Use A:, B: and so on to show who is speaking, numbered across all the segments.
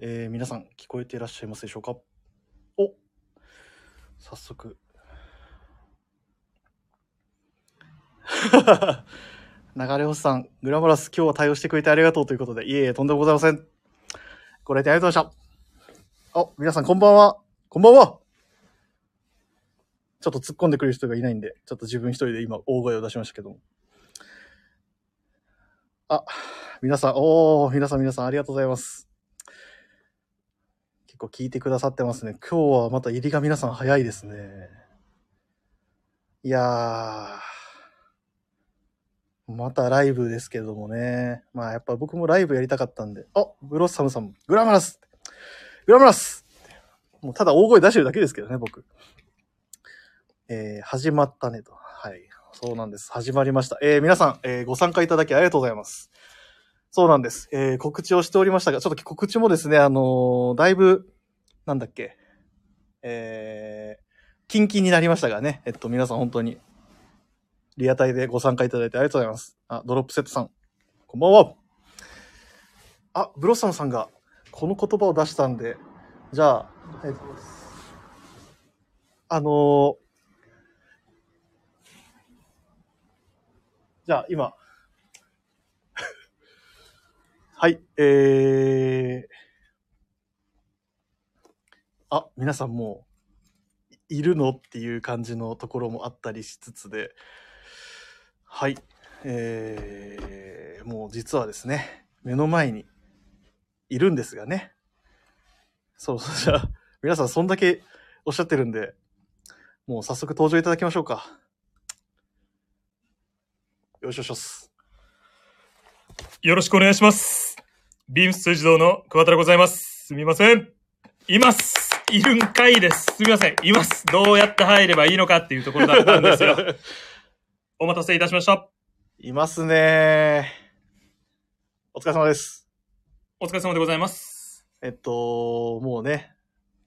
A: えー皆さん聞こえていらっしゃいますでしょうかお早速。 流れ星さん、グラマラス、今日は対応してくれてありがとうということで、いえいえ、とんでもございません。ご来店ありがとうございました。あ、皆さんこんばんは。こんばんは。ちょっと突っ込んでくれる人がいないんで、ちょっと自分一人で今大声を出しましたけども。あ、皆さん、おー、皆さん皆さんありがとうございます。結構聞いてくださってますね。今日はまた入りが皆さん早いですね。いやー。またライブですけどもね。まあやっぱ僕もライブやりたかったんで。あ、ブロッサムさん、グラマラスグラマラスもうただ大声出してるだけですけどね、僕。えー、始まったねと。はい。そうなんです。始まりました。えー、皆さん、えーご参加いただきありがとうございます。そうなんです。えー、告知をしておりましたが、ちょっと告知もですね、あのーだいぶ、なんだっけ、えー、キンキンになりましたがね、えっと、皆さん本当に、リアタイでご参加いただいてありがとうございます。あ、ドロップセットさん、こんばんは。あ、ブロッサムさんが、この言葉を出したんで、じゃあ、えっとあのーじゃあ、今、はい、えー、あ、皆さんもう、いいるのっていう感じのところもあったりしつつで、はい、えー、もう実はですね、目の前にいるんですがね、そうそう、じゃあ、皆さんそんだけおっしゃってるんで、もう早速登場いただきましょうか。よいしょしょっす。
B: よろしくお願いします。ビームス通じ堂の桑田でございます。すみません。います。いるんかいです。すみません。います。どうやって入ればいいのかっていうところだったんです よ。お待たせいたしました。
A: いますねお疲れ様です。
B: お疲れ様でございます。
A: えっと、もうね、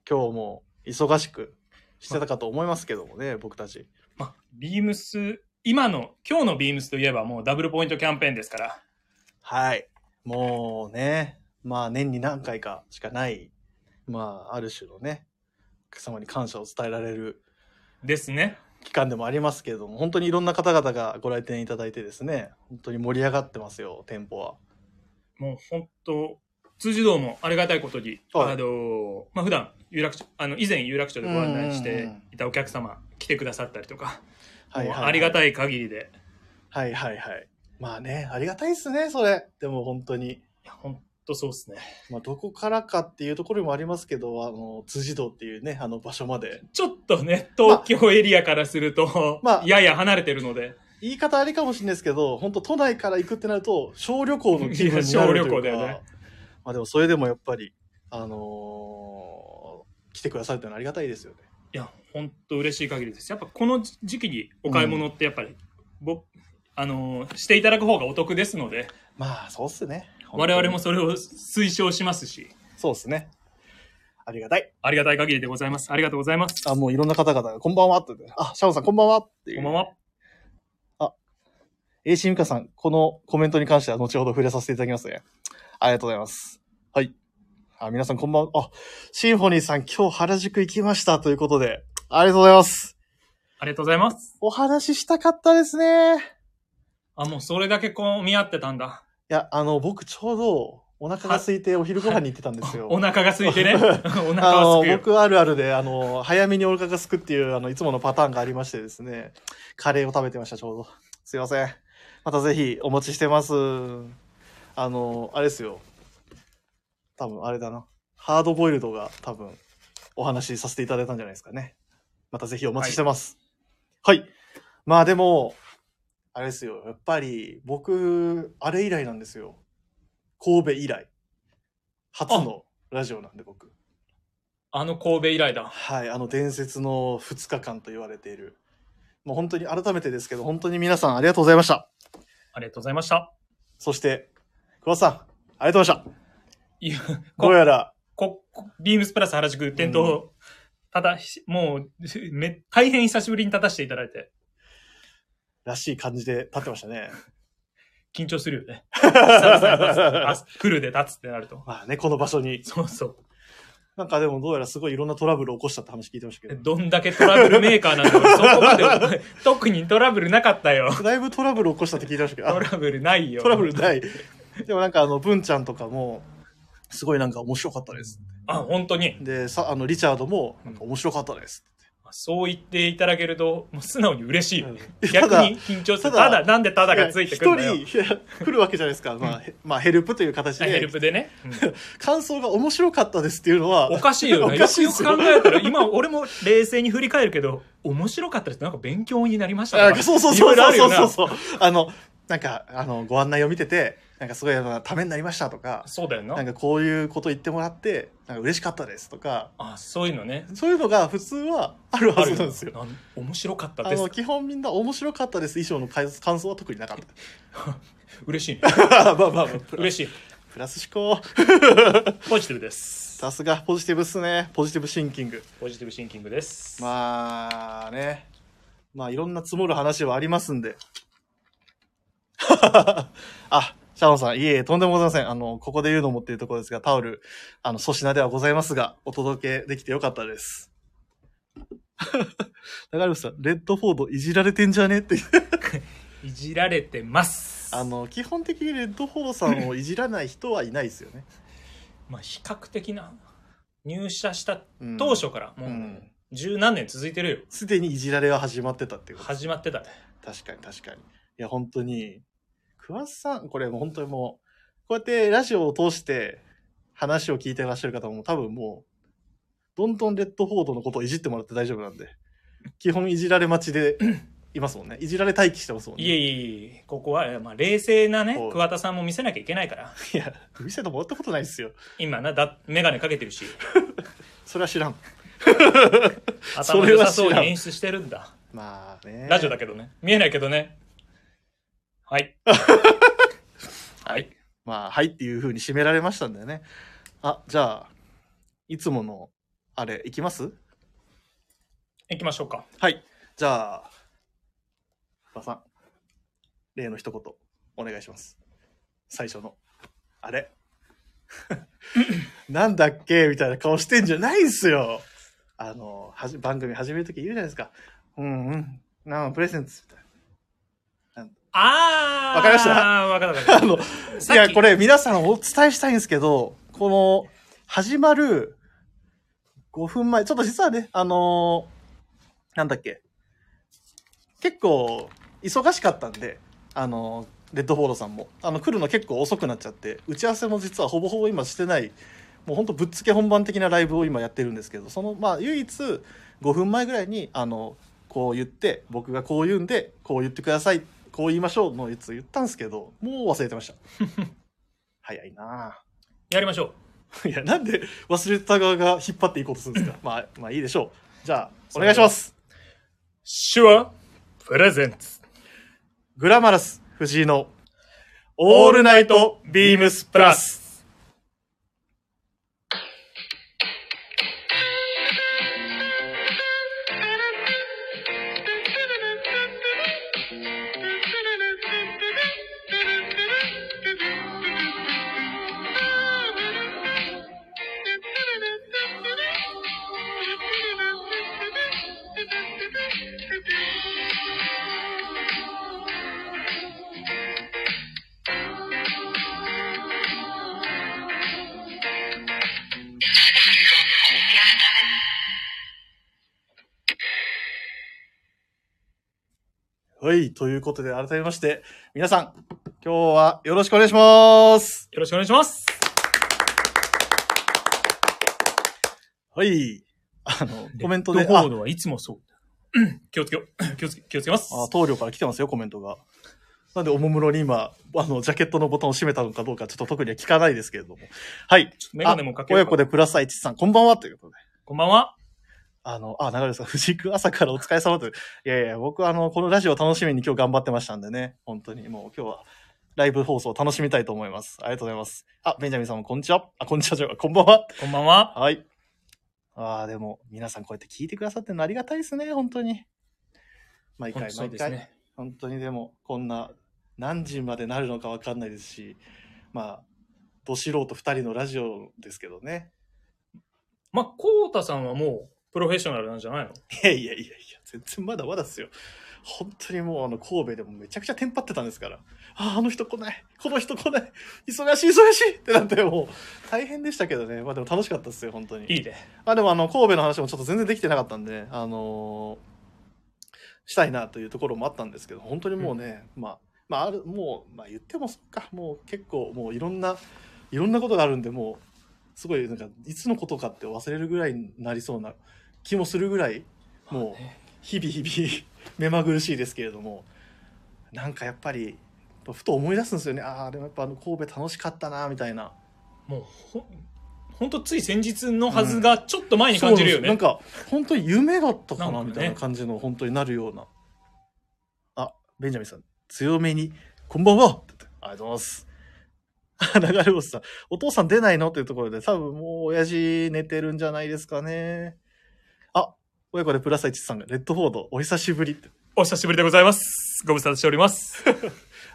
A: 今日も忙しくしてたかと思いますけどもね、僕たち。
B: まあ、ビームス、今の、今日のビームスといえばもうダブルポイントキャンペーンですから。
A: はい。もうね、まあ年に何回かしかない、まあある種のね、お客様に感謝を伝えられる
B: ですね。
A: 期間でもありますけれども、本当にいろんな方々がご来店いただいてですね、本当に盛り上がってますよ、店舗は。
B: もう本当、通じ堂もありがたいことに、
A: はい
B: あの、まあ、普段、有楽町、あの、以前有楽町でご案内し
A: うんうん
B: ていたお客様、来てくださったりとか、
A: はいはい、
B: もうありがたい限りで、
A: はいはいはい。まあね、ありがたいですね、それ。でも本当に。
B: いや、本当そうですね。
A: まあ、どこからかっていうところもありますけど、あの、辻堂っていうね、あの場所まで。
B: ちょっとね、東京エリアからすると、
A: まあ
B: やや離れてるので、
A: 言い方ありかもしれないですけど、本当都内から行くってなると、小旅行の気分になるというか。
B: いや小旅行だよね
A: まあでも、それでもやっぱり、あのー来てくださるっていうのはありがたいですよね。
B: いや、本当嬉しい限りです。やっぱこの時期にお買い物って、やっぱり、ぼあのーしていただく方がお得ですので、
A: まあ、そうっすね。
B: 我々も
A: 本
B: それを推奨しますし、
A: 当にそうっすね。ありがたい。
B: ありがたい限りでございます。ありがとうございます。
A: あ、もういろんな方々が、こんばんはって言って。あ、シャオンさん、こんばんはっていう。
B: こんばんは。
A: AC ミカさん、このコメントに関しては後ほど触れさせていただきますね。ありがとうございます。はい。あ、皆さんこんばんは。あ、シンフォニーさん、今日原宿行きましたということで、ありがとうございます。
B: ありがとうございます。
A: お話ししたかったですね。い
B: あ、もうそれだけこう見合ってたんだ。
A: や、あの、僕ちょうどお腹が空いてお昼ご飯に行ってたんですよ。
B: お腹が空 いてね。お腹
A: あ
B: は
A: の
B: 空くよ。
A: 僕あるあるであの早めにお腹がすくっていうあのいつものパターンがありましてですねカレーを食べてましたちょうどすいませんまたぜひお持ちしてますあのあれですよ多分あれだなハードボイルドが多分お話しさせていただいたんじゃないですかねまたぜひお待ちしてますはい、まあでもあれですよやっぱり僕あれ以来なんですよ神戸以来初のラジオなんで僕
B: あの神戸以来だ。
A: はい、あの伝説の2日間と言われている。もう本当に改めてですけど、本当に皆さんありがとうございました。
B: ありがとうございました。
A: そして、久保田さん、ありがとうございました。
B: いや
A: どうやら、
B: こ、こビームスプラス原宿店頭、ただ、ひもう、め、大変久しぶりに立たせていただいて、
A: らしい感じで立ってましたね。
B: 緊張するよね。久々に立つあフルで立つってなると。
A: まあね、この場所に。
B: そうそう。
A: なんかでもどうやらすごいいろんなトラブル起こしたって話聞いてましたけど。
B: どんだけトラブルメーカーなんだろう。そこまでは、特にトラブルなかったよ。
A: だいぶトラブル起こしたって聞いてましたけど。
B: ト
A: あ
B: ラブルないよ。
A: トラブルない。でもなんかあの、文ちゃんとかも、すごいなんか面白かったです。
B: あ、本当に。
A: で、さ、あの、リチャードも、なんか面白かったです。
B: そう言っていただけると、もう素直に嬉しいよね。
A: うん
B: 逆
A: ただ
B: に緊張する。
A: た
B: た
A: だ
B: だ、なんでただがついてくるんだよ。
A: 一人、来るわけじゃないですか。まあ、へまあ、ヘルプという形
B: ヘル
A: で、
B: プでね。
A: 感想が面白かったですっていうのは、
B: おかしいよね。
A: おか
B: よ
A: し
B: く
A: いで
B: よ
A: す
B: く
A: よ
B: 考えたら、今俺も冷静に振り返るけど、面白かったです。なんか勉強になりました
A: な
B: と
A: ん
B: か。
A: かそうそうそう
B: いろいろ
A: そ
B: あ
A: う
B: る
A: そう
B: よ
A: そう
B: な
A: そう。あの、なんか、あの、ご案内を見てて、なんかすごいあのためになりましたとか、
B: そうだよ
A: なん
B: な。
A: かこういうこと言ってもらって、なんか嬉しかったですとか、
B: あ、そういうのね。
A: そういうのが普通はあるはずなんですよ。
B: あるなん面白かった
A: あ
B: です
A: の、。基本みんな面白かったです以上の感感想は特になかっ
B: 嬉しい。
A: た。まあまあ、
B: 嬉しい。
A: プラス思考。
B: ポジティブです。
A: さすがポジティブっすね。ポジティブシンキング。
B: ポジティブシンキングです。
A: まあね。まあいろんな積もる話はありますんで。 あ、シャオンさん、いえいえ、とんでもございません。あの、ここで言うのもっていうところですが、タオル、あの、粗品ではございますが、お届けできてよかった です。中山さん、レッドフォードいじられてんじゃねって。
B: いじられてます。
A: あの、基本的にレッドフォードさんをいじらない人はいないですよね。
B: まあ、比較的な。入社した
A: うん
B: 当初から、も
A: う、
B: うん十何年続いてるよ。
A: すでにいじられは始まってたっていうこと
B: 始まってたね。
A: 確かに確かに。いや、本当に、桑田さん、これもう本当にもう、こうやってラジオを通して話を聞いてらっしゃる方も多分もう、どんどんレッドフォードのことをいじってもらって大丈夫なんで、基本いじられ待ちでいますもんね。いじられ待機してますもんね。
B: いえいえいえ、ここは、えーまあ、冷静なね
A: おう、
B: 桑田さんも見せなきゃいけないから。
A: いや、見せてもらったことないですよ。
B: 今な、だ、メガネかけ てるし、
A: それは知らん。そ
B: 頭
A: れ
B: 良
A: は知
B: さ
A: らん
B: そうに演出してるんだ。
A: まあね。
B: ラジオだけどね。見えないけどね。 はい。はい。
A: まあ、はいっていう風に締められましたんだよね。あ、じゃあ、いつもの、あれ、いきます
B: 行きましょうか。
A: はい。じゃあ、馬さん、例の一言、お願いします。最初の。あれ なんだっけみたいな顔してんじゃないんすよ。あの、はじ番組始めるとき言うじゃないですか。うんうん。なんかプレゼンツみたい
B: あー。
A: わかりました
B: わかったわかっ
A: な。あ の、
B: た。
A: いや、こ
B: れ。
A: れ皆さんお伝えしたいんですけど、この、始まる5分前、ちょっと実はね、あのーなんだっけ、結構忙しかったんで、あのーレッドフォードさんも、あの、来るの結構遅くなっちゃって、打ち合わせも実はほぼほぼ今してない、もうほんとぶっつけ本番的なライブを今やってるんですけど、その、まあ、唯一5分前ぐらいに、あの、こう言って、僕がこう言うんで、こう言ってください、こう言いましょうのやつ言ったんですけど、もう忘れてました。早いな
B: やりましょう。
A: ぁ。いや、なんで忘れた側が引っ張っていこうとするんですか。 まあ、まあいいでしょう。じゃあ、お願いします。
B: 手話、プレゼンツ、
A: グラマラス、藤井の、オールナイト、ビームスプラス。はい、ということで改めまして、皆さん、今日はよろしくお願いします。
B: よろしくお願いします。
A: はい。あの、コメント
B: レ
A: で
B: ッ、ドフォー
A: あ、
B: ドはいつ もそう。うん気をつけよう。 気をつけ、気をつけます。
A: あ棟梁から来てますよ、コメントが。なんで、おもむろに今、あの、ジャケットのボタンを閉めたのかどうか、ちょっと特には聞かないですけれども。はい。
B: ちょっとメガネもかけよう
A: 親
B: か
A: 子でプラス愛知さん、こんばんは、ということで。
B: こんばんは。
A: あの、あ、流れさん、藤井君朝から お疲れ様という。いやいや、僕はあの、このラジオを楽しみに今日頑張ってましたんでね。本当に、もう今日はライブ放送を楽しみたいと思います。ありがとうございます。あ、ベンジャミンさんもこんにちは。あ、こんにちはじゃない、こんばんは。
B: こんばんは。
A: はい。ああ、でも、皆さんこうやって聞いてくださってるのありがたいですね、本当に。毎回毎
B: そう
A: 回。
B: ですね。
A: 本当にでも、こんな何時までなるのかわかんないですし、まあ、ど素人二人のラジオですけどね。
B: まあ、こうたさんはもう、プロフェッショナルなんじゃないの
A: いやいやいやいや、全然まだまだですよ。本当にもうあの神戸でもめちゃくちゃテンパってたんですから。ああ、あの人来ない。この人来ない。忙しい忙しいってなってもう大変でしたけどね。まあでも楽しかったですよ、本当に。
B: いいね。
A: まあでもあの神戸の話もちょっと全然できてなかったんで、あのーしたいなというところもあったんですけど、本当にもうね、まあ、まあある、もう、まあ言ってもそっか、もう結構もういろんな、いろんなことがあるんで、もう、すごいなんか、いつのことかって忘れるぐらいになりそうな気もするぐらい、もう、日々日々 目まぐるしいですけれども、なんかやっぱり、ふと思い出すんですよね。ああ、でもやっぱあの神戸楽しかったな、みたいな。
B: もう、ほ、ほんとつい先日のはずが、ちょっと前に感じるよね。
A: そうなんか本当に夢だったか
B: な
A: なん
B: かね
A: みたいな感じの本当になるような。あ、ベンジャミンさん、強めに、こんばんはって言ってありがとうございます。あ流れ星さん、お父さん出ないのっていうところで、多分もう親父寝てるんじゃないですかね。あ、親子でプラサイチさんが、レッドフォード、お久しぶりって。
B: お久しぶりでございます。ご無沙汰しております。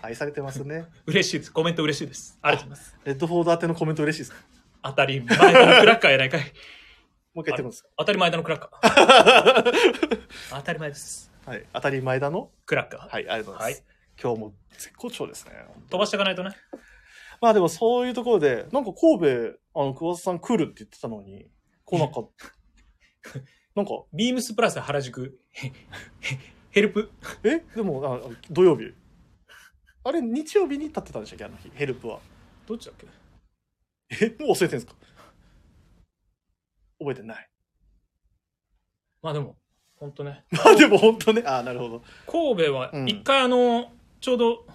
A: 愛されてます ね。
B: 嬉しいです。コメント嬉しいです。ありがとうございます。
A: レッドフォード宛てのコメント嬉しいです。
B: 当たり前だのクラッカーやないかい。
A: もう一回言ってくださ
B: 当たり前だのクラッカー。 当たり前です。
A: い。はい。当たり前だの。
B: クラッカ
A: は
B: ー。
A: い、ありがとうございます。
B: は
A: 今日も絶好調ですね。
B: 飛ばしていかないとね。
A: まあでもそういうところで、なんか神戸、あの、桑田さん来るって言ってたのに、来なかった。 なんか、
B: ビームスプラス原宿。へへヘルプ。
A: えでもあ、土曜日。あれ、日曜日に立ってたんでしたっけあの日、ヘルプは。
B: どっちだっけ
A: え、もう忘れてんすか覚えてない。
B: まあでも、ほんとね。
A: まあでも本当ね、ああ、なるほど。
B: 神戸は
A: うん
B: 一回あの、ちょうど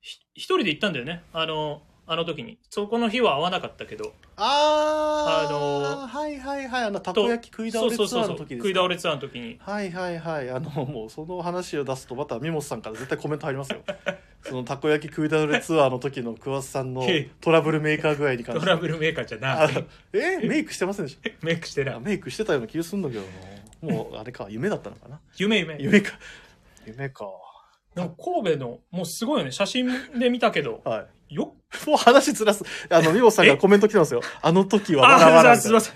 B: ひ一人で行ったんだよねあのあの時にそこの日は会わなかったけど
A: あー、
B: あのー
A: はいはいはい、あの、たこ焼き食い倒
B: そう
A: れツ
B: そ
A: ア
B: うそう
A: ーの
B: そう
A: 時です
B: 食い倒れツアーの時に
A: はいはいはい。あの、もうその話を出すと、またミモスさんから絶対コメント入り ますよ。そのたこ焼き食い倒れツアーの時の桑田さんの
B: へい
A: トラブルメーカー具合に関
B: ト
A: して
B: ラ。ブルメーカーじゃな
A: あ
B: い
A: えメイクしてませんでし
B: メイクしてな
A: た
B: い
A: メイクしてたような気がするんだけどな。もうあれか、夢だったのかな。
B: 夢夢
A: 夢か。夢か。
B: でも神戸のもうすごいよね写真で見たけど
A: は
B: よ
A: い。もう話ずらす。あの、ミモスさんが
B: え
A: コメント来てますよ。あの時はわらわ
B: あ
A: ら
B: あ
A: みた
B: す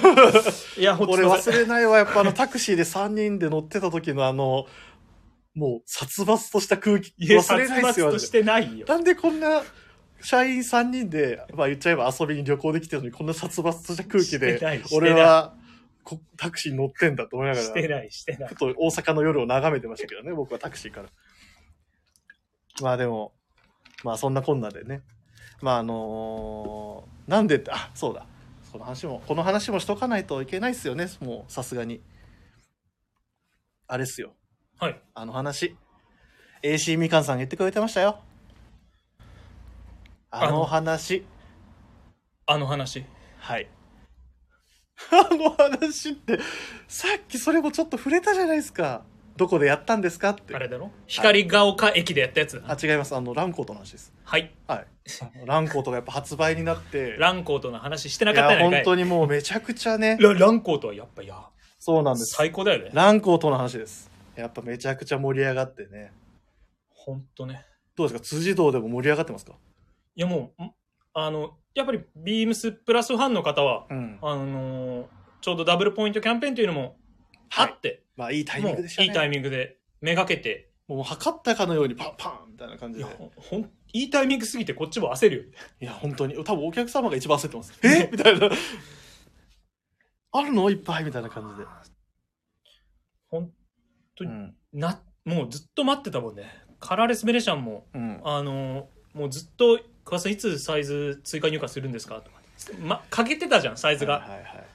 A: い
B: いま
A: な。
B: せんいやほんと
A: 俺忘
B: れ
A: れないわ。やっぱあのタクシーで3人で乗ってた時のあの、もう殺伐とした空気。
B: いや
A: 忘
B: 殺
A: れないっすよ。
B: 伐としてないよ
A: なんでこんな社員3人で、まあ言っちゃえば遊びに旅行できてるのに、こんな殺伐とした空気
B: してない
A: で
B: し、てな
A: 俺
B: い
A: はこタクシーに乗ってんだと思いながら、
B: して
A: ち
B: ないしてない
A: ょっと大阪の夜を眺めてましたけどね、僕はタクシーから。まあでも、まあそんなこんなでね。まああのーなんでって、あ、そうだ。この話も、この話もしとかないといけないっすよね、もうさすがに。あれっすよ。
B: はい
A: あの話。AC みかんさんが言ってくれてましたよ。あ
B: あ
A: の
B: の
A: 話。
B: あの話
A: はい。あの話って、さっきそれもちょっと触れたじゃないですか。どこでやったんですかって。
B: あれだろ光が丘駅でやったやつだ
A: あ、違います。あの、ランコートの話です。
B: はい
A: はい。あのランコートがやっぱ発売になって、
B: ランコートの話してないかった
A: や、
B: やな
A: 本
B: いか
A: 当
B: い
A: にもうめちゃくちゃね、
B: ラランコートはやっぱや
A: そうなんです。
B: 最高だよね
A: ランコートの話です。やっぱめちゃくちゃ盛り上がってね。
B: ほんとね
A: どうですか辻堂でも盛り上がってますか
B: いやもうんあのやっぱりビームスプラスファンの方は
A: うん。
B: あのーちょうどダブルポイントキャンペーンというのもあ
A: はい。
B: って、
A: まあいいタイミ
B: も
A: ン
B: う
A: グでしたね。
B: いいタイミングでめがけて
A: もう測ったかのようにパンパンみたいな感
B: い
A: じで
B: や。ほほんいいタイミングすぎてこっちも焦るよ
A: いや、本当に。多分お客様が一番焦ってます。えみたいな。あるのいっぱいみたいな感じで。
B: ほんうん
A: ん。
B: なもうずっと待ってたもんねカラーレスベレシャンも
A: うん。
B: あのーもうずっと「桑田さんいつサイズ追加入荷するんですか?」とか、ま、かけてたじゃんサイズが、
A: はいはいはい。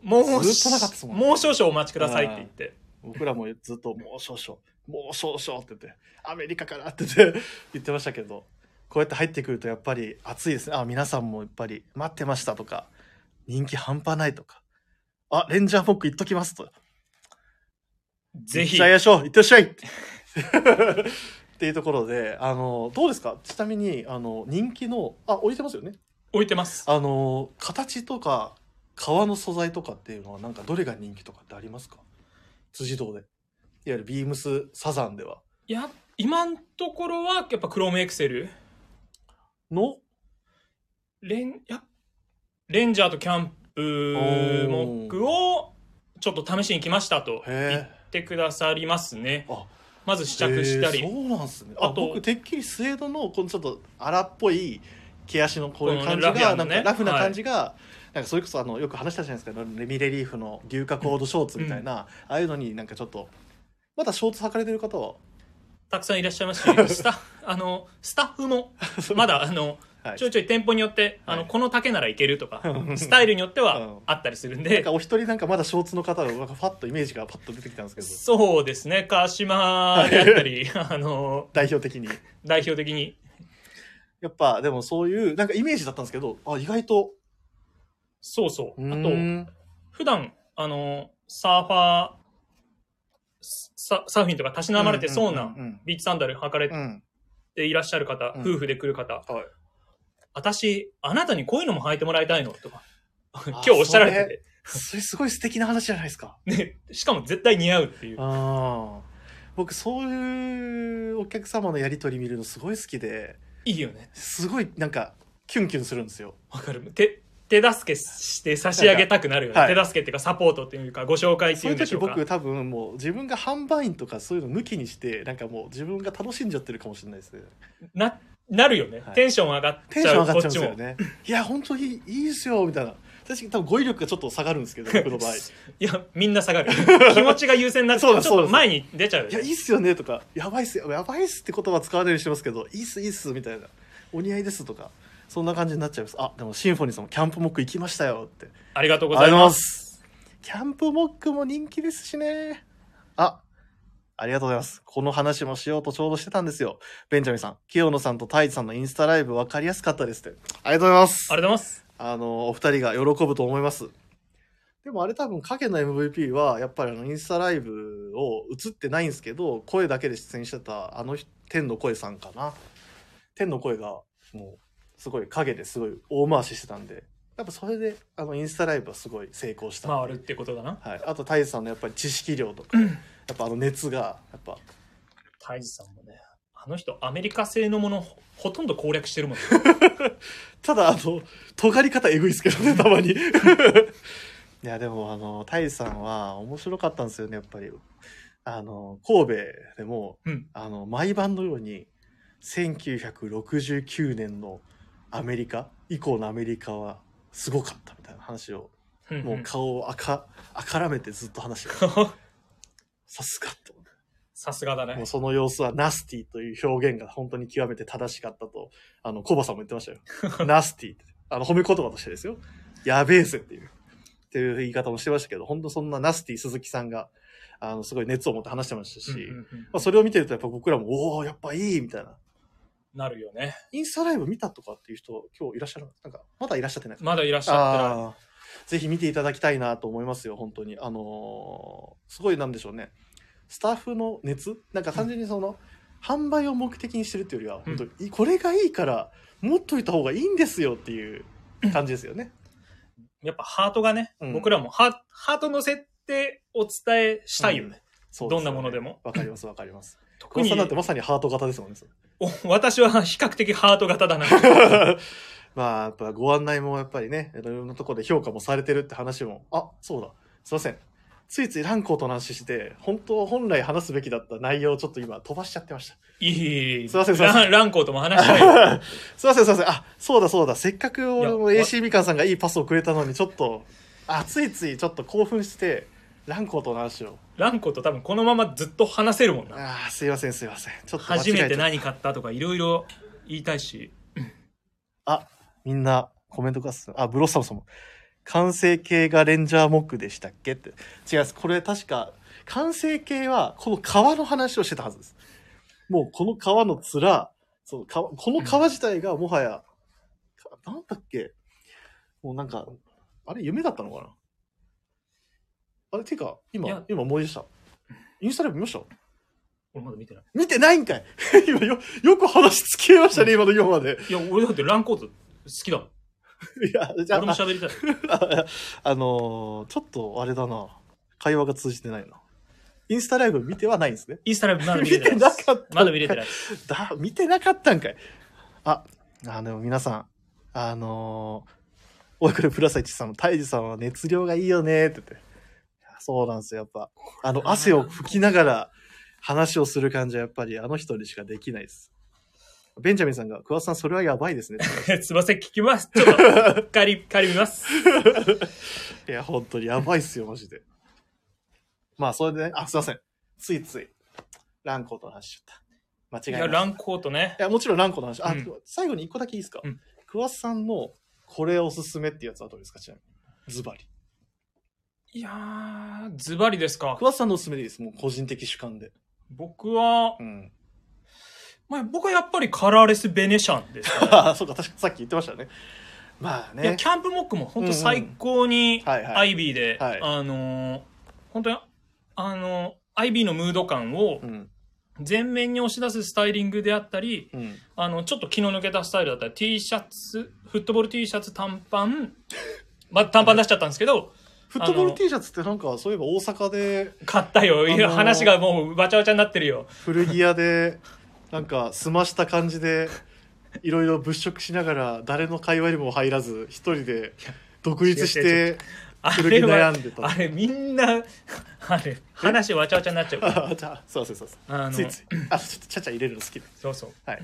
B: もう
A: ずっとなかったっすもんね
B: もう少々お待ちくださいって言って
A: 僕らもずっともう少々、もう少々って言って、アメリカからって言って 言ってましたけど、こうやって入ってくるとやっぱり熱いですね。あ、皆さんもやっぱり待ってましたとか、人気半端ないとか、あ、レンジャーフォック行っときますと。
B: ぜひ
A: 行っちゃいましょう行ってらっしゃいっていうところで、あの、どうですかちなみに、あの、人気の、あ、置いてますよね。
B: 置いてます
A: あの、形とか、革の素材とかっていうのは、なんかどれが人気とかってありますか辻堂で。いわゆるビームスサザンでは。
B: やっ今のところは、やっぱ Chrome Excel。
A: の
B: レン、や、レンジャーとキャンプモックを、ちょっと試しに来ましたと言
A: へ
B: ってくださりますね
A: あ。
B: まず試
A: 試
B: 着したり。
A: そうなんですねあ
B: あと
A: 僕てっきりスウェードのこのちょっと荒っぽい毛足のこういう感じが
B: このラフやん
A: な
B: の
A: ん
B: ね
A: かラフな感じが、なんかそれこそあのよく話したじゃないですかレミレリーフの牛角コードショーツみたいな、ああいうのになんかちょっとまだショーツ履かれてる方は、
B: たくさんいらっしゃいますし、スタッフ、 あの、スタッフも、 まだ、あの、
A: はい
B: ちょいちょい店舗によって、あの、
A: はい
B: この丈ならいける とか
A: う、ん
B: スタイルによって
A: う
B: は
A: ん
B: あったりするん
A: なん
B: で
A: か、お一人なんかまだショーツの方がなんかファッとイメージがパッと出てきたんですけど
B: そうですね、川島であったり、 あの、
A: 代表的に
B: 代表的に。
A: やっぱでもそういうなんかイメージだったんですけどあ意外と
B: そうそう。あと、
A: うん
B: 普段あのサーファーササーフィンとかたしなまれてそうな
A: うんうん
B: ビーチサンダル履かれ
A: うんうん
B: ていらっしゃる方、
A: うん
B: 夫婦で来る方、
A: はい
B: 私あなたにこういうのも履いてもらいたいのとか 今
A: あ
B: 日おっしゃられて
A: それすごい素敵な話じゃないですか
B: て、ね、しかも絶対似合うっていう
A: ああ僕そういうお客様のやり取り見るのすごい好きで
B: いいよね
A: すごいなんかキュンキュンするんですよ
B: わかる手手助けして差し上げたくなるよね、
A: はい
B: 手助けっていうかサポートっていうかご紹介って
A: そい
B: いう
A: ううん
B: でし
A: 時
B: ょうか
A: 僕多分もう自分が販売員とかそういうの抜きにしてなんかもう自分が楽しんじゃってるかもしれないですね
B: ななるよね、
A: はい
B: テンション上がっ
A: テン
B: ち
A: ション
B: ゃう
A: 上がっちゃうん
B: こ
A: です
B: っち
A: よね
B: も
A: いや本当にいいいいですよみたいな私多分語彙力がちょっと下がるんですけど 僕の場合い
B: いやみんな下がる 気持ちが優先になるち
A: そう
B: ょ
A: で
B: っ
A: すそうです
B: と前に出ちゃうよね
A: やいいっすよねとかやばいっすよやばいっすって言葉使わないようにしてますけどいいっすいいっすみたいなお似合いですとかそんな感じになっちゃいますあでもシンフォニーさんもキャンプモック行きましたよって
B: ありがとうご
A: あ
B: ざい
A: りがとうござい
B: ま。
A: ますキャンプモックも人気ですしね。あ、ありがとうございます。この話もしようとちょうどしてたんですよ。ベンジャミンさん、清野さんとタイジさんのインスタライブ分かりやすかったですって。ありがとうございます
B: あ。りがとうございます。
A: あの、お二人が喜ぶと思います。でもあれ多分影の MVP はやっぱりあのインスタライブを映ってないんですけど声だけで出演してたあの人天の声さんかな天の声がもうすごい影ですごい大回ししてたんでやっぱそれであのインスタライブはすごい成功した
B: 回るってことだな。
A: はい、あと太一さんのやっぱり知識量とか、やっぱあの熱がやっぱ
B: タイジさんもね、あの人、アメリカ製のものほほとんど攻略して るもんね。
A: ただあの尖り方えぐいですけどねたまに いやでもあの太一さんは面白かったんですよねやっぱりあの神戸でも
B: うん。
A: あの毎晩のように1969年のアメリカ以降のアメリカはすごかったみたいな話を
B: うん
A: もう顔を赤赤らめてずっと話して たさすがと
B: さすがだ
A: も
B: ね
A: う。その様子はナスティという表現が本当に極めて正しかったと、あの、コバさんも言ってま したよ。ナスティって。あの、褒め言葉としてですよ。やべえぜっていう、っていう言い方もしてましたけど、本当そんなナスティ鈴木さんが、あの、すごい熱を持って話してましたし、
B: うんうんうん
A: まあ、それを見てるとやっぱ僕らも、おおやっぱいいみたいな。
B: なるよね。
A: インスタライブ見たとかっていう人、今日いらっしゃるなんか、まだいらっしゃってない
B: まだいらっしゃっ
A: ああーぜひ見ていただきたいなと思いますよ、本当に。あのーすごいなんでしょうね。スタッフの熱なんか単純にその、販売を目的にしてるっていうよりは、本当に、いこれがいいから、持っといた方がいいんですよっていう感じですよね。
B: てない。やっぱハートがね、
A: うん
B: 僕らもハハートの設定を伝えしたいよね。
A: そう
B: ど
A: すよね
B: んなものでも。
A: わかります、わかります。
B: 特
A: 久保
B: に
A: さんだってまさにハート型ですもんね。それ
B: お私は比較的ハート型 だな。
A: まあ、やっぱご案内もやっぱりね、いろいろなところで評価もされてるって話も、あ、そうだ、すいません。ついついランコーとの話して、本当、本来話すべきだった内容をちょっと今飛ばしちゃってました。
B: いい。
A: すいませんすいませ
B: ランランコーとも話したいよ。
A: すいません、すいません。あ、そうだそうだ。せっかく俺も
B: いや
A: AC みかんさんがいいパスをくれたのに、ちょっと、あ、ついついちょっと興奮して、ランコーとの話を。
B: ランコーと多分このままずっと話せるもんな。
A: あーすいません、すいません。ちょっと間違
B: 初
A: え
B: めて
A: ちゃっ
B: 何買ったとかいろいろ言いたいし。
A: みんなコメントください。あ、ブロッサムさんも。完成形がレンジャーモックでしたっけって。違います。これ確か、完成形はこの革の話をしてたはずです。もうこの革の面、その革この革自体がもはや、かなんだっけもうなんか、あれ夢だったのかなあれてか、
B: い
A: 今
B: や、
A: 今思い出した。インスタライブ見ました
B: 俺まだ見てない。
A: 見てないんかい 今よ、よく話つきましたね、今の今まで。
B: いや、俺だってランコート好きだもん。
A: いや、じゃあ
B: 俺も、喋 りたい。
A: あのーちょっとあれだな。会話が通じてないな。インスタライブ見てはないんですね。
B: インスタライブまだ見
A: 見
B: れて
A: て
B: ない
A: な
B: で
A: か
B: す
A: ったんかい。
B: まだ見れてないです。
A: だ、見てなかったんかい。あ、あでも皆さん、あのー、おいこれプラサイチさんも、タイジさんは熱量がいいよねって言って。いやそうなんですよ、やっぱ。あの、汗を拭きながら話をする感じはやっぱりあの人にしかできないです。ベンジャミンさんが、桑田さんそれはやばいですね。
B: すいません、聞きます。ちょっと、借り、借り ます。
A: いや、本当にやばいっすよ、マジで。まあ、それでね、あ、すいません。ついつい、ランコと話しちゃった。
B: い
A: 間違いな
B: や、
A: い。
B: ランコートね
A: い。や、もちろんランコの話。あ、
B: うん
A: 最後に一個だけいいですか、
B: うん
A: 桑田さんのこれおすすめってやつはどうですかちなみに。ズバリ。
B: いやー、ズバリですか。
A: 桑田さんのおすすめでいいです。もう個人的主観で。
B: 僕は
A: う、 ん。
B: まあ、僕はやっぱりカラーレスベネシャンですね。
A: ああ、そうか、確かさっき言ってましたね。まあ
B: いや
A: ね
B: キ。ャンプモックも本当最高に
A: はい
B: ア
A: はい。
B: イビーで、
A: はい
B: あのー本当にあのーアイビーのムード感を
A: うん。
B: 前面に押し出すスタイリングであったり、
A: うん。
B: あのちょっと気の抜けたスタイルだったり T シャツフットボール T シャツ短パン、 まあ、短パン出しちゃったんですけど
A: フットボー
B: あ
A: ル
B: の
A: T シャツってなんか、そういえば大阪で、
B: 買ったよ、いや
A: あのー
B: 話がもうわちゃわちゃになってるよ
A: 古着屋で、なんか、済ました感じで、いろいろ物色しながら、誰の会話にも入らず、一人で独立し
B: いや違
A: て、
B: あ
A: 古着
B: れは
A: 悩んでた。
B: あれみんな あれ話わちゃわちゃになっちゃうから
A: あ、じゃあ、そうそうそうそう。
B: あの
A: ついつい。あ、ちょっとちゃちゃ入れるの好きで。
B: そうそう
A: はい。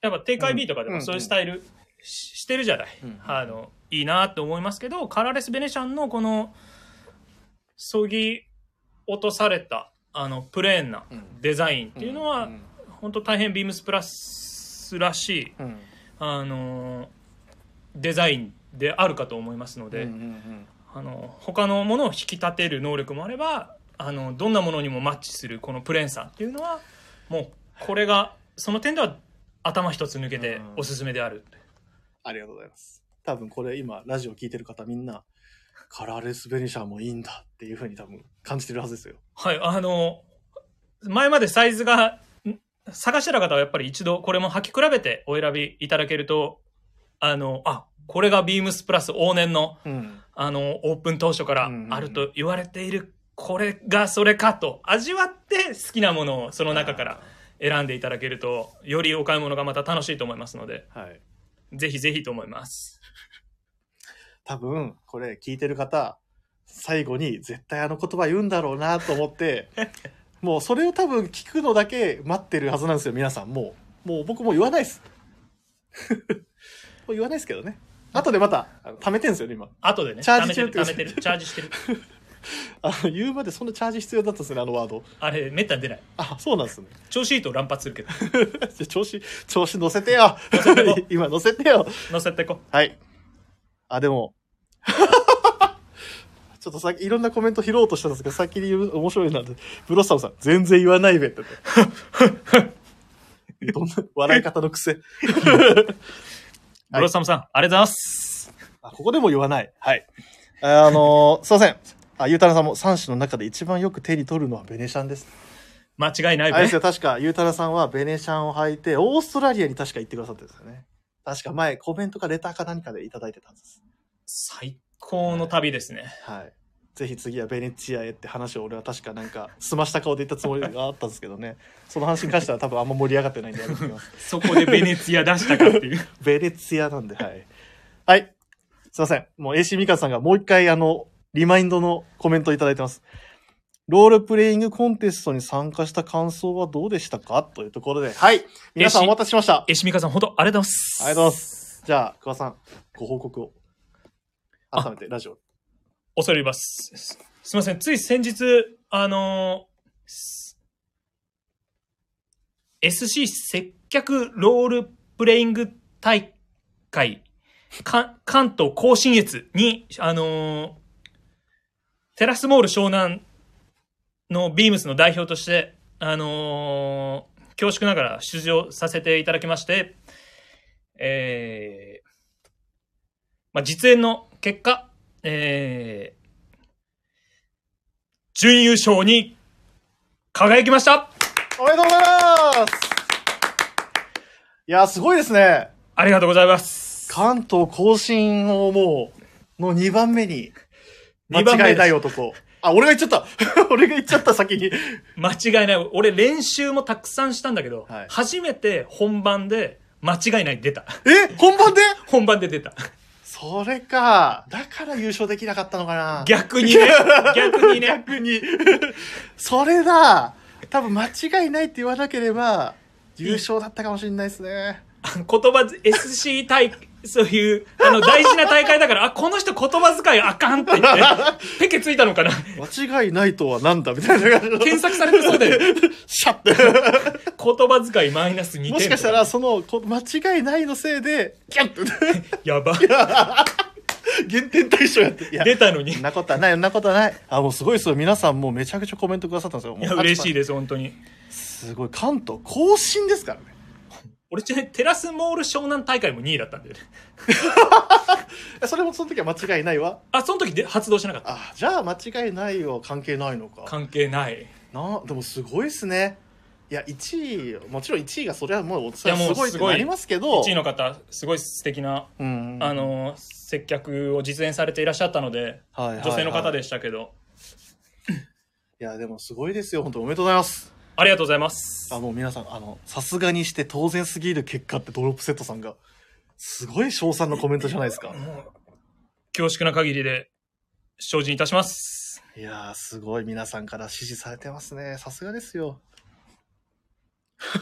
B: やっぱ定会 B とかでもそういうスタイルししてるじゃない、
A: うん
B: あのいいなと思いますけどカラーレスベネシャンのこのそぎ落とされたあのプレーンな
A: うん
B: デザインっていうのは、
A: ん
B: 本当大変ビームスプラスらしい、
A: うん
B: あのデザインであるかと思いますので、
A: うんうんうん
B: あの他のものを引き立てる能力もあればあのどんなものにもマッチするこのプレーンさっていうのはもうこれがその点では頭一つ抜けて
A: うん
B: おすすめである、
A: ありがとうございます多分これ今ラジオ聞いてる方みんなカラーレスベニシャーもいいんだっていうふうに多分感じてるはずですよ
B: はいあの前までサイズがん探してた方はやっぱり一度これも履き比べてお選びいただけるとあのあこれがビームスプラス往年の
A: うん
B: あのオープン当初からあると言われている、これがそれかと味わって好きなものをその中から選んでいただけるとよりお買い物がまた楽しいと思いますので
A: はい
B: ぜひぜひと思います
A: 多分これ聞いてる方最後に絶対あの言葉言うんだろうなと思って もうそれを多分聞くのだけ待ってるはずなんですよ皆さんもうもう僕もう言わないです もう言わないですけどね後でまたあの貯めてんですよね今
B: 後でね
A: チャージ
B: 貯めてる貯め
A: して
B: て
A: る
B: るチャージしてる
A: あの言うまでそんなチャージ必要だったんですねあのワード
B: あれめったに出ない
A: あそうなんですね
B: 調子いいと乱発するけど
A: じゃあ調子、調子乗せてよ
B: てこ
A: 今乗せてよ
B: 乗せてこ
A: はい。あ、でも。ちょっとさっきいろんなコメント拾おうとしたんですけど、先に言う面白いなって、ブロッサムさん、全然言わないべって言って。どんな笑い方の癖。
B: ブロッサムさん、ありがとうございます
A: あここでも言わない。はい。あのーすいません。あ、ゆうたなさんも3種の中で一番よく手に取るのはベネシャンです。
B: 間違い
A: あ
B: ない
A: れ
B: べ
A: ですよ、確か、ゆうたらさんはベネシャンを履いて、オーストラリアに確か行ってくださったんですよね。確か前、コメントかレターか何かでいただいてたんです。
B: 最高の旅ですね
A: はい。ぜひ次はベネチアへって話を俺は確かなんか、 澄ました顔で言ったつもりがあったんですけどね。その話に関しては多分あんま盛り上がってないんでやめておき ます。
B: そこでベネツィア出したかっていう
A: ベネチアなんで、はい。はい。すいません。もう AC ミカさんがもう一回あの、リマインドのコメントをいただいてます。ロールプレイングコンテストに参加した感想はどうでしたかというところで、はい。皆さんお待たせしました。
B: えしみかさん本当ありがとうございます
A: ありがとうございます。じゃあ、桑さん、ご報告を。改めて、ラジオ。
B: 恐れ入ります。すすみません。つい先日、あのーす SC 接客ロールプレイング大会、か関東甲信越に、あのーテラスモール湘南のビームスの代表として、あのー恐縮ながら出場させていただきまして、えー、まあ、実演の結果、えー準優勝に輝きました
A: おめでとうございますいやー、すごいですね。
B: ありがとうございます。
A: 関東甲信をもう、の2番目に、間
B: 二番目です
A: 違いない男。あ、俺が言っちゃった 俺が言っちゃった先に。
B: 間違いない。俺練習もたくさんしたんだけど、
A: はい
B: 初めて本番で間違いない 出た。
A: え本番で
B: 本番で出た。
A: それか。だから優勝できなかったのかな。
B: 逆にね。逆にね。
A: 逆に。 それだ。多分間違いないって言わなければ、優勝だったかもしれないですね。
B: あの言葉ず、SC 大、そういう、あの、大事な大会だから、あ、この人言葉遣いあかんって言 って、ペケついたのかな。
A: 間違いないとはなんだみたいな感じの
B: 検索されてそうだよね。
A: シャッて。
B: 言葉遣いマイナス2点
A: もしかしたら、その、こ間違いないのせいで、キャン って。
B: やば
A: 減点対象やって。いや
B: 出たのにい
A: そんなことはない、そんなことはない。あ、もうすごいですよ。皆さんもうめちゃくちゃコメントくださったんですよ。もう
B: や嬉しい
A: で
B: です本当に
A: す。すごい。関東更新ですからね。
B: 俺ちなみにテラスモール湘南大会も2位だったんだよね
A: それもその時は間違いないわ。
B: あその時で発動しなかった
A: あ、じゃあ間違いないは関係ないのか。
B: 関係ない
A: な、でもすごいですね。いや、1位、もちろん1位がそれはもう、それ
B: や
A: は
B: もう
A: すごいって
B: すごい
A: なりますけど。
B: 1位の方すごい素敵な
A: うん。
B: あ、の接客を実演されていらっしゃったので
A: はいはいはい
B: 女性の方でしたけど
A: いや、でもすごいですよ。本当おめでとうございます。
B: ありがとうございます
A: あ、もう皆さん、あの、さすがにして当然すぎる結果ってドロップセットさんが、すごい賞賛のコメントじゃないですか。
B: 恐縮な限りで精進いたします
A: いやー、すごい皆さんから支持されてますね。さすがですよ。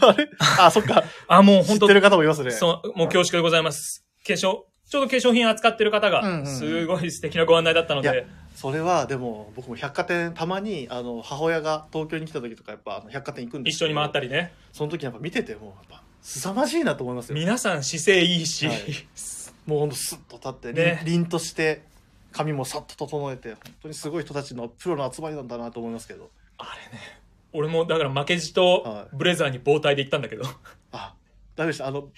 A: あれあ、そっか。
B: あもう
A: 知っ
B: 本当
A: てる方もいますね。
B: そう、もう恐縮でございます。化粧、ちょうど化粧品扱ってる方
A: うんうんう
B: が、
A: ん
B: すごい素敵なご案内だったの
A: いや
B: で、
A: それは、でも、僕も百貨店、たまに、あの、母親が東京に来た時とか、やっぱ、あの百貨店行くんで
B: 一
A: す
B: 緒に回った
A: り。
B: りね。
A: その時やっぱ見てて、もう、やっぱ、凄まじいなと思いますよ。
B: 皆さん姿勢いいし、
A: はいもうほんとスッと立って、
B: ね
A: 凛凛として、髪もさっと整えて、本当にすごい人たちのプロの集まりなんだなと思いますけど。
B: あれね、俺もだから負けじと
A: はい
B: ブレザーに包帯で行ったんだけど、
A: あ、ダメでした。あの、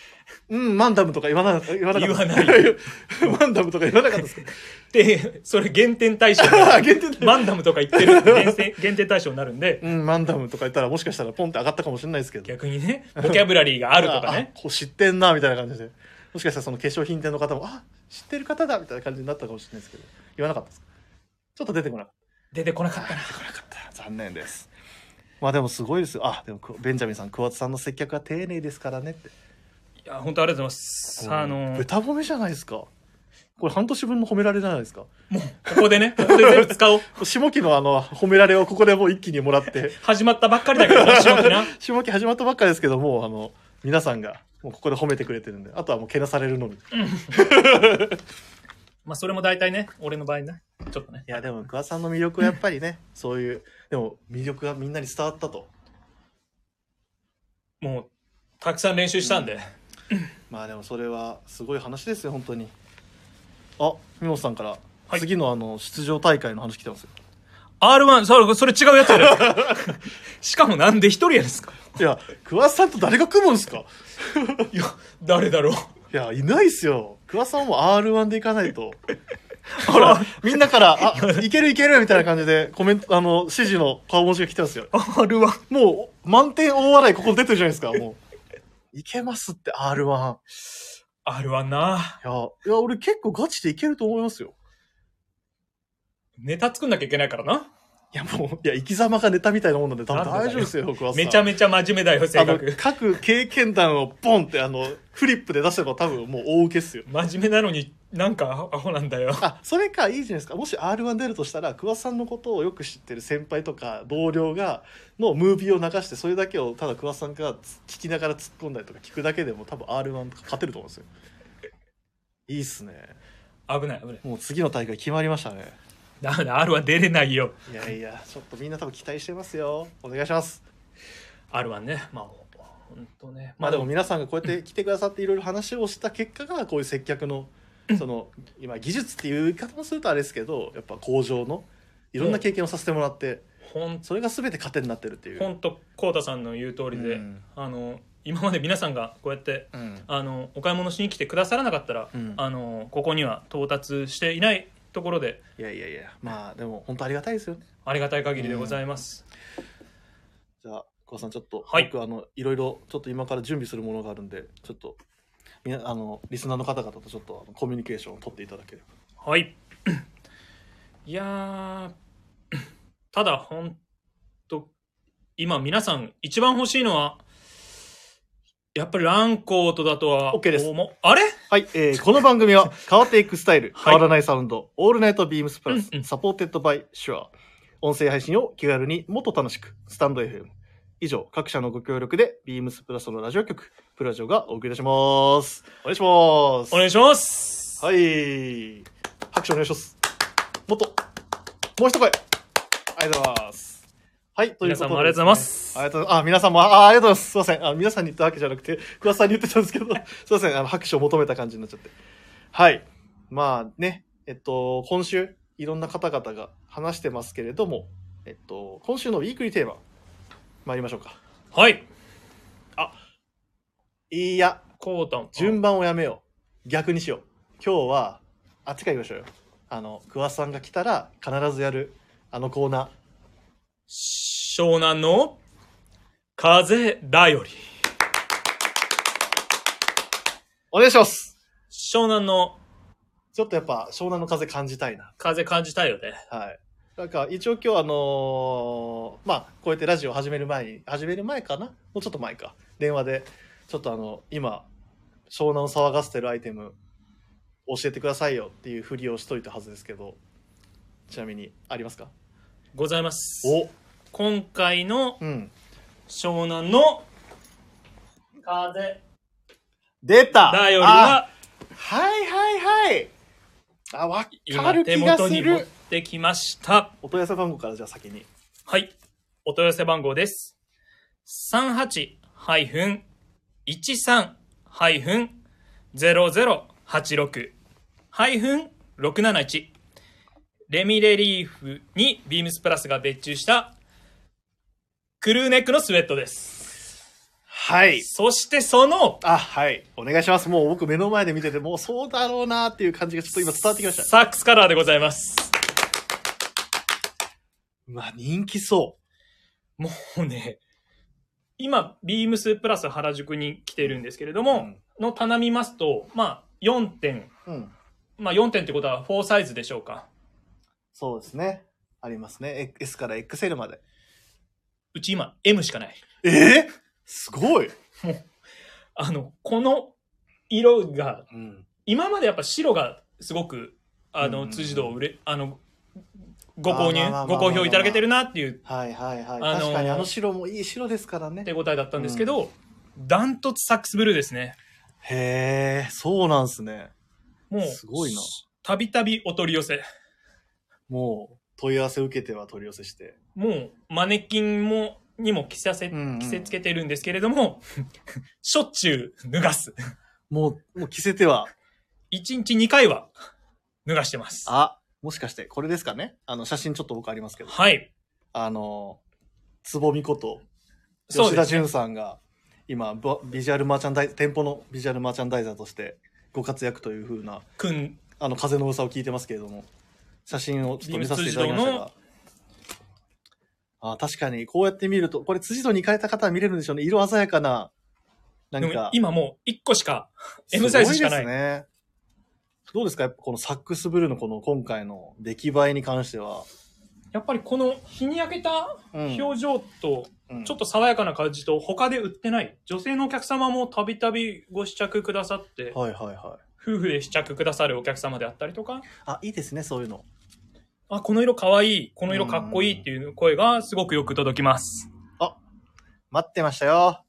A: うん、マンダムとか言わな、言わなかった。
B: 言わない
A: マンダムとか言わなかったですけど。
B: で、それ 減点対象
A: あ減点対象
B: マンダムとか言ってる減点減点対象になるんで、
A: うん、マンダムとか言ったらもしかしたらポンって上がったかもしれないですけど。
B: 逆にね、ボキャブラリーがあるとかね。
A: あ。あこう知ってんな、みたいな感じで。もしかしたらその化粧品店の方も、あ、知ってる方だ、みたいな感じになったかもしれないですけど。言わなかったですかちょっと出てこなかっ
B: 出てこなかったな。
A: た。出てこなかった。残念です。まあでもすごいですよ。あ、でもこうベンジャミンさん、桑田さんの接客は丁寧ですからねって。
B: いや、本当ありがとうございます。あの、
A: 豚褒めじゃないですか。これ半年分の褒められじゃないですか。
B: もう、ここでね、ここで全部使おう。
A: 下期のあの、褒められをここでもう一気にもらって。
B: 始まったばっかりだけど、 私もな。
A: 下期始まったばっかりですけどもうあの皆さんがもうここで褒めてくれてるんであとはもうけなされるのみい
B: まあ、それも大体ね、俺の場合ね、ちょっとね。
A: やでも桑さんの魅力はやっぱりねそういうでも魅力がみんなに伝わったと
B: もう、たくさん練習したんで。
A: まあでもそれはすごい話ですよ本当にあみもさんから、
B: はい
A: 次のあの出場大会の話来てますよ
B: R1、それ、それ違うやつじゃないですか。 しかもなんで一人やですか
A: いや桑さんと誰が組むんですか
B: いや、誰だろう。
A: いやいないっすよ桑さんも r 1で行かないとほらみんなから「あいけるいける」みたいな感じでコメントあの指示の顔文字が来てますよ
B: R1。
A: もう、満点大笑いここ出てるじゃないですか、もう。 いけますって、R1。いや、
B: R1 ない
A: や、俺結構ガチでいけると思いますよ。
B: ネタ作んなきゃいけないからな。
A: いや、もう、いや、生き様がネタみたいなもんなんで、多分
B: なんだよ
A: 大丈夫ですよ、 僕はさ。
B: めちゃめちゃ真面目だよ、性
A: あの
B: 格。
A: 各経験談をポンって、あの、フリップで出せば多分もう大受けっすよ。
B: 真面目なのになんかアホなんだよ。
A: あ、それか、いいじゃないですか。もし R1 出るとしたら、桑田さんのことをよく知ってる先輩とか同僚が、のムービーを流して、それだけをただ桑田さんが聞きながら突っ込んだりとか聞くだけでも多分 R1 とか勝てると思うんですよ。いいっすね。
B: 危ない、危ない。
A: もう次の大会決まりましたね。
B: ダメだ、R1 出れないよ。
A: いやいや、ちょっとみんな多分期待してますよ。お願いします。
B: R1 ね。まあ、ほんとね。
A: まあでも皆さんがこうやって来てくださっていろいろ話をした結果がこういう接客 のその今技術っていう言い方もするとあれですけどやっぱ向上のいろんな経験をさせてもらって
B: ほん
A: それが全て糧になってるっていう。
B: ほんと、こうたさんの言う通りで、
A: うん
B: あの、今まで皆さんがこうやって
A: うん
B: あのお買い物しに来てくださらなかったら、
A: うん
B: あのここには到達していないところで
A: いやいやいやまあでも本当ありがたいですよね。
B: ありがたい限りでございます、
A: じゃあ小さんちょっと、
B: はい
A: 僕あのいろいろちょっと今から準備するものがあるんでちょっとみなあのリスナーの方々とちょっとあのコミュニケーションを取っていただければ。
B: はいいやーただ、ほんと、今皆さん一番欲しいのは、やっぱりランコートだとは
A: OK です
B: 思う。あれ
A: はい、えー、この番組は 変わっていくスタイル、
B: はい
A: 変わらないサウンド、オールナイトビームスプラス、
B: うんうん
A: サポーテッドバイシュア。音声配信を気軽にもっと楽しく、スタンド FM。以上、各社のご協力で、ビームスプラスのラジオ局、プラジオがお送りいたします。お願いします。
B: お願いします。
A: はい。拍手お願いします。もっと、もう一声。ありがとうございます。はい、ということで
B: 皆さんもありがとうございます
A: ありがとうございます。あ、皆さんも、あありがとうございます。すいません。あ皆さんに言ったわけじゃなくて、桑田さんに言ってたんですけ ど、すいません。あの、拍手を求めた感じになっちゃって。はい。まあね、えっと、今週、いろんな方々が話してますけれども、えっと、今週のウィークリーテーマ、参りましょうか。
B: はい。
A: いや、
B: コートン。
A: 順番をやめよう逆にしよう今日はあっちから行きましょうよあの桑田さんが来たら必ずやるあのコーナ
B: 湘南の風だより。
A: ーお願いします
B: 湘南の
A: ちょっとやっぱ湘南の風感じたいな
B: 風感じたいよね。
A: はいなんか一応今日あのーまあこうやってラジオ始める前に始める前かなもうちょっと前か電話でちょっとあの今湘南を騒がせてるアイテム教えてくださいよっていうふりをしといたはずですけどちなみにありますか
B: ございます。
A: お
B: 今回の
A: うん
B: 湘南の風
A: 出た
B: だよりは
A: はいはいはい。あ、わか
B: 今
A: る
B: 手
A: 気が
B: 元
A: す
B: に持っ
A: る。
B: てきました。
A: お問い合わせ番号からじゃあ先に。
B: はい。お問い合わせ番号です。38-13-0086-671レミレリーフにビームスプラスが別注したクルーネックのスウェットです。
A: はい。
B: そしてその
A: あ、はい。お願いします。もう僕目の前で見てて、もうそうだろうなっていう感じがちょっと今伝わってきました。
B: サックスカラーでございます。
A: まあ人気そ
B: もうね、今、ビームスプラス原宿に来てるんですけれど
A: う。
B: も、の棚見ますと、まあ、4点、
A: うん。うん。
B: まあ4点ってことは4サイズでしょうか。
A: そうですね。ありますね。え S から XL まで。
B: うち今 M しかない。
A: えー、すごい。
B: あの、この色が、
A: うん。
B: 今までやっぱ白がすごく、あ
A: うんうんう
B: の、
A: ん
B: 辻堂売れ、あの、ご
A: まあまあ
B: 購入
A: まあまあまあ、
B: ご好評いただけてるなっていう
A: はいはいはい。
B: あのー
A: 確かにあの白もいい白ですからね
B: 手。応えだったんですけど、ダントツサックスブルーですね。
A: へえ、そうなんすね。
B: もう、
A: すごいな。
B: たびたびお取り寄せ。
A: もう問い合わせ受けては取り寄せして。
B: もう、マネキンも、にも着させ、
A: んうん
B: 着せつけてるんですけれども、 しょっちゅう脱がす。
A: もう、もう着せては
B: 1日2回は脱がしてます。
A: あ、もしかして、これですかねあの、写真ちょっと僕ありますけど。
B: はい。
A: あの、つぼみこと、
B: そう
A: 吉
B: で
A: 田
B: すね
A: 淳さんが、今、ぼビジュアルマーチャンダイ、店舗のビジュアルマーチャンダイザーとして、ご活躍というふうな、
B: くん、
A: あの、風の噂を聞いてますけれども、写真をちょっと見させていただきました
B: ビーム
A: が。あ確かに、こうやって見ると、これ、辻堂に行かれた方は見れるんでしょうね。色鮮やかな、なん
B: でも
A: か、
B: 今もう1個しか、
A: すご
B: M
A: い
B: サイズしか
A: で
B: な
A: す
B: い。
A: ね。どうですかやっぱこのサックスブルーのこの今回の出来栄えに関しては。
B: やっぱりこの日に焼けた
A: うん
B: 表情と、
A: うん
B: ちょっと爽やかな感じと、他で売ってない、女性のお客様もたびたびご試着くださって、
A: はいはいはい。
B: 夫婦で試着くださるお客様であったりとか、
A: あ、いいですね、そういうの。
B: あ、この色かわいい、この色かっこいいっていう声がすごくよく届きます。
A: 待ってましたよ。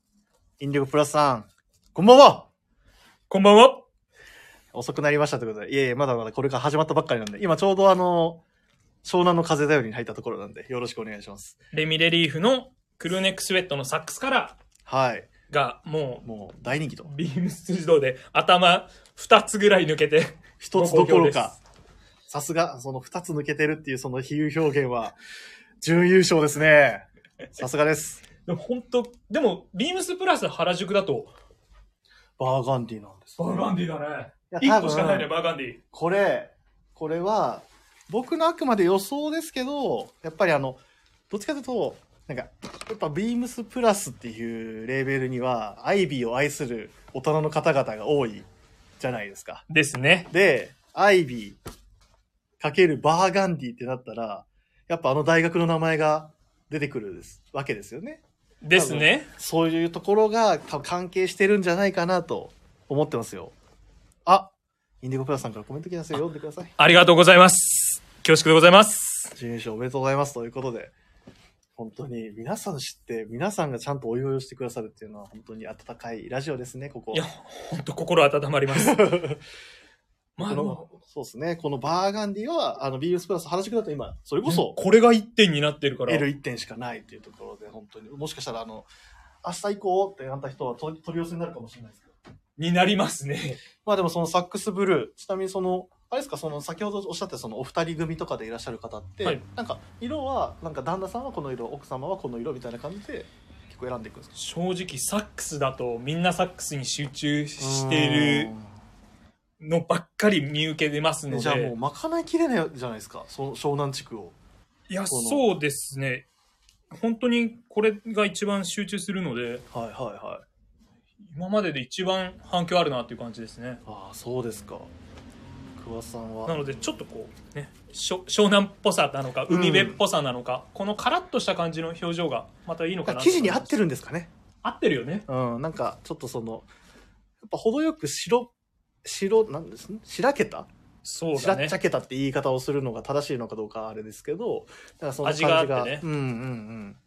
A: 引力プラスさん。こんばんは
B: こんばんは
A: 遅くなりましたということで。いえいえ、まだまだこれから始まったばっかりなんで。今ちょうどあの、湘南の風だよりに入ったところなんで、よろしくお願いします。
B: レミレリーフのクルーネックスウェットのサックスカラ
A: はい。
B: ーがも
A: もう大人気と
B: う。ビームス辻堂で頭2つぐらい抜けて
A: 一つどころ
B: ご好評で
A: か。さすが、その二つ抜けてるっていうその比喩表現は、準優勝ですね。さすがです。
B: でも本当でもビームスプラス原宿だと
A: バーガンディなんです、
B: バーガン
A: デ
B: ディだね
A: いや、
B: 1
A: 多
B: 個しかないね
A: 分、
B: バーガンディ
A: これ、これは、僕のあくまで予想ですけど、やっぱりあの、どっちかというと、なんか、やっぱビームスプラスっていうレーベルには、アイビーを愛する大人の方々が多いじゃないですか。
B: ですね
A: で、アイビーかけるバーガンディってなったら、やっぱあの大学の名前が出てくるですわけですよね。
B: ですね。
A: そういうところが多分関係してるんじゃないかなと思ってますよ。あ、インディゴプラスさんからコメント来たんですよ。読んでください。
B: ありがとうございます。恐縮でございます。
A: 準優勝おめでとうございますということで、本当に皆さん知って、皆さんがちゃんとお祝いをしてくださるっていうのは本当に温かいラジオですね、ここ。
B: いや、ほんと心温まります。まあ、あ
A: こ
B: の
A: のそうですね、このバーガンディは、あの、BS プラス原宿だと今、それこそ
B: これが1点になってるから。
A: L1 点しかないっていうところで、本当に、もしかしたらあの、明日以降ってなった人は取り取り寄せになるかもしれないですけど。
B: になりますね。
A: まあでもそのサックスブルー、ちなみにその、あれですか、その先ほどおっしゃったそのお二人組とかでいらっしゃる方って、
B: はい
A: なんか色は、なんか旦那さんはこの色、奥様はこの色みたいな感じで結構選んでいくんですか
B: 正直、サックスだとみんなサックスに集中しているのばっかり見受け出ます
A: うん
B: の
A: じゃあもう
B: で。
A: まかないきれないじゃないですかその湘南地区を
B: いや、
A: この
B: そうですね。本当にこれが一番集中するので、
A: はいはいはい
B: 今までで一番反響あるなっていう感じですね。
A: ああそうですか桑田さん
B: な
A: は
B: のでちょっとこうねしょ湘南っぽさなのか
A: うん
B: 海辺っぽさなのか、このカラッとした感じの表情がまたいいのかな
A: 記事に合って
B: る
A: るんですかね
B: 合ってるよね
A: うんなんかちょっとそのやっぱ程よく白白なんですね白けた
B: そうだ
A: 白っ
B: ね
A: ちゃけたって言い方をするのが正しいのかどうかはあれですけどだからその感じ
B: 味が
A: が
B: あってね
A: うんうんうん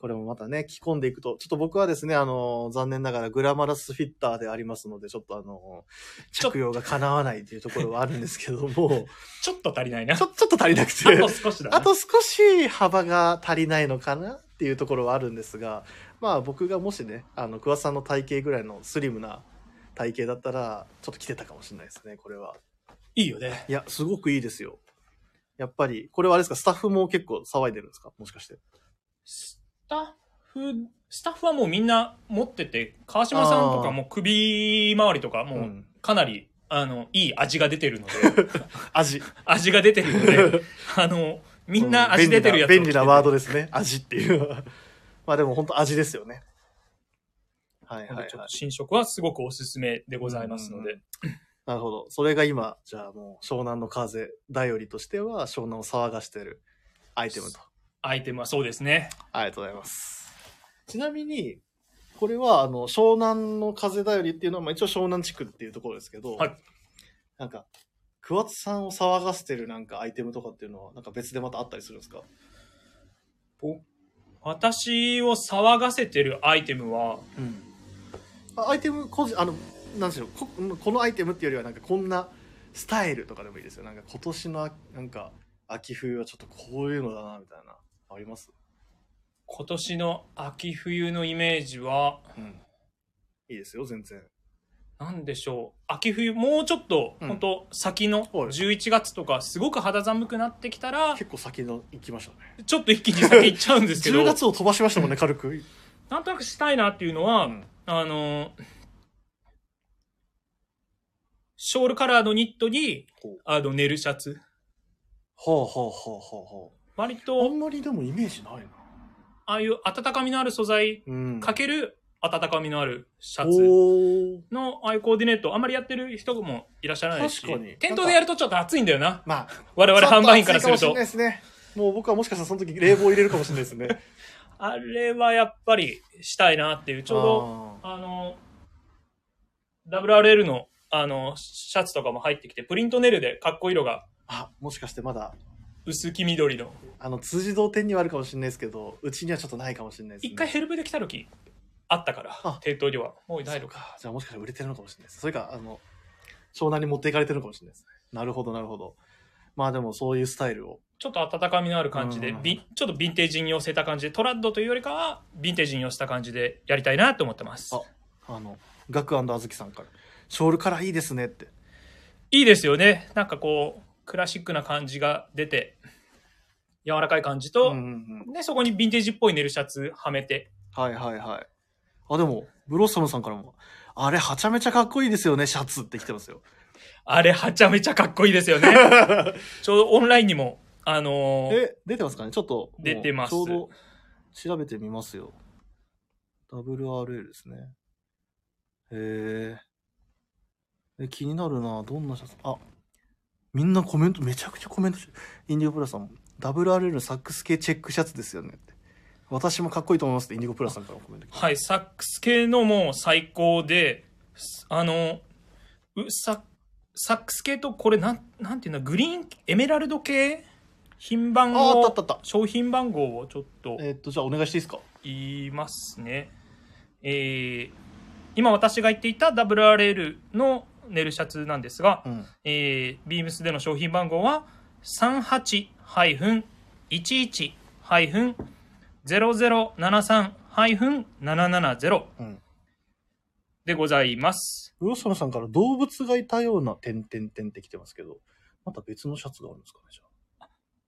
A: これもまたね着込んでいくとちょっと僕はですねあの残念ながらグラマラスフィッターでありますのでちょっとあの
B: ちょ
A: 着用がかなわないというところはあるんですけども
B: ちょっと足り ないな
A: ちょちょっと足りなくて
B: あと少しだな
A: あと少し幅が足りないのかなっていうところはあるんですが、まあ僕がもしね、あの、桑田さんの体型ぐらいのスリムな体型だったら、ちょっと着てたかもしれないですね、これは。
B: いいよね
A: いや、すごくいいですよ。やっぱり、これはあれですか、スタッフも結構騒いでるんですかもしかして。
B: スタッフスタッフはもうみんな持ってて川島さんと
A: あ
B: か
A: ー
B: もう首周りとかもううんかなり、あのいい味が出てるので
A: 味。
B: 味が出てるので あのみんな味出てるやつを着
A: 便利な便利なワード
B: て
A: ですね。味っていうの は。まあでも本当味ですよね。はい
B: て
A: はい、はい
B: ちょっと。新色はすごくおすすめでございますので、
A: なるほど。それが今、じゃあもう湘南の風、頼りとしては湘南を騒がしてるアイテムと。
B: アイテムはそうですね
A: ありがとうございます。ちなみに、これは、あの、湘南の風だよりっていうのは、まあ一応湘南地区っていうところですけど、
B: はい
A: なんか、桑田さんを騒がせてるなんかアイテムとかっていうのは、なんか別でまたあったりするんですか
B: 私を騒がせてるアイテムは
A: うん。あアイテム、個人、あの、なんでしょうこ、このアイテムっていうよりは、なんかこんなスタイルとかでもいいですよ。なんか今年の、なんか、秋冬はちょっとこういうのだな、みたいな、あります
B: 今年の秋冬のイメージは
A: うん。いいですよ、全然。
B: 何でしょう秋冬もうちょっと、
A: うん
B: ほんと先の
A: はい
B: 11月とかすごく肌寒くなってきたら
A: 結構先の行きましたね。
B: ちょっと一気に先行っちゃうんですけど
A: 10月を飛ばしましたもんね、軽く。
B: なんとなくしたいなっていうのは、
A: うん
B: あのショールカラーのニットに
A: ほう
B: あの寝るシャツ
A: ほうほうほうほうほ
B: 割
A: う。あ
B: と
A: んまりでもイメージないな。
B: ああいう温かみのある素材
A: うん
B: かける温かみのあるシャツ
A: おー
B: のああいうコーディネートあんまりやってる人もいらっしゃらないし
A: 確かに
B: 店頭でやるとちょっと暑いんだよな
A: まあ、
B: 我々販売員からする
A: ちょっ暑いかもしれ
B: と
A: ないですね。もう僕はもしかしたらその時冷房入れるかもしれないです ね。
B: あれはやっぱりしたいなっていうちょうど
A: あ
B: あの WRL のあのシャツとかも入ってきてプリントネルでかっこ色が
A: ーあ、もしかしてまだ、
B: 薄黄緑の
A: あの、辻堂店にはあるかもしれないですけど、うちにはちょっとないかもしれないですね。
B: 一回ヘルプで来た時あったか
A: あ
B: ら店頭にはもうない
A: そ
B: の
A: う
B: か
A: か。じゃあもしかしたら売れてるのかもしれないです。それか、あの、湘南に持っていかれてるのかもしれないですね。なるほど、なるほど。まあでもそういうスタイルを。
B: ちょっと温かみのある感じで
A: うん
B: びちょっとヴィンテージに寄せた感じでトラッドというよりかはヴィンテージに寄せた感じでやりたいなと思ってます
A: ああの、ガクあずきさんから。ショールカラーいいですねって。
B: いいですよね。なんかこう、クラシックな感じが出て、柔らかい感じと、
A: うんうんうん。
B: で、そこにヴィンテージっぽいネルシャツはめて、
A: はいはいはい。あ、でも、ブロッサムさんからも、あれ、はちゃめちゃかっこいいですよね、シャツって来てます よ。
B: あれはちゃめちゃかっこいいです よね。ちょうどオンラインにも、あのー
A: え、出てますかねちょっと。もう
B: 出てます
A: ちょうど、調べてみますよ。WRL ですね。へえ。え、気になるなどんなシャツあ、みんなコメント、めちゃくちゃコメントしてインディオプラさんも、 WRL のサックス系チェックシャツですよねって私もかっこいいと思いますってインディゴプラスさんからのコメント来た
B: はい、サックス系のもう最高で、すあの、うササックス系とこれなん、なんていうんだ、グリーン、エメラルド系品番
A: ああったあ
B: を
A: ったあった
B: 商品番号をちょっと
A: えーっとじゃあお願いしていいですか
B: 言いますね。えー今私が言っていた WRL のネルシャツなんですが、
A: うん
B: えー、ビームスでの商品番号は38-11-0073-770
A: うん
B: でございます。
A: ウロサムさんから動物がいたような点点点って来てますけどまた別のシャツがあるんですかね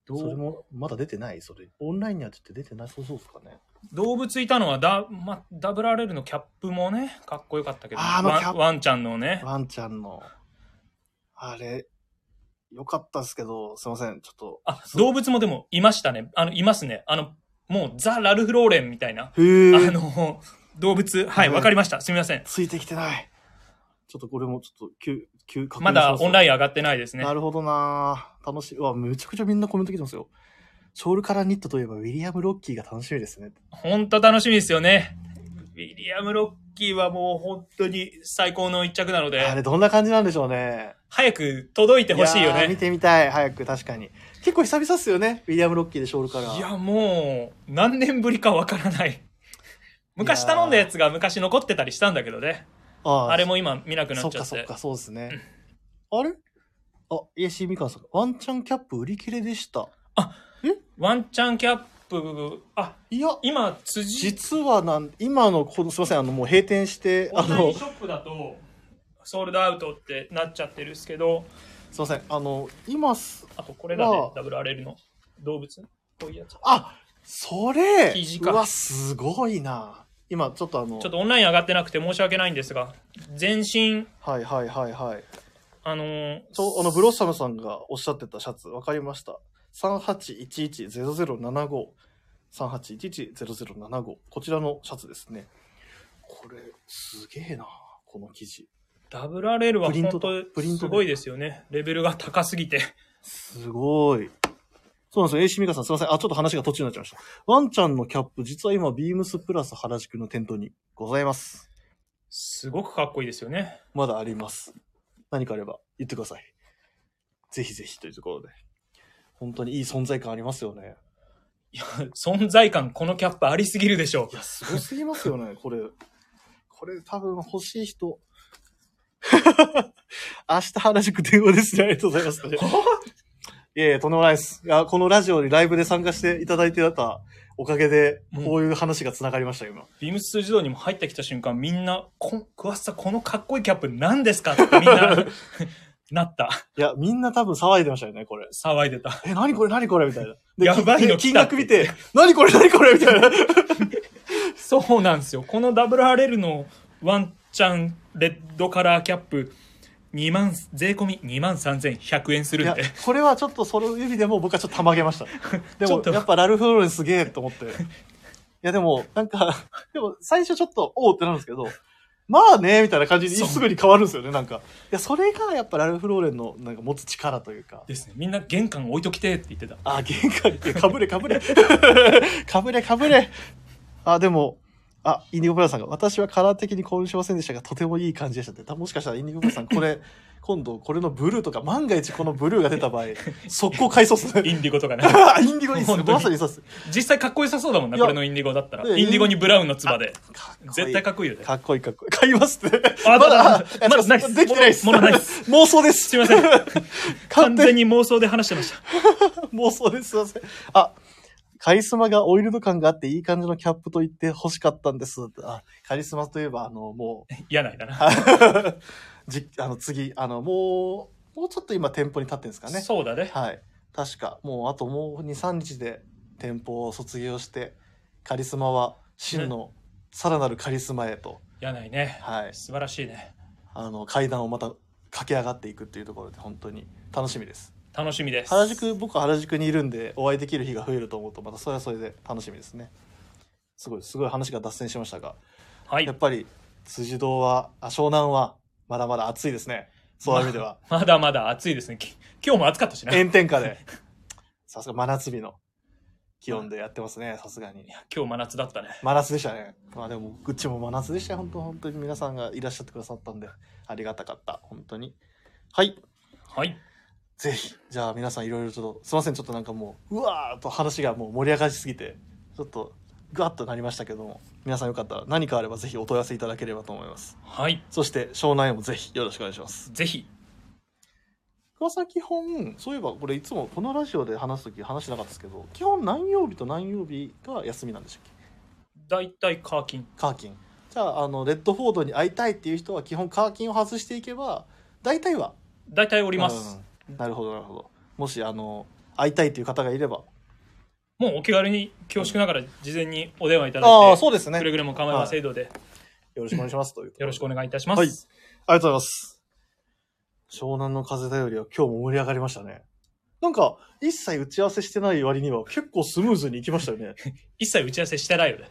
A: じゃあそれもまだ出てないそれオンラインにはちょっと出てないそうそうですかね
B: 動物いたのはダ,、ま、WRL のキャップもね、かっこよかったけど、
A: あーまあ
B: ワン
A: キャップ
B: ワンちゃんのね。
A: ワンちゃんのあれよかったですけどすいませんちょっと
B: あ、
A: そう
B: 動物もでもいましたね。あの、いますね。あの、もうザ・ラルフ・ローレンみたいな。
A: へ
B: あ
A: え
B: の、動物、はい、
A: うん
B: わかりました。すみません。
A: ついてきてない。ちょっとこれもちょっと急、急確認
B: まだオンラ
A: イ
B: イン上がってないです
A: ン
B: ね
A: な。るほどなぁ楽しい。うわ、めちゃくちゃみんなコメント来てますよ。ショールカラーニットといえばウィリアム・ロッキーが楽しみですね。
B: ほんと楽しみですよね。ウィリアム・ロッキーはもう本当に最高の一着なの
A: あ
B: で、
A: れどんな感じなんでしょうね。
B: 早く届いてほしいよ
A: やー見
B: ね。
A: てみたい。早く、確かに。結構久々っすよね。ウィリアム・ロッキーでショールカラー。
B: いや、もう何年ぶりかわからない。昔頼んだやつが昔残ってたりしたんだけどね。
A: あー
B: あれも今見なくな
A: そ
B: っ
A: っ
B: ちゃ
A: か
B: っ。
A: そってか、そうですね。あれあ、イエシー・ミカンさん。ワンチャンキャップ売り切れでした。
B: ワンチャンキャップ、あ、
A: いや、
B: 今、辻、
A: 実はなん、今の、この、すいません、あの、もう閉店して、
B: オ
A: あ
B: ンライ
A: の
B: ン、ショップだと、ソールドアウトってなっちゃってるんですけど、
A: すいません、あの、今す、
B: あとこれだね、
A: ま
B: WRL の動物こういうやつ。
A: あそれ
B: 生地か
A: うわ、すごいな。今、ちょっとあの、
B: ちょっとオンライン上がってなくて申し訳ないんですが、全身、
A: はいはいはいはい。
B: あのー
A: ちょあの、ブロッサムさんがおっしゃってたシャツ、わかりました。3811-0075。3811-0075。こちらのシャツですね。これ、すげえな。この生地。
B: WRL は
A: プリント
B: 本
A: だプリントだ
B: 当すごいですよね。レベルが高すぎて。
A: すごい。そうなんですよ。AC ミカさん、すいません。あ、ちょっと話が途中になっちゃいました。ワンちゃんのキャップ、実は今、ビームスプラス原宿の店頭にございます。
B: すごくかっこいいですよね。
A: まだあります。何かあれば言ってください。ぜひぜひというところで。本当にいい存在感ありますよね。
B: いや、存在感、このキャップありすぎるでしょ
A: いや、すごすぎますよ ね、これ。これ多分欲しい人。明日原宿電話ですね。ありがとうございます。いやいや、とんでもないです。いや、このラジオにライブで参加していただいてだったおかげで、
B: うん
A: こういう話が繋がりました、今。
B: ビームス自動にも入ってきた瞬間、みんな、こクワッサ、このかっこいいキャップ何ですかってみんな、 なった。
A: いや、みんな多分騒いでましたよね、これ。
B: 騒いでた。
A: え、何これ、何これみたいな。で
B: やばいの
A: き金
B: 来たっ
A: 額
B: て
A: 見て、何これ、何これみたいな。
B: そうなんですよ。この WRL のワンチャンレッドカラーキャップ、2万、税込み2万3100円す
A: い
B: るん
A: や
B: で。
A: これはちょっとその意味でも僕はちょっとたまげま したで
B: ちょっ
A: も
B: と
A: やっぱラルフ・ローレンすげえと思 っていやでもなんかでも最初ちょっとおおってなるんですけどまあねみたいな感じに
B: そう
A: すぐに変わるんですよねなんかいやそれがやっぱラルフ・ローレンのなんか持つ力というか
B: ですね。みんな玄関置いときてって言ってた。
A: あ玄関ってかぶれかぶれかぶれかぶれあでもあインディゴブラザーさんが私はカラー的に購入しませんでしたがとてもいい感じでしたってたもしかしたらインディゴブラザーさんこ れ今度これのブルーとか万が一このブルーが出た 場合速攻改装する
B: インディゴと かね。
A: あインディゴいいっすね。
B: 本当に
A: まさにそうっす。
B: 実際かっこよさそうだもんない
A: や
B: これのインディゴだった
A: い
B: ら
A: や
B: インディゴにブラウンのつばで
A: かっこいい
B: 絶対かっこいいよね
A: かっこいいかっこいい。買いますって。
B: あ
A: まだ、
B: まだまだないっす
A: できてないっす。
B: ものものないっす
A: 妄想です。
B: すいません
A: 完
B: 完
A: 全
B: 全
A: に
B: に妄想で話してました
A: 妄想です。すいません。あ、カリスマがオイルド感があっていい感じのキャップと言って欲しかったんです。あ、カリスマといえば、あの、もう、
B: 嫌ないだな、
A: あ じあの、次、あの、もう、もうちょっと今店舗に立ってるんですかね。
B: そうだね
A: はい。確か、もうあともう2、3日で店舗を卒業して、カリスマは真のさらなるカリスマへと、
B: 嫌ないね
A: はい。
B: 素晴らしいね
A: あの、階段をまた駆け上がっていくっていうところで、本当に楽しみです。
B: 楽しみです
A: 原宿、僕は原宿にいるんで、お会いできる日が増えると思うと、またそれはそれで楽しみですね。すごい、すごい話が脱線しましたが、
B: はい
A: やっぱり、辻堂は、あ湘南は、まだまだ暑い ですね。そういう意味では。
B: まだまだ暑いですねき今日も暑かったしな
A: 炎天下で。さすが真夏日の気温でやってますね、さすがに。
B: 今日真夏だったね。
A: 真夏でしたね。まあでも、うちも真夏でしたよ。本当本当に皆さんがいらっしゃってくださったんで、ありがたかった。本当に。はい。
B: はい。
A: ぜひ。じゃあ皆さんいろいろちょっと、すいません。ちょっとなんかもう、うわーっと話がもう盛り上がりすぎて、ちょっと、ガッとなりましたけども、皆さんよかったら何かあればぜひお問い合わせいただければと思います。
B: はい。
A: そして、湘南へもぜひよろしくお願いします。
B: ぜひ。
A: 川崎本、そういえばこれいつもこのラジオで話すとき話してなかったですけど、基本何曜日と何曜日が休みなんでしたっけ
B: 大体課金。
A: カーキンじゃああのレッドフォードに会いたいっていう人は基本カーキンを外していけば大体は
B: 大体お
A: い
B: ります。、
A: うんなるほどなるほどもしあの会いたいという方がいれば
B: もうお気軽に恐縮ながら事前にお電話いただいて、
A: ああそうですね
B: くれぐれも構いませんので、
A: よろしくお願いしますということで
B: よろしくお願いいたします。
A: はいありがとうございます湘南の風だよりは今日も盛り上がりましたねなんか一切打ち合わせしてない割には結構スムーズにいきましたよ ね
B: 一切打ち合わせしてないよね。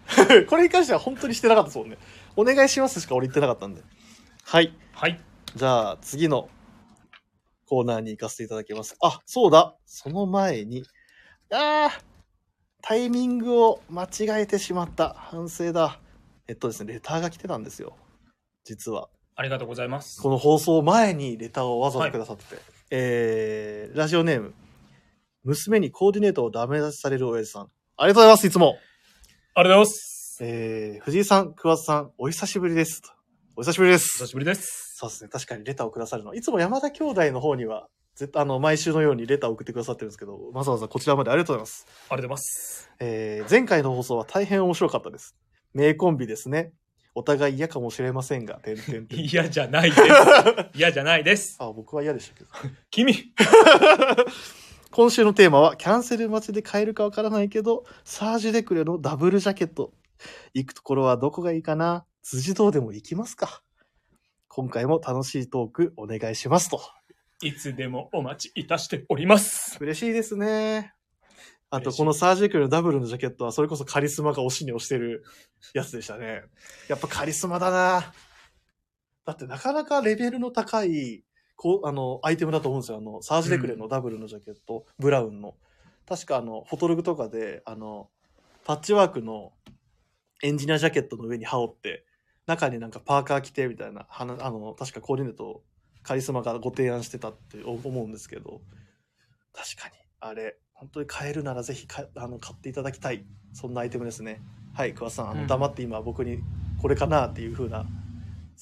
A: これに関しては本当にしてなかったですもんねお願いしますしか俺言ってなかったんではい
B: はい。
A: じゃあ次のコーナーに行かせていただきます。あ、そうだ。その前に。ああタイミングを間違えてしまった。反省だ。えっとですね、レターが来てたんですよ。実は。
B: ありがとうございます。
A: この放送前にレターをわざわざくださってて。えー、ラジオネーム。娘にコーディネートをダメ出しされる親父さん。ありがとうございます、いつも。
B: ありがとうございます。
A: えー、藤井さん、桑田さん、お久しぶりです。お久しぶりです。
B: 久しぶりです。
A: そうですね。確かにレターをくださるの。いつも山田兄弟の方には、絶対あの、毎週のようにレターを送ってくださってるんですけど、わざわざこちらまでありがとうございます。
B: ありがとうございます。
A: えー、前回の放送は大変面白かったです。名コンビですね。お互い嫌かもしれませんが、てんてんて ん。
B: 嫌じゃ ないです。嫌じゃないです。
A: あ、僕は嫌でしたけど。
B: 君、
A: 今週のテーマは、キャンセル待ちで買えるかわからないけど、サージュデクレのダブルジャケット。行くところはどこがいいかな辻堂でも行きますか今回も楽しいトークお願いしますと。
B: いつでもお待ちいたしております。
A: 嬉しいですね。あと、
B: 嬉しい
A: このサージェクルのダブルのジャケットは、それこそカリスマが推しに推してるやつでしたね。やっぱカリスマだなだってなかなかレベルの高い、こう、あの、アイテムだと思うんですよ。あの、サージェクルのダブルのジャケット、ブラウンの。確かあの、フォトログとかで、あの、パッチワークのエンジニアジャケットの上に羽織って、中になんかパーカー着てみたいな、はなあの、確かコーディネートをカリスマがご提案してたって思うんですけど、確かに、あれ、本当に買えるならぜひかあの買っていただきたい、そんなアイテムですね。はい、桑田さん、あ
B: う
A: の
B: ん
A: 黙って今僕にこれかなっていう風な、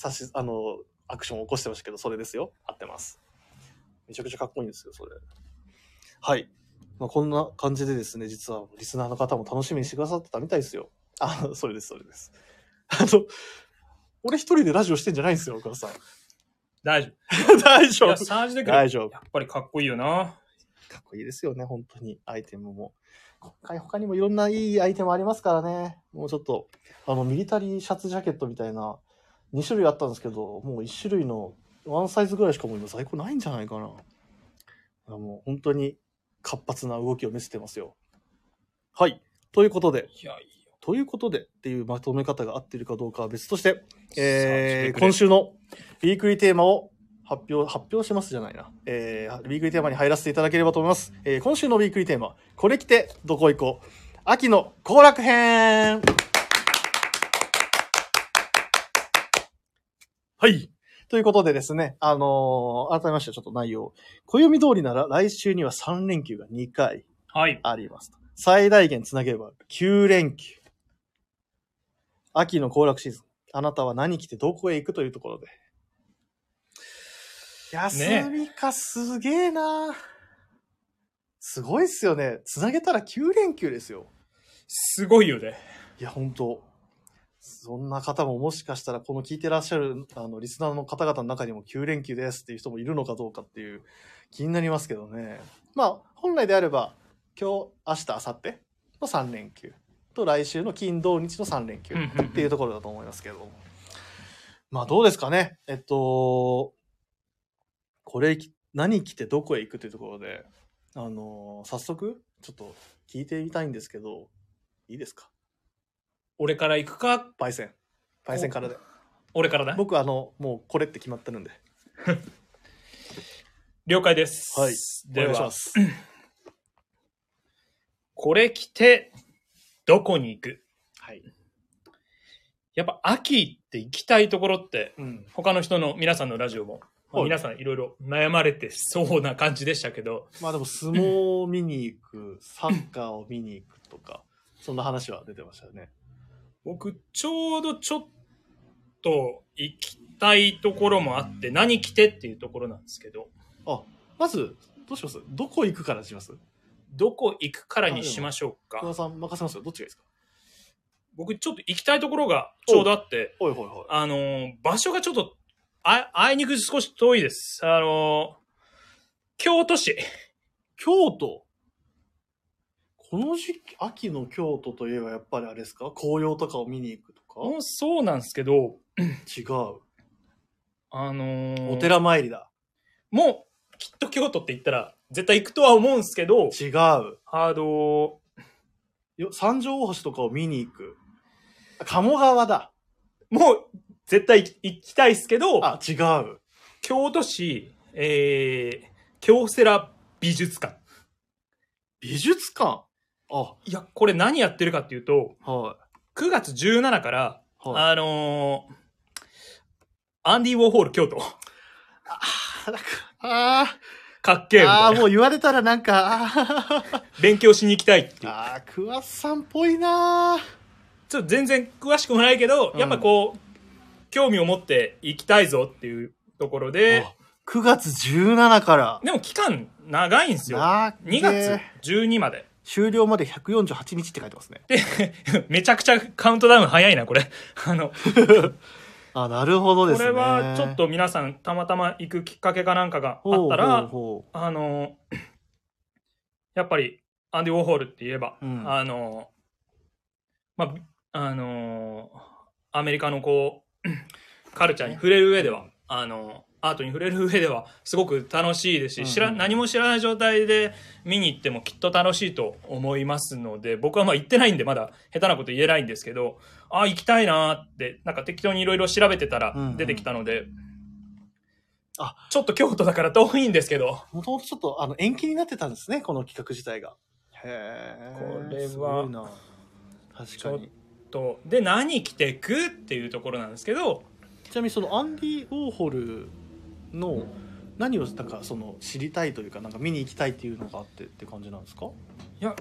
A: 指し、あの、アクションを起こしてましたけど、それですよ。合ってます。めちゃくちゃかっこいいんですよ、それ。はい。まあ、こんな感じでですね、実はリスナーの方も楽しみにしてくださってたみたいですよ。あ、それです、それです。あの、俺一人でラジオしてんじゃないんですよ、岡田さん。
B: 大丈夫。
A: 大丈
B: いや、
A: 夫。
B: サージでくる。や
A: 大丈夫。
B: っぱりかっこいいよな。
A: かっこいいですよね、本当に。アイテムも。今回他にもいろんないいアイテムありますからね。もうちょっと、あの、ミリタリーシャツジャケットみたいな、2種類あったんですけど、もう1種類のワンサイズぐらいしかもう今在庫ないんじゃないかな。いやもう本当に活発な動きを見せてますよ。はい。ということで、
B: いや、いいよ。
A: ということでっていうまとめ方が合ってるかどうかは別として、えー
B: サー
A: 今
B: ジ
A: 週のウィークリーテーマを発表、発表しますじゃないな。えーウィークリーテーマに入らせていただければと思います。えー今週のウィークリーテーマ、これ着てどこ行こう。秋の行楽編はい。ということでですね、あのー改めましてちょっと内容。暦通りなら来週には3連休が2回。
B: はい。
A: ありますと。最大限つなげれば9連休。秋の行楽シーズン。あなたは何着てどこへ行くというところで。休みかすげえなすごいっすよね。つなげたら9連休ですよ。
B: すごいよね。
A: いや、本当そんな方ももしかしたら、この聞いてらっしゃる、あの、リスナーの方々の中にも9連休ですっていう人もいるのかどうかっていう気になりますけどね。まあ、本来であれば、今日、明日、明後日の3連休と来週の金、土、日の3連休
B: うんうんうん
A: っていうところだと思いますけど。まあ、どうですかね。えっと、これ、何着てどこへ行くというところで、あの、早速、ちょっと聞いてみたいんですけど、いいですか
B: 俺から行くか、
A: パイセン。パイセンからで。
B: 俺からだ。
A: 僕あの、もうこれって決まってるんで。
B: 了解です。
A: はい
B: で
A: お願いし
B: は
A: ま、す。
B: これ着て、どこに行く
A: はい。
B: やっぱ秋って行きたいところって、
A: うん。
B: 他の人の皆さんのラジオも、まあ
A: はい
B: 皆さんいろいろ悩まれてそうな感じでしたけど、
A: まあでも、相撲を見に行く、サッカーを見に行くとか、そんな話は出てましたよね。
B: 僕ちょうどちょっと行きたいところもあって何着てっていうところなんですけど
A: あ、まず、どうしますどこ行くからにします
B: どこ行くからにしましょう
A: 福田
B: か
A: さん任せますよ。どっちがいいですか
B: 僕ちょっと行きたいところがちょうどあって
A: おいほいほい。
B: あのー場所がちょっとああいにく少し遠いですあのー京都市
A: 京都この時期、秋の京都といえばやっぱりあれですか紅葉とかを見に行くとか
B: もうそうなんですけど
A: 違う。
B: あのー
A: お寺参りだ。
B: もうきっと京都って言ったら絶対行くとは思うんですけど
A: 違う。
B: あの
A: よ三条大橋とかを見に行く。あ鴨川だ。
B: ーもう絶対行きたいですけど
A: あ、違う。
B: 京都市、えー、京セラ美術館。
A: 美術館あ、
B: いや、これ何やってるかっていうと、
A: は
B: 9月17から、
A: い。はい。
B: あのーアンディ・ウォーホール京都。
A: あ
B: かっけえ
A: ー
B: みた
A: あ
B: い
A: ー、
B: な。
A: もう言われたらなんか、あー
B: 勉強しに行きたいっていう。
A: あー、クワさんっぽいなー
B: ちょっと全然詳しくもないけど、
A: うん
B: やっぱこう、興味を持って行きたいぞっていうところで
A: あ、9月17から。
B: でも期間長いんですよ。
A: なー
B: 2
A: で
B: 月12まで。
A: 終了まで148日って書いてますね。
B: めちゃくちゃカウントダウン早いな、これ。あの、
A: あ、なるほどです
B: こ
A: ね。
B: れはちょっと皆さんたまたま行くきっかけかなんかがあ
A: ほ
B: っ
A: うほ
B: た
A: う
B: ら
A: ほ
B: あの やっぱりアンディ・ウォーホールって言えば、
A: うん
B: あのまああのアメリカのこう カルチャーに触れる上ではあのアートに触れる上ではすごく楽しいです
A: う
B: し、
A: ん
B: 知ら何も知らない状態で見に行ってもきっと楽しいと思いますので僕はまあ行ってないんでまだ下手なこと言えないんですけどあ行きたいなーってなんか適当にいろいろ調べてたら
A: うんうん
B: 出てきたので、
A: あ
B: ちょっと京都だから遠いんですけど
A: う。もともとちょっとあの延期になってたんですね、この企画自体が。へ
B: これは
A: すごいな。確
B: ち
A: か
B: ょっ
A: に。
B: とで何着てくっていうところなんですけど
A: ちなみにそのアンディ・ウォーホルの何をなんかその知りたいというかなんか見に行きたいっていうのがあってって感じなんですか
B: や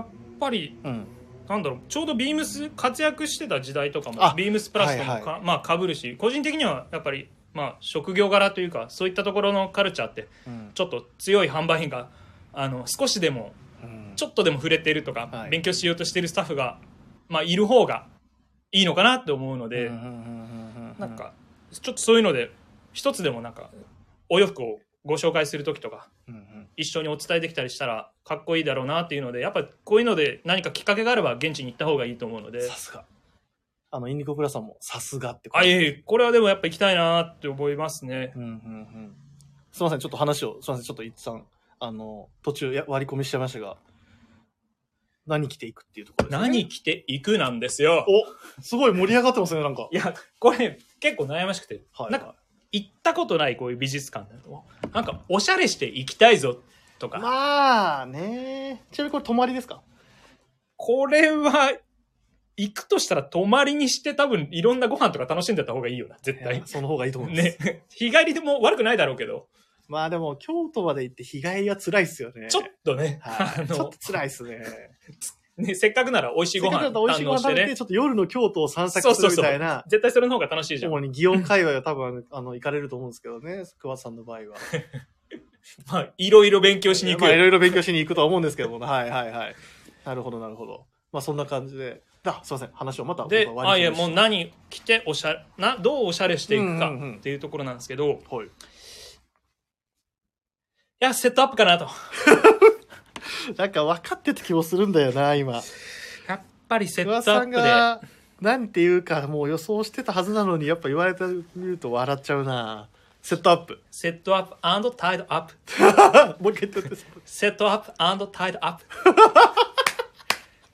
B: っぱり
A: うん。
B: なんだろうちょうどビームス活躍してた時代とかも
A: あ
B: ビームスプラスと
A: は
B: も
A: い
B: か、
A: は
B: まあかぶるし個人的にはやっぱりまあ職業柄というかそういったところのカルチャーって
A: うん
B: ちょっと強い販売員があの少しでもちょっとでも触れてるとか、
A: はい
B: 勉強しようとしてるスタッフが、まあ、いる方がいいのかなって思うので、
A: うんうんうんうんうん
B: なんかちょっとそういうので一つでもなんかお洋服をご紹介する時とか
A: うんうん
B: 一緒にお伝えできたりしたらかっこいいだろうなっていうのでやっぱこういうので何かきっかけがあれば現地に行った方がいいと思うので
A: さすが。あの、インディコプラさんもさすがって
B: あいえいえこれはでもやっぱ行きたいなって思いますね
A: うんうんうん。すいません、ちょっと話を、すいません、ちょっと一旦、あの、途中や割り込みしちゃいましたが、何着ていくっていうところですね。
B: 何着ていくなんですよ
A: おすごい盛り上がってますね、なんか。
B: いやこれ結構悩ましくて
A: はい。
B: なんか行ったことないこういう美術館だとなんかおしゃれして行きたいぞとか、
A: まあねちなみにこれ泊まりですか
B: これは行くとしたら泊まりにして多分いろんなご飯とか楽しんでた方がいいよな絶
A: い
B: 対
A: やその方がいいと思います。
B: ね日帰りでも悪くないだろうけど
A: まあでも、京都まで行って日帰りは辛いっすよね。
B: ちょっとね、
A: はい、
B: あ
A: ちょっ
B: の
A: と、辛いっすね。
B: ね、せっかくなら美味し
A: せ
B: いご
A: っかくだ
B: 飯
A: と美味しい
B: 堪
A: ご
B: 能
A: 飯食
B: して
A: べて、
B: ね。
A: ちょっと夜の京都を散策するみたいな、
B: 絶対それの方が楽しいじゃん。
A: 主に祇園界隈が多分、あの、行かれると思うんですけどね、桑田さんの場合は。
B: まあ、いろいろ勉強しに行く
A: まあ、い
B: よ。
A: ろいろ勉強しに行くとは思うんですけども、はいはいはい。なるほど、なるほど。まあ、そんな感じで。あ、すいません。話をまた
B: で、
A: 僕は
B: あ、
A: 割
B: い
A: り
B: や、
A: 込みし
B: もう何着ておしゃれ、な、どうおしゃれしていく
A: うんうんう
B: か
A: ん
B: っていうところなんですけど、い
A: はい。
B: や、セットアップかなと。
A: なんか分かってた気もするんだよな、 今。
B: やっぱりセッ
A: 桑田
B: トア
A: さ
B: ッ
A: ん
B: プで。
A: が、なんていうか、もう予想してたはずなのに、やっぱ言われてみると笑っちゃうな。セットアップ。
B: セットアップタイドアップ。
A: もう一回言って。
B: セットアップタイドアップ。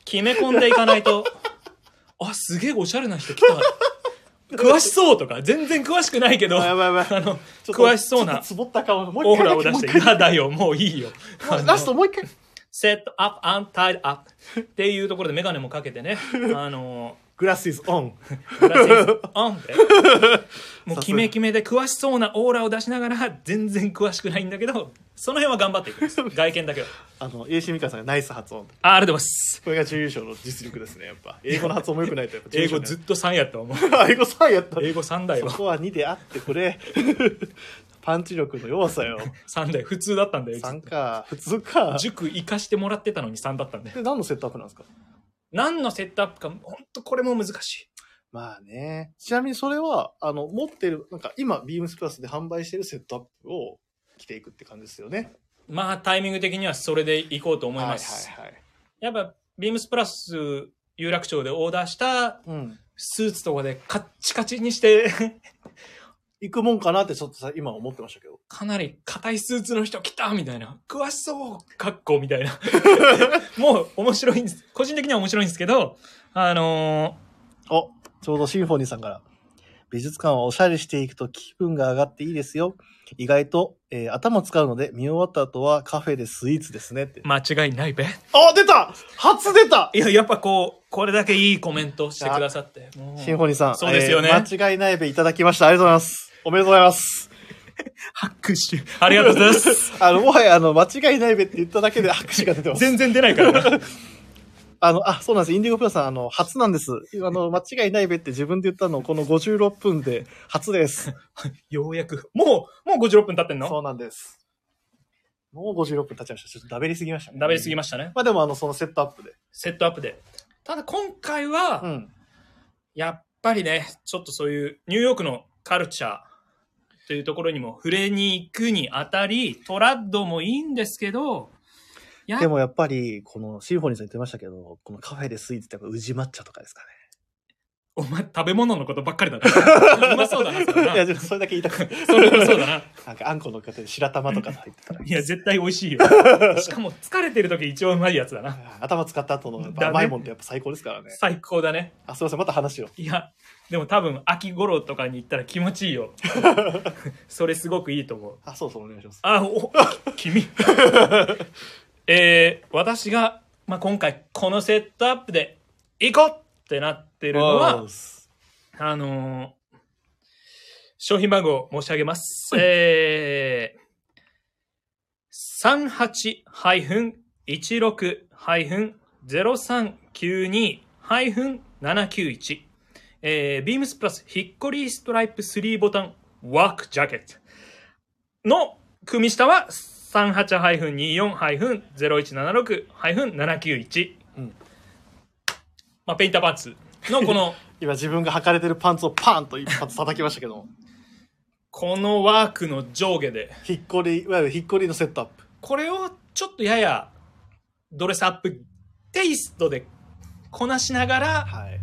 B: 決め込んでいかないと、あ、すげえおしゃれな人来た。詳しそうとか、全然詳しくないけど、
A: あ や
B: あ
A: ばいやばい。
B: の、
A: ちょっと
B: 詳しそうな
A: ちょっとつぼった顔。もう
B: オ
A: 一回
B: ーラ
A: だ
B: を
A: け
B: 出
A: も
B: し
A: う一回
B: て、嫌だよ、もういいよ。
A: もうラストもう一回。
B: あの set up and tied up っていうところでメガネもかけ てね、あの
A: グラスイズオン。
B: ー、グラスイズオ ンで、もうキメキメで詳しそうなオーラを出しながら、全然詳しくないんだけど、その辺は頑張っていくん です。外見だけは。
A: あの、AC ミカさんがナイス発音。
B: あ、ありがとうございます。
A: これが準優勝の実力ですね、やっぱ。英語の発音も良くないとやっぱ準優
B: 英
A: 勝に
B: 語
A: な
B: ずっ
A: る。
B: と3やったわもう。
A: 英語3やった。
B: 英語3台
A: そ
B: は。
A: こは2であってこれパンチ力の弱さよ
B: 3台。普通だったんだよ。
A: 3か普通か
B: 塾行かしてもらってたのに3だったんで。
A: で何のセットアップなんですか
B: 何のセットアップか、ほんとこれも難し
A: まあねちなみにそれはあの持ってるなんか今ビームスプラスで販売してるセットアップを着ていくって感じですよね
B: い。まあ、タイミング的にはそれで行こうと思います。
A: はいはいはい
B: やっぱ、ビームスプラス有楽町でオーダーした
A: うん
B: スーツとかでカッチカチ にして、
A: 行くもんかなってちょっとさ今思ってましたけど
B: かなり硬いスーツの人来たみたいな。詳しそう格好みた いな。もう面白いんです。個人的には面白いんですけど、あの
A: おちょうどシンフォニーさんから美術館はおしゃれしていくと気分が上がっていいですよ意外と、えー頭使うので見終わった後はカフェでスイーツですねって
B: ー間違いないべ。
A: あ出た初出た
B: いや、やっぱこう、これだけいいコメントをしてくださって。もう
A: シンフォニーさん。
B: そうですよね
A: えー間違いないべいただきました。ありがとうございます。おめでとうございます。
B: 拍手。ありがとうございます。
A: あの、もはや、あの、 間違いないべって言っただけで拍手が出てます。
B: 全然出ないから な。
A: あの、あ、そうなんです。インディゴプラさん、あの、初なんです。あの、間違いないべって自分で言ったの、この56分で初です。
B: ようやく。もう、もう56分経ってん
A: そ
B: の
A: うなんです。もう56分経っちゃいました。ちょっとダベりすぎましたね。
B: ダべりすぎ
A: ま
B: ましたね。
A: まあでも、あの、そのセットアップで。
B: セットアップで。ただ今回
A: う
B: は、
A: ん。
B: やっぱりね、ちょっとそういうニューヨークのカルチャーというところにも触れに行くにあたり、トラッドもいいんですけど、や
A: でもやっぱり、この、シンフォニーさん言ってましたけど、このカフェでスイーツってやっぱ宇治抹茶とかですか
B: お前食べ物のことばっかりだ な。うまそうだな、それ
A: ね。いや、
B: な。
A: でもそれだけ言いたくない。
B: それはそうだな。
A: なんか、あんこの方で白玉とか入ってたら。
B: いや、絶対美味しいよ。しかも疲れてる時一番うまいやつだな。
A: 頭使った後のやっぱ甘いもんってやっぱ最高ですからね。
B: 最高だね。
A: あ、すいません、また話を。
B: いや、でも多分秋頃とかに行ったら気持ちいい よ。それすごくいいと思う。
A: あ、そうそう、お願いします。
B: あ、お、 君。えー私が、まあ、今回このセットアップで行こうってなってるのは、あのー商品番号申し上げます。えー、38-16-0392-791えー、ビームスプラスヒッコリーストライプ3ボタンワークジャケットの組下は38-24-0176-791、
A: うん
B: まあ、ペインターパンツのこの
A: 今自分が履かれてるパンツをパンと一発叩きましたけど、
B: このワークの上下で
A: ひっこり、いわゆるひっこりのセットアップ。
B: これをちょっとややドレスアップテイストでこなしながら
A: はい。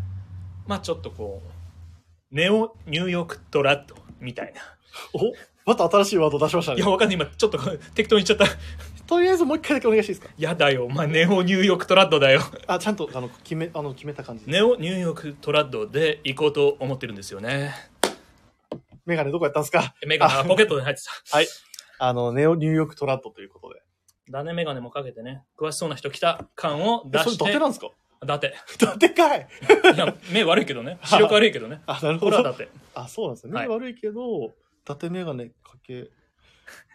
B: まあちょっとこうネオニューヨークドラッドみたいな
A: おまた新しいワード出しました
B: いや
A: ね。
B: わかんない今ちょっとこう適当に言っちゃった
A: とりあえずもう一回だけお願いしていいですか
B: やだよお前ネオニューヨークトラッドだよ
A: あ、ちゃんと、あの、決め、あの、決めた感じで。
B: ネオニューヨークトラッドで行こうと思ってるんですよね
A: メガネどこやったんですか
B: メガネあポケットに入ってた
A: あの、ネオニューヨークトラットということで。
B: だねメガネもかけてね詳しそうな人来た感を出
A: えそれ、
B: し
A: 伊達
B: て
A: なんですか
B: だて
A: 伊達かい
B: いや目悪いけどね視力悪い けどね
A: あ、なる
B: こ
A: ほ
B: れは
A: ど。
B: だて
A: あ、そうなんですね。目
B: はい
A: 悪いけど、伊達メガネかけ、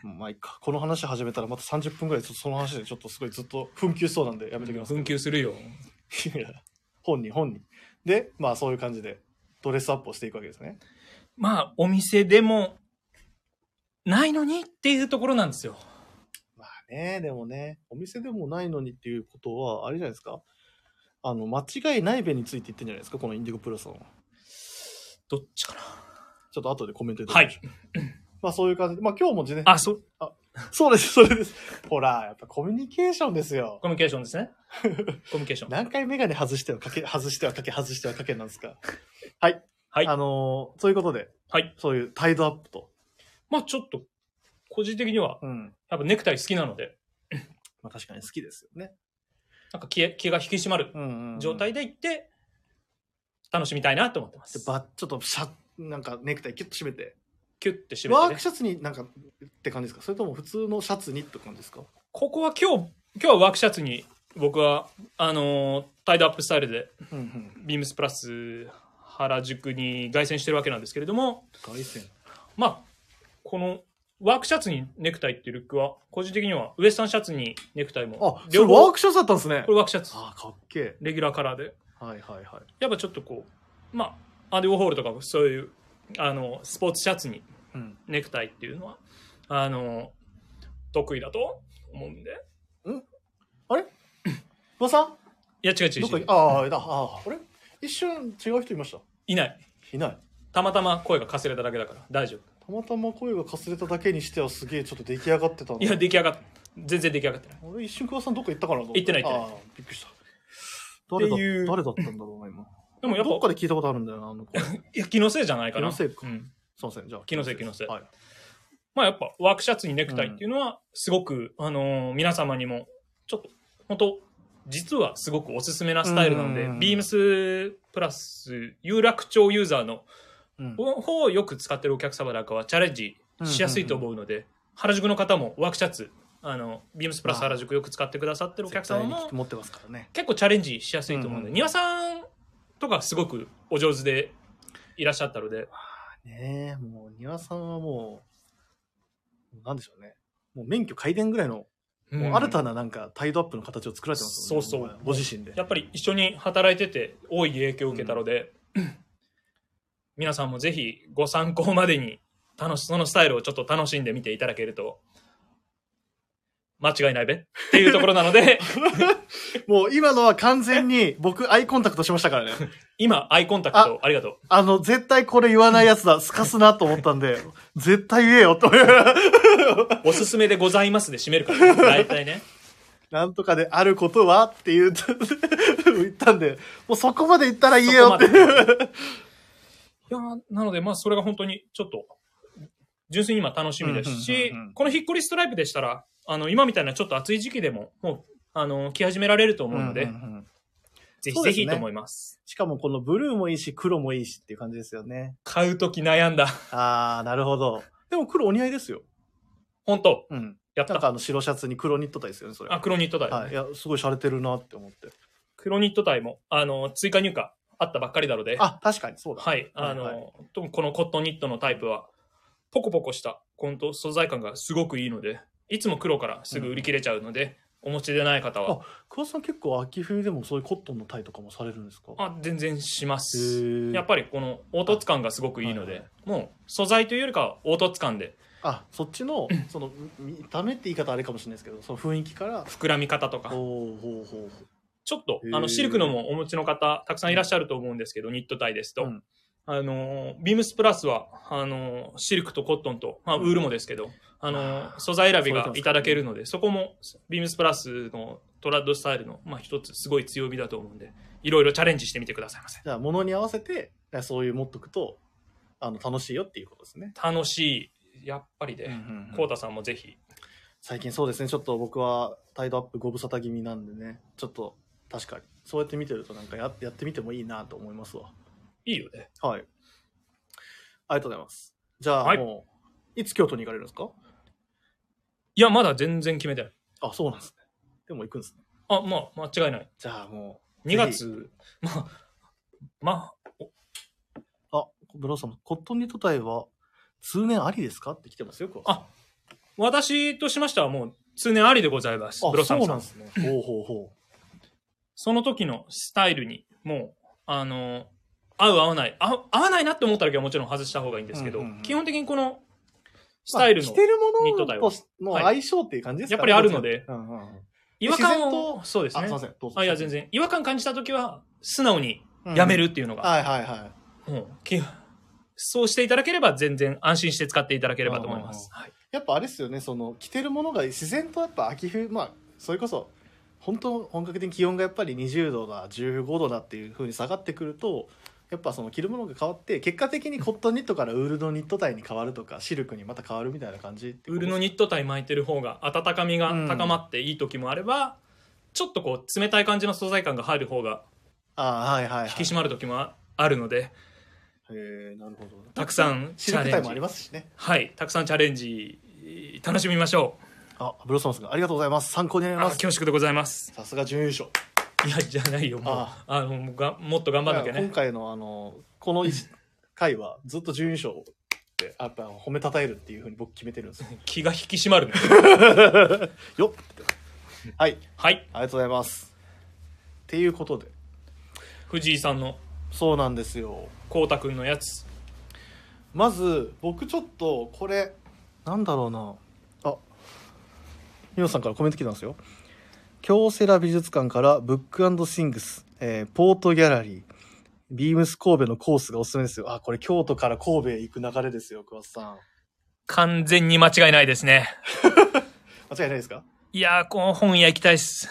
A: まあいいか。この話始めたらまた30分ぐらいちょっとその話でちょっとすごいずっと紛糾しそうなんでやめときます。
B: 紛糾するよ
A: いや本人、本人。で、まあそういう感じでドレスアップをしていくわけですね。
B: まあお店でもないのにっていうところなんですよ
A: まあね、でもね、お店でもないのにっていうことは、あれじゃないですか。あの、間違いないべについて言ってんじゃないですか、このインディゴプラスさんは。
B: どっちかな
A: ちょっと後でコメントいただきましょう。まあそういう感じで、まあ今日も事前、
B: あそう
A: そうです、それです。ほら、やっぱコミュニケーションですよ。
B: コミュニケーションです ねコミュニケーション
A: 何回メガネ外してはかけ、外してはかけ、外してはかけなんですか。はい。
B: はい
A: あのーそういうことで、
B: はい。
A: そういう態度アップと。
B: まあちょっと個人的には
A: うん。
B: やっぱネクタイ好きなので
A: まあ確かに好きですよね。
B: なんか気気が引き締まる
A: うんうんうん、
B: 状態で行って楽しみたいなと思ってま
A: ですば、ちょっとシャッ、なんかネクタイキュッと締めて。
B: キュッて締
A: ワーク
B: めて、ね、
A: シャツになんかって感じですかそれとも普通のシャツにって感じですか
B: ここは今日今日はワークシャツに僕はあのータイドアップスタイルで
A: うんうん。
B: ビームスプラス原宿に凱旋してるわけなんですけれども
A: 凱旋。
B: まあこのワークシャツにネクタイっていうルックは個人的にはウエスタンシャツにネクタイも
A: あ、それワー
B: ク
A: クションだったんですね
B: こ。れワークシャツ
A: あー、かっけえ。
B: レギュラーカラーで
A: はいはいはい。
B: やっぱちょっとこうまあアディオホールとかもそういうあのスポーツシャツに
A: うん。
B: ネクタイっていうのはあの得意だと思うんで
A: おばさん
B: いや違う違
A: ど
B: う
A: っか
B: 違う
A: ああ、いた。ああ、あれ一瞬違う人いました。
B: いない
A: いない。
B: たまたま声がかすれただけだから大丈夫
A: たまたま声がかすれただけにしてはすげえちょっと出来上がってた
B: いや出来上がった全然出来上がってない
A: 俺一瞬桑さんどっか行ったかなと思
B: 行ってない行ってない
A: ああびっくりした誰だ
B: っていう
A: 誰だったんだろうな今
B: でもやっぱ
A: どっかで聞いたことあるんだよなあの声すい
B: いや気のせいじゃないかな
A: 気のせいか
B: うん
A: ませんじゃ あ
B: 気のせい気のせい
A: はい、
B: まあやっぱワークシャツにネクタイっていうのはすごく、あのー皆様にもちょっと本当実はすごくおすすめなスタイルなので
A: うん
B: ビームスプラス有楽町ユーザーの
A: うん
B: 方をよく使ってるお客様なんかはチャレンジしやすいと思うので、原宿の方もワークシャツあのビームスプラス原宿よく使ってくださってるお客様
A: 絶対に
B: も
A: 聞く持ってますからね
B: 結構チャレンジしやすいと思う
A: うんう
B: ので、
A: ん
B: 庭さんとかすごくお上手でいらっしゃったので、
A: ねえもう庭さんはもうもうなんでしょうねもう免許改伝ぐらいの、もう新たな
B: な
A: なんかタイドアップの形を作られてますもんね
B: そうそう
A: ご自身で
B: やっぱり一緒に働いてて大い影響を受けたので、皆さんもぜひご参考までに楽しそのスタイルをちょっと楽しんでみていただけると間違いないべっていうところなので
A: もう今のは完全に僕アイコンタクトしましたからね
B: 今アイコンタクトありがと
A: あの、絶対これ言わないやつだ、すかすなと思ったんで、 絶対言えよと。
B: うおすすめでございますで締めるから、ね、大体ね
A: なんとかであることはって言う と言ったんで、もうそこまで言ったら言えよって
B: そ。こまでいやーなのでまあそれが本当にちょっと純粋に今楽しみですし、
A: うんうんうんうん
B: このひっこりストライプでしたらあの今みたいなちょっと暑い時期でももうあの着始められると思うので、
A: うんうんうん
B: ぜひ
A: そう
B: ぜ
A: ですね
B: ひと思います
A: しかもこのブルーもいいし、黒もいいしっていう感じですよね。
B: 買う時悩んだ
A: あー、なるほど。でも黒お似合いですよ。
B: 本当
A: うん。
B: やっ
A: なん
B: た
A: かあの白シャツに黒ニットタイですよね、それ。
B: あ黒ニットタイ、
A: はい。いや、すごい洒落てるなって思って。
B: 黒ニットタイもあの追加入荷あったばっかりなので
A: あ、確かにそうだ。
B: はいあの、
A: はい
B: とこのコットンニットのタイプはポコポコした本当素材感がすごくいいのでいつも黒からすぐ売り切れちゃうので、お持ちでない方は
A: 桑田さん結構秋冬でもそういうコットンのタイとかもされるんですか
B: あ全然します
A: へ
B: やっぱりこの凹凸感がすごくいいので、
A: はいは
B: もう素材というよりかは凹凸感で
A: あそっち のそのみ見た目って言い方あれかもしれないですけどその雰囲気から
B: 膨らみ方とか
A: ほうほうほうほ
B: ちょっと
A: へー
B: あのシルクのもお持ちの方たくさんいらっしゃると思うんですけどニットタイですと、
A: うん
B: あのービームスプラスはあのーシルクとコットンと、まあ、ウ
A: うん
B: ールもですけど、あのー素材選びがいただけるのでそこもビームスプラスのトラッドスタイルの、まあ、一つすごい強みだと思うんでいろいろチャレンジしてみてくださいませ
A: じゃあ物に合わせてそういう持っとくとあの楽しいよっていうことですね、
B: 楽しいやっぱりで、こうたさんもぜひ
A: 最近そうですねちょっと僕はタイドアップご無沙汰気味なんでねちょっと確かにそうやって見てるとなんかややってみてもいいなと思いますわ
B: いいよね
A: はいありがとうございますじゃあ、
B: はい
A: もういつ京都に行かれるんですか
B: いやまだ全然決めてない
A: あそうなんですねでも行くんですね
B: あまあ間違いない
A: じゃあも
B: 2月まあまあ
A: うあブロさんコットンニットタイは通年ありですかって来てますよ桑田さん
B: あ私としましてはもう通年ありでございますブロサムさん
A: すね。ほうほうほ
B: その時のスタイルにもうあの合う合わないあ合わないなって思った時はもちろん外した方がいいんですけど、
A: うんうんうん
B: 基本的にこの
A: う。
B: スタイルの
A: まあ着てる
B: ニッ
A: も
B: ト
A: の
B: タイ
A: との
B: は
A: 相
B: い
A: 性っていう感じですかね
B: やっぱりあるので
A: うんうんうん
B: 違和感
A: 自然
B: をそうです
A: あ、す
B: ね
A: いません。どうぞ。
B: あいや全然違和感感じた時は素直に
A: うん。
B: やめるっていうのが、
A: はいはいはい。
B: もうきそうしていただければ全然安心して使っていただければと思います、はい
A: やっぱあれですよね、その、着てるものが自然とやっぱ秋冬、まあ、それこそ、本当本格的に気温がやっぱり20度だ、15度だっていう風に下がってくると、やっぱその着るものが変わって、結果的にコットンニットからウールのニットタイに変わるとか、シルクにまた変わるみたいな感じってこと
B: ウール
A: です
B: のニットタイ巻いてる方が温かみが高まっていい時もあれば、ちょっとこう冷たい感じの素材感が入る方が
A: あーはいはいはい。
B: 引き締まる時もああるので
A: へーなるほど。
B: たくさん
A: シ
B: チ
A: ル
B: ャ
A: ク
B: レ
A: タイ
B: ン
A: もあり
B: ジ
A: ますしね。
B: はいたくさんチャレンジ楽しみましょう
A: あ、ブロッサムさんがありがとうございます。参考になり
B: あ
A: ます。
B: 恐縮でございます。
A: さすが準優勝。
B: いや、じゃないよ、もう。
A: あ
B: あのもうがもっと頑張んなきゃ
A: 今
B: ね。
A: 回のあの、この一回はずっと準優勝って、やっぱ褒めたたえるっていうふうに僕決めてるんですよ。
B: 気が引き締まるね。
A: よっってはい、
B: はい。
A: ありがとうございます。っていうことで、
B: 藤井さんの、
A: そうなんですよ。
B: こうたくんのやつ。
A: まず、僕ちょっと、これ、なんだろうな。あ、ミノさんからコメント来たんですよ。京セラ美術館からブックシングス、えーポートギャラリー、ビームス神戸のコースがおすすめですよ。あ、これ京都から神戸へ行く流れですよ、桑田さん。
B: 完全に間違いないですね。
A: 間違いないですか
B: いやー、この本屋行きたいっす。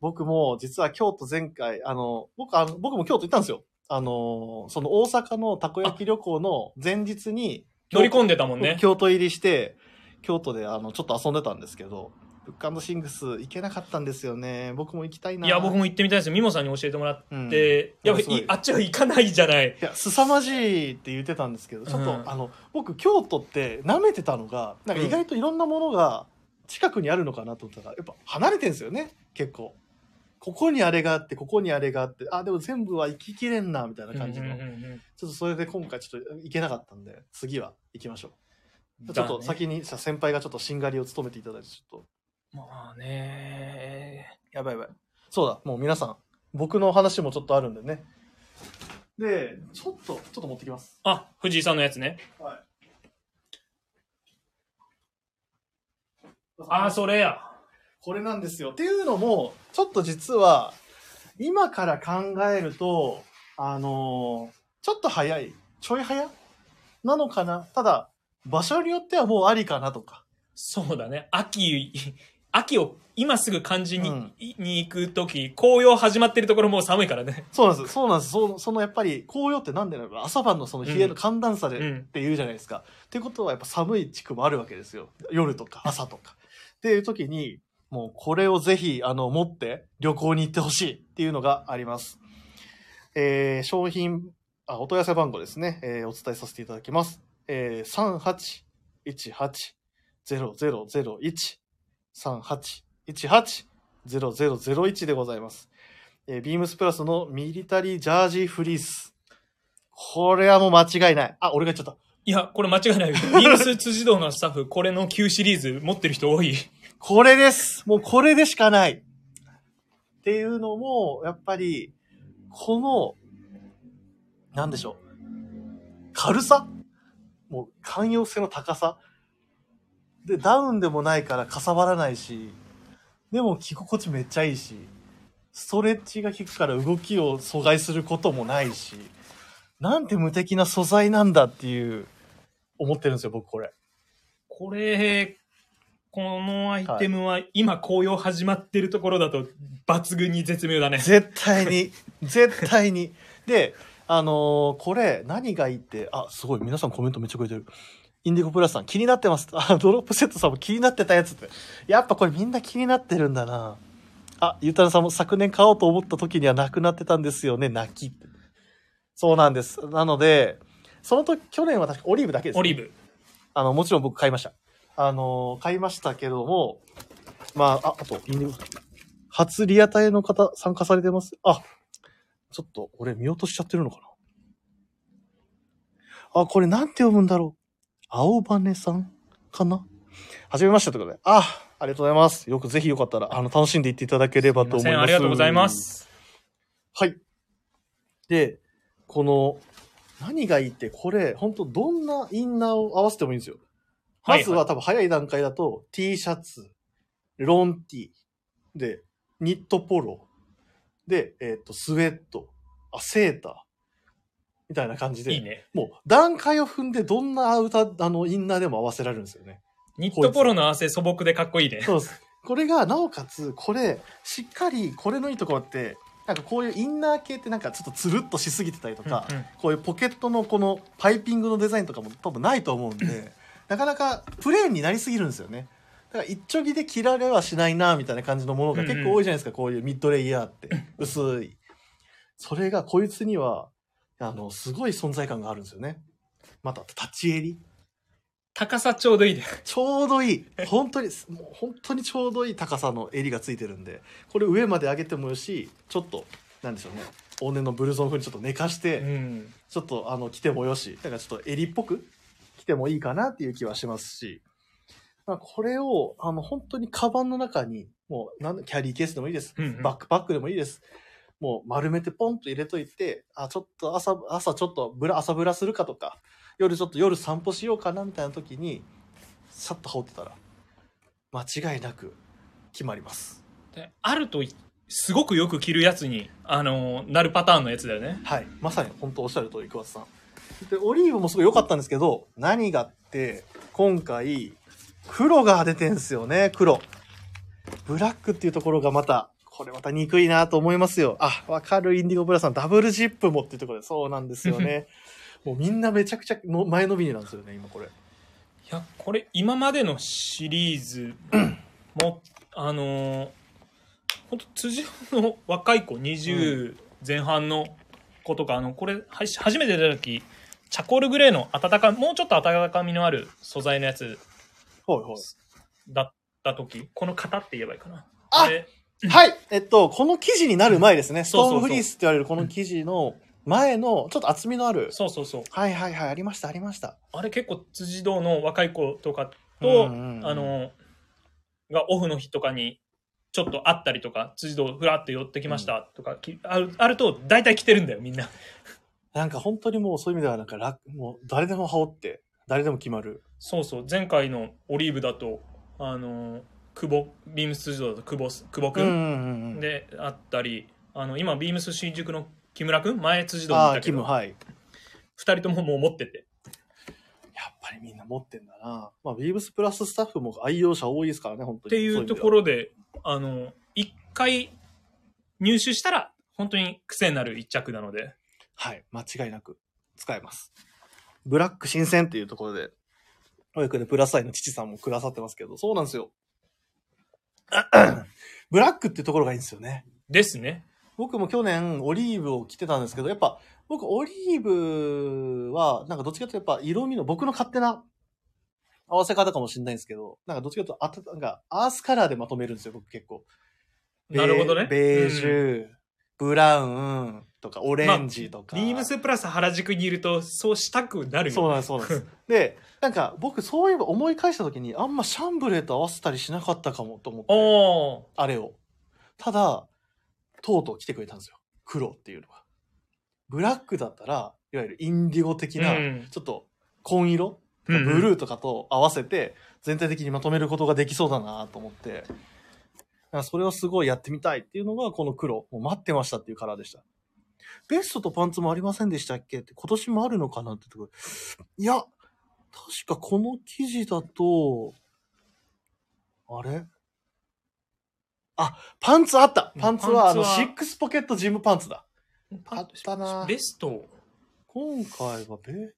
A: 僕も実は京都前回、あの、僕、あの僕も京都行ったんですよ。あの、その大阪のたこ焼き旅行の前日に、
B: 乗り込んでたもんね。
A: 京都入りして、京都であの、ちょっと遊んでたんですけど、ブックシングス行けなかったんですよね。僕も行きたいな。
B: いや、僕
A: も。
B: も行ってみたいですよ。ミモさんに教えてもらっ
A: うん、い
B: て。
A: うん
B: やべ、
A: すごい
B: いあっちは行かないじゃない。
A: や、凄まじいって言ってたんですけど、ちょっと、
B: うん
A: あの、僕、京都って舐めてたのが、なんか意外といろんなものが近くにあるのかなと思ったら、やっぱ離れてんですよね、結構。ここにあれがあって、ここにあれがあって、あ、でも全部は行ききれんな、みたいな感じの。
B: うんうんうん
A: ちょっとそれで今回ちょっと行けなかったんで、次は行きましょ
B: う
A: う。
B: ん
A: ちょっと
B: だね
A: 先にさ先輩がちょっとしんがりを務めていただいて、ちょっと。
B: まあね
A: やばいやばい。そうだ、もう皆さん、僕の話もちょっとあるんでね。で、ちょっと、ちょっと持ってきます。
B: あ、藤井さんのやつね。
A: はい。
B: あー、それや。
A: これなんですよ。っていうのも、ちょっと実は、今から考えると、あのーちょっと早い、ちょい早なのかな。ただ、場所によってはもうありかなとか。
B: そうだね。秋、 秋を今すぐ感じに,、
A: うん
B: に行くとき、紅葉始まってるところもう寒いからね。
A: そうなんです、そうなんです。その、そのやっぱり、紅葉ってなんでなのか、朝晩のその冷え
B: うん
A: の寒暖差で、
B: うん
A: って言うじゃないですか。っていうことはやっぱ寒い地区もあるわけですよ。夜とか朝とか。っていう時に、もうこれをぜひ、あの、持って旅行に行ってほしいっていうのがあります。えー商品、あ、お問い合わせ番号ですね。えーお伝えさせていただきます。えー、3818-0001,3818-0001でございます。えー、ビームスプラスのミリタリージャージーフリース。これはもう間違いない。あ、俺が言っちゃった。
B: いや、これ間違いないよ。ビームス辻堂のスタッフ、これの旧シリーズ持ってる人多い。
A: これですもうこれでしかないっていうのも、やっぱり、この、なんでしょう。軽さもう寛容性の高さで、ダウンでもないからかさばらないし、でも着心地めっちゃいいし、ストレッチが効くから動きを阻害することもないし、なんて無敵な素材なんだっていう、思ってるんですよ、僕これ。
B: これ、このアイテムは今紅葉始まってるところだと抜群に絶妙だね。
A: 絶対に絶対にであのーこれ何がいいってあすごい皆さんコメントめっちゃくれてるインディゴプラスさん気になってますあドロップセットさんも気になってたやつってやっぱこれみんな気になってるんだなあゆうたなさんも昨年買おうと思った時にはなくなってたんですよね泣きってそうなんですなのでその時去年は確かオリーブだけですね
B: オリーブ。
A: あの、もちろん僕買いました。あのー、買いましたけども、まあ、あ、あと、インディゴ初リアタイの方参加されてますあ、ちょっと俺見落としちゃってるのかなあ、これなんて読むんだろう青羽さんかなはじめましてということで。あ、ありがとうございます。よく、ぜひよかったら、あの、楽しんでいっていただければ
B: すい
A: と思
B: ま
A: い
B: せん
A: ます。
B: ありがとうございま。す。
A: はい。で、この、何がいいって、これ、本当どんなインナーを合わせてもいいんですよ。まず
B: い
A: は多分早い段階だと T シャツ、ロン T、で、ニットポロ、で、えっ、と、スウェット、あ、セーター、みたいな感じ
B: い、
A: で、
B: いいね。
A: もう段階を踏んでどんなアウター、あの、インナーでも合わせられるんですよね。
B: ニットポロの汗素朴でかっこいいね。
A: そうです。これが、なおかつ、これ、しっかり、これのいいところって、なんかこういうインナー系ってなんかちょっとつるっとしすぎてたりとか、
B: うんうん
A: こういうポケットのこのパイピングのデザインとかも多分ないと思うんで、なかなかプレーンになりすぎるんですよね。だから一丁着で着られはしないな、みたいな感じのものが結構多いじゃないですか、こういうミッドレイヤーって。薄い。それがこいつには、あの、すごい存在感があるんですよね。また、立ち襟。
B: 高さちょうどいいね。
A: ちょうどいい。本当に、もう本当にちょうどいい高さの襟がついてるんで、これ上まで上げてもよし、ちょっと、なんでしょうね。往年のブルゾン風にちょっと寝かし
B: う
A: て、
B: ん。
A: ちょっとあの着てもよし、だからちょっと襟っぽく着てもいいかなっていう気はしますし、まあ、これを、あの、本当にカバンの中に、もう、なんだキャリーケースでもいいです。
B: うんうん
A: バックパックでもいいです。もう丸めてポンと入れといて、あ、ちょっと朝、朝ちょっとブラ、朝ブラするかとか、夜ちょっと夜散歩しようかなみたいな時に、さっと羽織ってたら、間違いなく決まります。
B: であるとい、すごくよく着るやつに、あのーなるパターンのやつだよね。
A: はい。まさに本当おっしゃる通り、桑田さん。で、オリーブもすごい良かったんですけど、何がって、今回、黒が出てんすよね、黒。ブラックっていうところがまた、これまた憎いなと思いますよ。あ、わかる、インディゴブラさん、ダブルジップもっていうところで、そうなんですよ ね。もうみんなめちゃくちゃの前のびりなんですよね、今これ。
B: いや、これ、今までのシリ ーズも、あのー、本当辻尾の若い子、20前半の子とか、あの、これ、はし初めて出た時、チャコールグレーの温かみ、もうちょっと温かみのある素材のやつ
A: はいはい。
B: だった時、この型って言えばいいかな。
A: あ
B: れ
A: はい。えっと、この生地になる前ですね。ス
B: そう
A: ト
B: そう
A: ー
B: そう
A: ンフリースって言われるこの生地の前の、ちょっと厚みのある。
B: そうそうそう。
A: はいはいはい、ありました、ありました。
B: あれ結構辻堂の若い子とか
A: う
B: と、
A: んうんうん
B: あのがオフの日とかにちょっと会ったりとか辻堂ふらっと寄ってきましたとか、きあるあると大体来てるんだよみんな
A: なんか本当にもうそういう意味ではなんか楽、もう誰でも羽織って、誰でも決まる。
B: そうそう前回のオリーブだとあの久保ビームス辻堂だと久保久保
A: うん
B: 君
A: うんうん。
B: であったり、あの今ビームス新宿の木村君前辻堂に
A: あ
B: い
A: あ、
B: たけ
A: キム、
B: ど
A: はい。や
B: 2人とももう持ってて
A: っぱりみんな持ってんだな。まあ、ビーブスプラススタッフも愛用者多いですからね、本当に。
B: っていうところで、あの、一回入手したら、本当に癖になる一着なので。
A: はい、間違いなく使えます。ブラック新鮮っていうところで、おくでプラスアイの父さんもくださってますけど、そうなんですよ。 ブラックっていうところがいいんですよね。
B: ですね。
A: 僕も去年オリーブを着てたんですけど、やっぱ僕オリーブは、なんかどっちかというとやっぱ色味の僕の勝手な合わせ方かもしれないんですけど、なんかどっちかというとあた、なんかアースカラーでまとめるんですよ、僕結構。ベ
B: なるほどね。
A: ベージ
B: うん
A: ュ、ブラウンとかオレンジとか。
B: ビームスプラス原宿にいると、そうしたくなるよ。
A: そうなんです、そうなん です。で、なんか僕そういえば思い返した時にあんまシャンブレーと合わせたりしなかったかもと思って、
B: おー
A: あれを。ただ、とうとう来てくれたんですよ。黒っていうのが。ブラックだったら、いわゆるインディゴ的な、
B: うん
A: ちょっと紺色、
B: うんうん
A: ブルーとかと合わせて、全体的にまとめることができそうだなと思って、なんかそれをすごいやってみたいっていうのが、この黒。もう待ってましたっていうカラーでした。ベストとパンツもありませんでしたっけって、今年もあるのかなってところ。いや、確かこの記事だと、あれあ、パンツあったパンツは、あ
B: パンツ
A: の、
B: は
A: シックスポケットジムパンツだ。
B: パ
A: あったな
B: ベスト。
A: 今回はベ、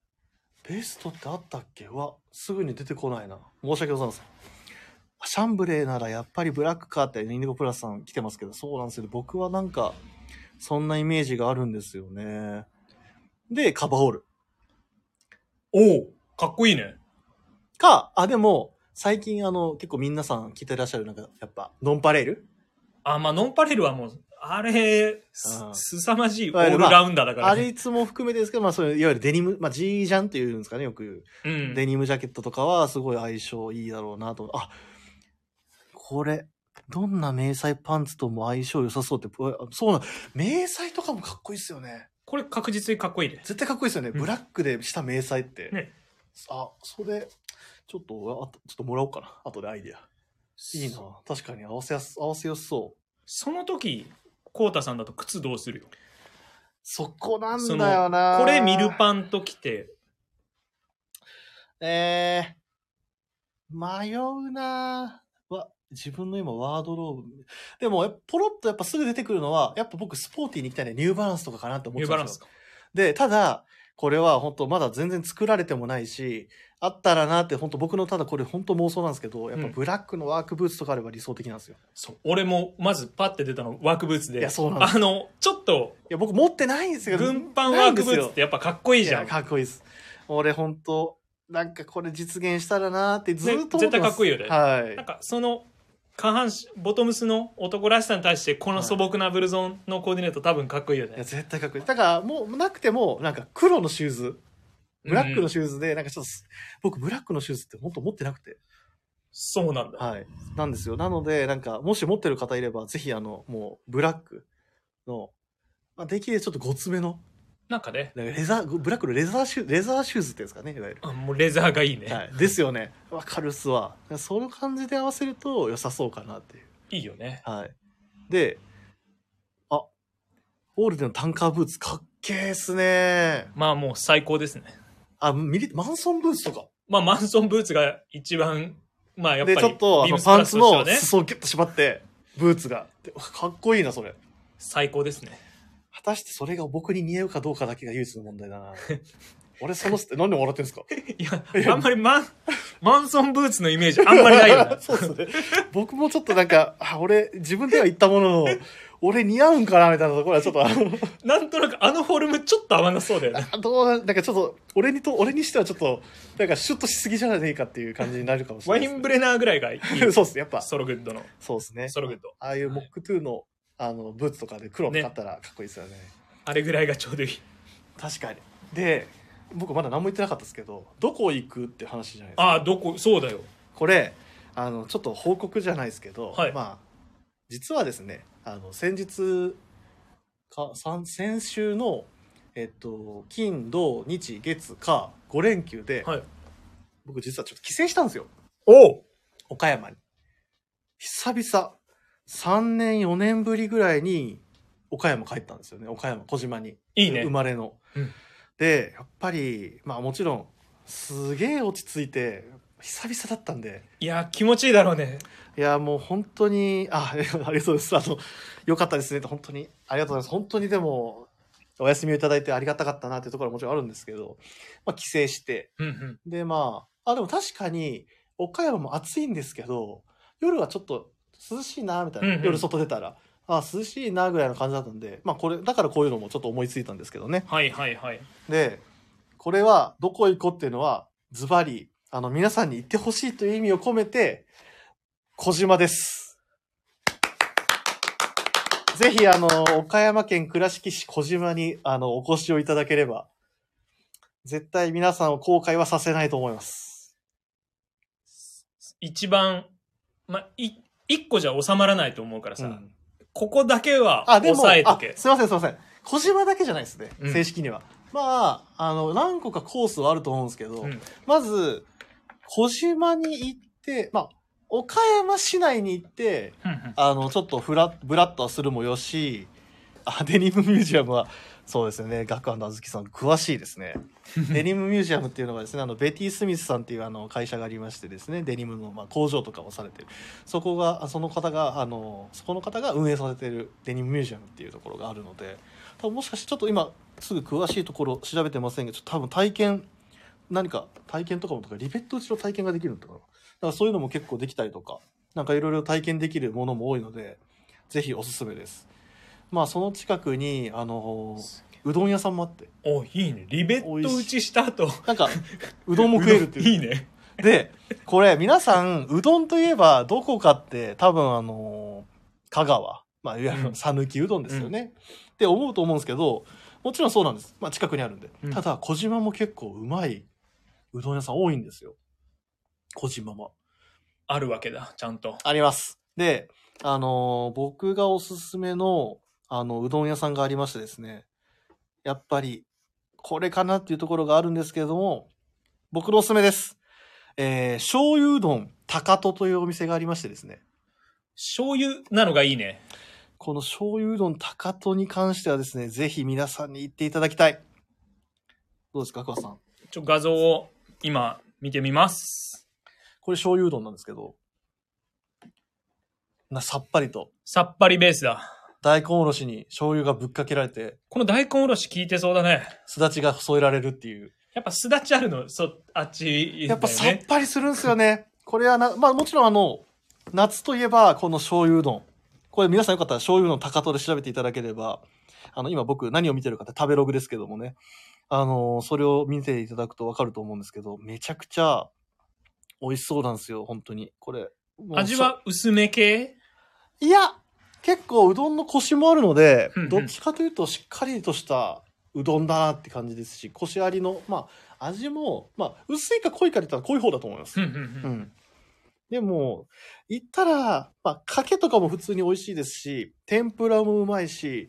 A: ベストってあったっけうわ、すぐに出てこないな。申し訳ございません。シャンブレーならやっぱりブラックかってインディゴプラスさん来てますけど、そうなんですよね。僕はなんか、そんなイメージがあるんですよね。で、カバーオール。
B: おおかっこいいね。
A: か、あ、でも、最近あの、結構皆さん着てらっしゃるなんか、やっぱ、ノンパレール
B: あ、まあ、ノンパレルはもう、あれ、す
A: うん
B: 凄まじい
A: い
B: オ
A: わゆ
B: ー
A: る
B: ル
A: まあ
B: ラウンダーだから
A: あ
B: ね、
A: れいつも含めてですけど、まあそういう、いわゆるデニム、まあジージャンっていうんですかね、よく言う。
B: うん。
A: デニムジャケットとかはすごい相性いいだろうなと。あ、これ、どんな迷彩パンツとも相性良さそうって、うわそうなん、迷彩とかもかっこいいっすよね。
B: これ確実にかっこいいね。
A: 絶対かっこいいっすよね。
B: うん
A: ブラックでした迷彩って。
B: ね
A: あ、それ、ちょっと、あとちょっともらおうかな。後でアイディア。いいな。確かに合わせやす、合わせやすそう。
B: その時、コウタさんだと靴どうするよ。
A: そこなんだよな。
B: これミル
A: ン。
B: パンときて、
A: えー、迷うなわ、自分の今ワードローブ。でも、やっぱポロッとやっぱすぐ出てくるのは、やっぱ僕スポーティーに行きたいね。ニューバランスとかかなって思っ
B: ニ
A: ち
B: ュ
A: ゃ
B: ー
A: う
B: バ
A: ん
B: ラ
A: で
B: ン
A: すよ
B: スか。
A: で、ただ、これは本当まだ全然作られてもないし、あったらなって本当僕のただこれ本当妄想なんですけど、やっぱ
B: うん
A: ブラックのワークブーツとかあれば理想的なんですよ。
B: そう俺もまずパッて出たのワークブーツで
A: いやそうなんで
B: あのちょっと
A: いや、僕持ってないんですよ。
B: 軍パンワ
A: ないん
B: ークブ
A: です
B: ー
A: よ
B: ツってやっぱかっこいいじゃん
A: いやかっこいいです。俺ほんと、なんかこれ実現したらなーってずーっと思ってます、
B: ね絶対かっこいいよね
A: はい
B: なん。かその下半身ボトムスの男らしさに対してこの素朴なブルゾンのコーディネート多分かっこいいよ
A: いや、
B: ね、
A: 絶対かっこいい。だから、もう、なくても、なんか、黒のシューズ、ブラック
B: う
A: の
B: ん
A: シューズで、なんかちょっとす、僕、ブラックのシューズって本当持ってなくて。
B: そうなんだ
A: はい。なんですよ。なので、なんか、もし持ってる方いれば、ぜひ、あの、もう、ブラックの、まあ、できればちょっとごつめの、
B: なんかね
A: なんかレザー、ブラックのレザーシューズ、レザーシューズっていうんですかね、いわゆる。
B: あもうレザーがいいね、
A: はい。ですよね。わかるっすわ。その感じで合わせると良さそうかなっていう。
B: い、いよね
A: はい。で、あ、オールデンのタンカーブーツかっけーっすね
B: まあもう最高ですね
A: あ、ミリ、マンソンブーツとか。
B: まあマンソンブーツが一番まあやっ
A: で、
B: ぱり
A: ちょっと、あ
B: ビー
A: の、
B: ムスプ
A: パン
B: ラス
A: ツ
B: としては
A: の
B: ね
A: 裾をギュッと縛って、ブーツが。でかっこいいな、それ。
B: 最高ですね
A: 果たしてそれが僕に似合うかどうかだけが唯一の問題だ な。俺、その、何で笑ってんすか
B: いやあんまりマンマンソンブーツのイメージあんまりないよ ね
A: そうですね。僕もちょっとなんか、あ俺、自分では言ったものの、俺似合うんかなみたいなところはちょっとあの、
B: なんとなくあのフォルムちょっと合わなそうだよね
A: あどうな、なんかちょっと、俺にと、俺にしてはちょっと、なんかシュッとしすぎじゃないかっていう感じになるかもし
B: ワ
A: れ
B: イ
A: ない
B: ンブレナーぐらいがいい よ
A: そうですね、やっぱ。
B: ソログッドの
A: そうですね。
B: ソログッド
A: ああいうモックトゥーの、あの、ブーツとかで黒
B: ね
A: 買ったらかっこいいですよね。
B: あれぐらいがちょうどいい
A: 確かに。で、僕まだ何も言ってなかったですけど、どこ行くって話じゃないですか。
B: ああどこそうだよ
A: これ、あの、ちょっと報告じゃないですけど、
B: はい
A: まあ、実はですね、あの、先日、か、さん先週の、えっと、金、土、日、月、火、5連休で、
B: はい
A: 僕実はちょっと帰省したんですよ。
B: おう
A: 岡山に。久々、3年、4年ぶりぐらいに、岡山帰ったんですよね。岡山、小島に。
B: いいね
A: 生まれの。
B: うん
A: で、やっぱり、まあもちろん、すげえ落ち着いて、久々だったんで、
B: いや気持ちいいだろうね
A: いや、もう本当に、あ、 ありがとうございます。あの、よかったですね。本当に、ありがとうございます。本当にでも、お休みをいただいてありがたかったなっていうところはもちろんあるんですけど、まあ帰省して、
B: うんうん
A: で、まあ、あ、でも確かに、岡山も暑いんですけど、夜はちょっと涼しいな、みたいな。
B: うんうん
A: 夜外出たら、あ、涼しいな、ぐらいの感じだったんで、まあ、これ、だからこういうのもちょっと思いついたんですけどね。
B: はいはいはい
A: で、これは、どこ行こうっていうのは、ズバリ、あの、皆さんに行ってほしいという意味を込めて、小島です。ぜひ、あの、岡山県倉敷市小島に、あの、お越しをいただければ、絶対皆さんを後悔はさせないと思います。
B: 一番まあい一個じゃ収まらないと思うからさ、
A: うん
B: ここだけは
A: あ、でも、
B: 抑えと
A: あ
B: け
A: すいません、すいません。小島だけじゃないですね、
B: うん
A: 正式には。まあ、あの、何個かコースはあると思うんですけど、
B: うん
A: まず、小島に行って、まあ、岡山市内に行って、
B: うんうん
A: あの、ちょっとフラブラッとはするもよし、あ、デニムミュージアムは、そうですね、ガクアンドあずきさん、詳しいですね。 デニムミュージアムっていうのがですね、あの、ベティ・スミスさんっていうあの、会社がありましてですね、デニムの、まあ、工場とかをされてる。そこが、あその方が、あの、そこの方が運営されてるデニムミュージアムっていうところがあるので、多分もしかしてちょっと今、すぐ詳しいところ調べてませんけど、ちょっと多分体験、何か体験とかもとか、リベット打ちの体験ができるのかな。だからそういうのも結構できたりとか、なんかいろいろ体験できるものも多いので、ぜひおすすめです。まあ、その近くに、あの、うどん屋さんもあって、
B: おいいねリベット打ちした後
A: なんか、うどんも食える っていう。
B: いいね
A: で、これ皆さん、うどんといえばどこかって多分あのー香川、まあいわゆ
B: う
A: る
B: ん
A: 讃岐うどんですよね、って思うと思うんですけど、もちろんそうなんです。まあ近くにあるんで。
B: うん
A: ただ、小島も結構うまいうどん屋さん多いんですよ。小島も。
B: あるわけだちゃんと
A: あります。で、あのー僕がおすすめの、あの、うどん屋さんがありましてですね、やっぱり、これかなっていうところがあるんですけれども、僕のおすすめです。えー、醤油うどん高戸というお店がありましてですね、
B: 醤油なのがいいね
A: この醤油うどん高戸に関してはですね、ぜひ皆さんに行っていただきたい。どうですか、桑さん。
B: ちょ画像を今見てみます
A: これ醤油うどんなんですけど、な、さっぱりと、
B: さっぱりベースだ
A: 大根おろしに醤油がぶっかけられて、
B: この大根おろし効いてそうだね
A: すだちが添えられるっていう、
B: やっぱすだちあるのそあっちいいん
A: や
B: だよ
A: っぱさっ
B: ね
A: ぱりするんですよね。これはな、まあもちろんあの、夏といえばこの醤油うどん。これ皆さんよかったら醤油うどん高戸で調べていただければ、あの今僕何を見てるかって食べログですけどもね、あのーそれを見ていただくとわかると思うんですけど、めちゃくちゃ美味しそうなんですよ、本当に。これ。もう
B: 味は薄め系
A: いや、結構うどんのコシもあるので
B: うんうん、
A: どっちかというとしっかりとしたうどんだなって感じですし、コシありの、まあ、味も、まあ、薄いか濃いかで言ったら濃い方だと思います
B: う。んうん
A: う
B: うん
A: ん。でも、言ったら、まあ、かけとかも普通に美味しいですし、天ぷらもうまいし、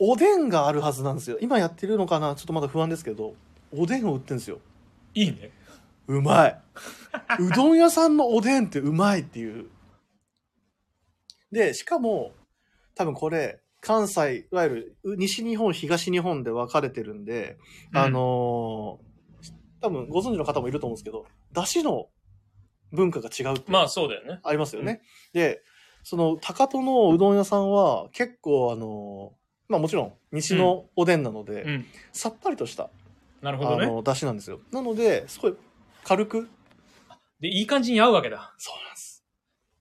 A: おでんがあるはずなんですよ。今やってるのかなちょっとまだ不安ですけど、おでんを売ってるんですよ。
B: いいね。
A: うまい。うどん屋さんのおでんってうまいっていう。で、しかも、多分これ、関西、いわゆるう西日本、東日本で分かれてるんで、
B: うん
A: あのー多分ご存知の方もいると思うんですけど、出汁の文化が違うって
B: まあそうだよね。
A: ありますよね。で、その高戸のうどん屋さんは結構あのーまあもちろん西のおでんなので、
B: うん。
A: さっぱりとした、
B: なるほ
A: あ
B: どね。
A: の、出汁なんですよ。なので、すごい軽く
B: で、いい感じに合うわけだ。
A: そうなんです。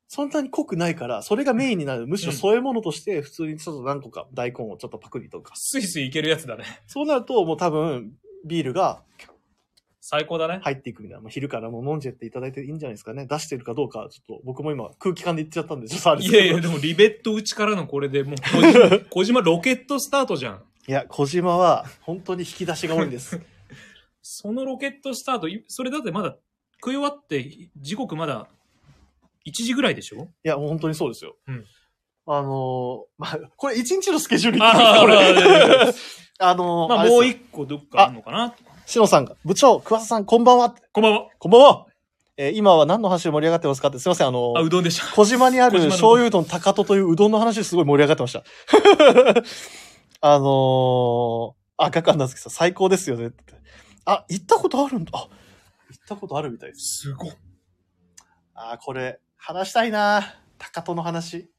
A: そんなに濃くないから、それがメインになる。むしろ添え物として、普通にちょっと何個か大根をちょっとパクリとか。
B: スイスイいけるやつだね。
A: そうなると、もう多分、ビールが
B: 最高だね。
A: 入っていくみたいな。もう昼からもう飲んじゃっていただいていいんじゃないですかね。出してるかどうか、ちょっと僕も今空気感で言っちゃったんで、ちょっとあれで
B: い
A: すけ
B: や
A: ど。
B: いや、でもリベット打ちからのこれでもう小 島、小島ロケットスタートじゃん。
A: いや小島は本当に引き出しが多いん です。
B: そのロケットスタート、いそれだってまだ食い終わって、時刻まだ1時ぐらいでしょ
A: いや、もう本当にそうですよ。
B: うん
A: あのーまあ、これ一日のスケジュールに
B: あー
A: これ
B: いやいやいや
A: あのー、
B: まあ
A: れです
B: も
A: よ
B: う一個どっかあるのかな
A: しのさんが、部長、桑田さん、こんばんは。
B: こんばんは。
A: こんばんは。えー今は何の話で盛り上がってますかって、すいません、あのー
B: あ、うどんでした。
A: 小島にある
B: 小島の
A: 醤油うどん高戸といううどんの話ですごい盛り上がってました。 あのー、赤川夏樹さん最高ですよねって。あ、行ったことあるんだ。あ、行ったことあるみたいです。
B: すごい。
A: あー、これ、話したいな高戸の話。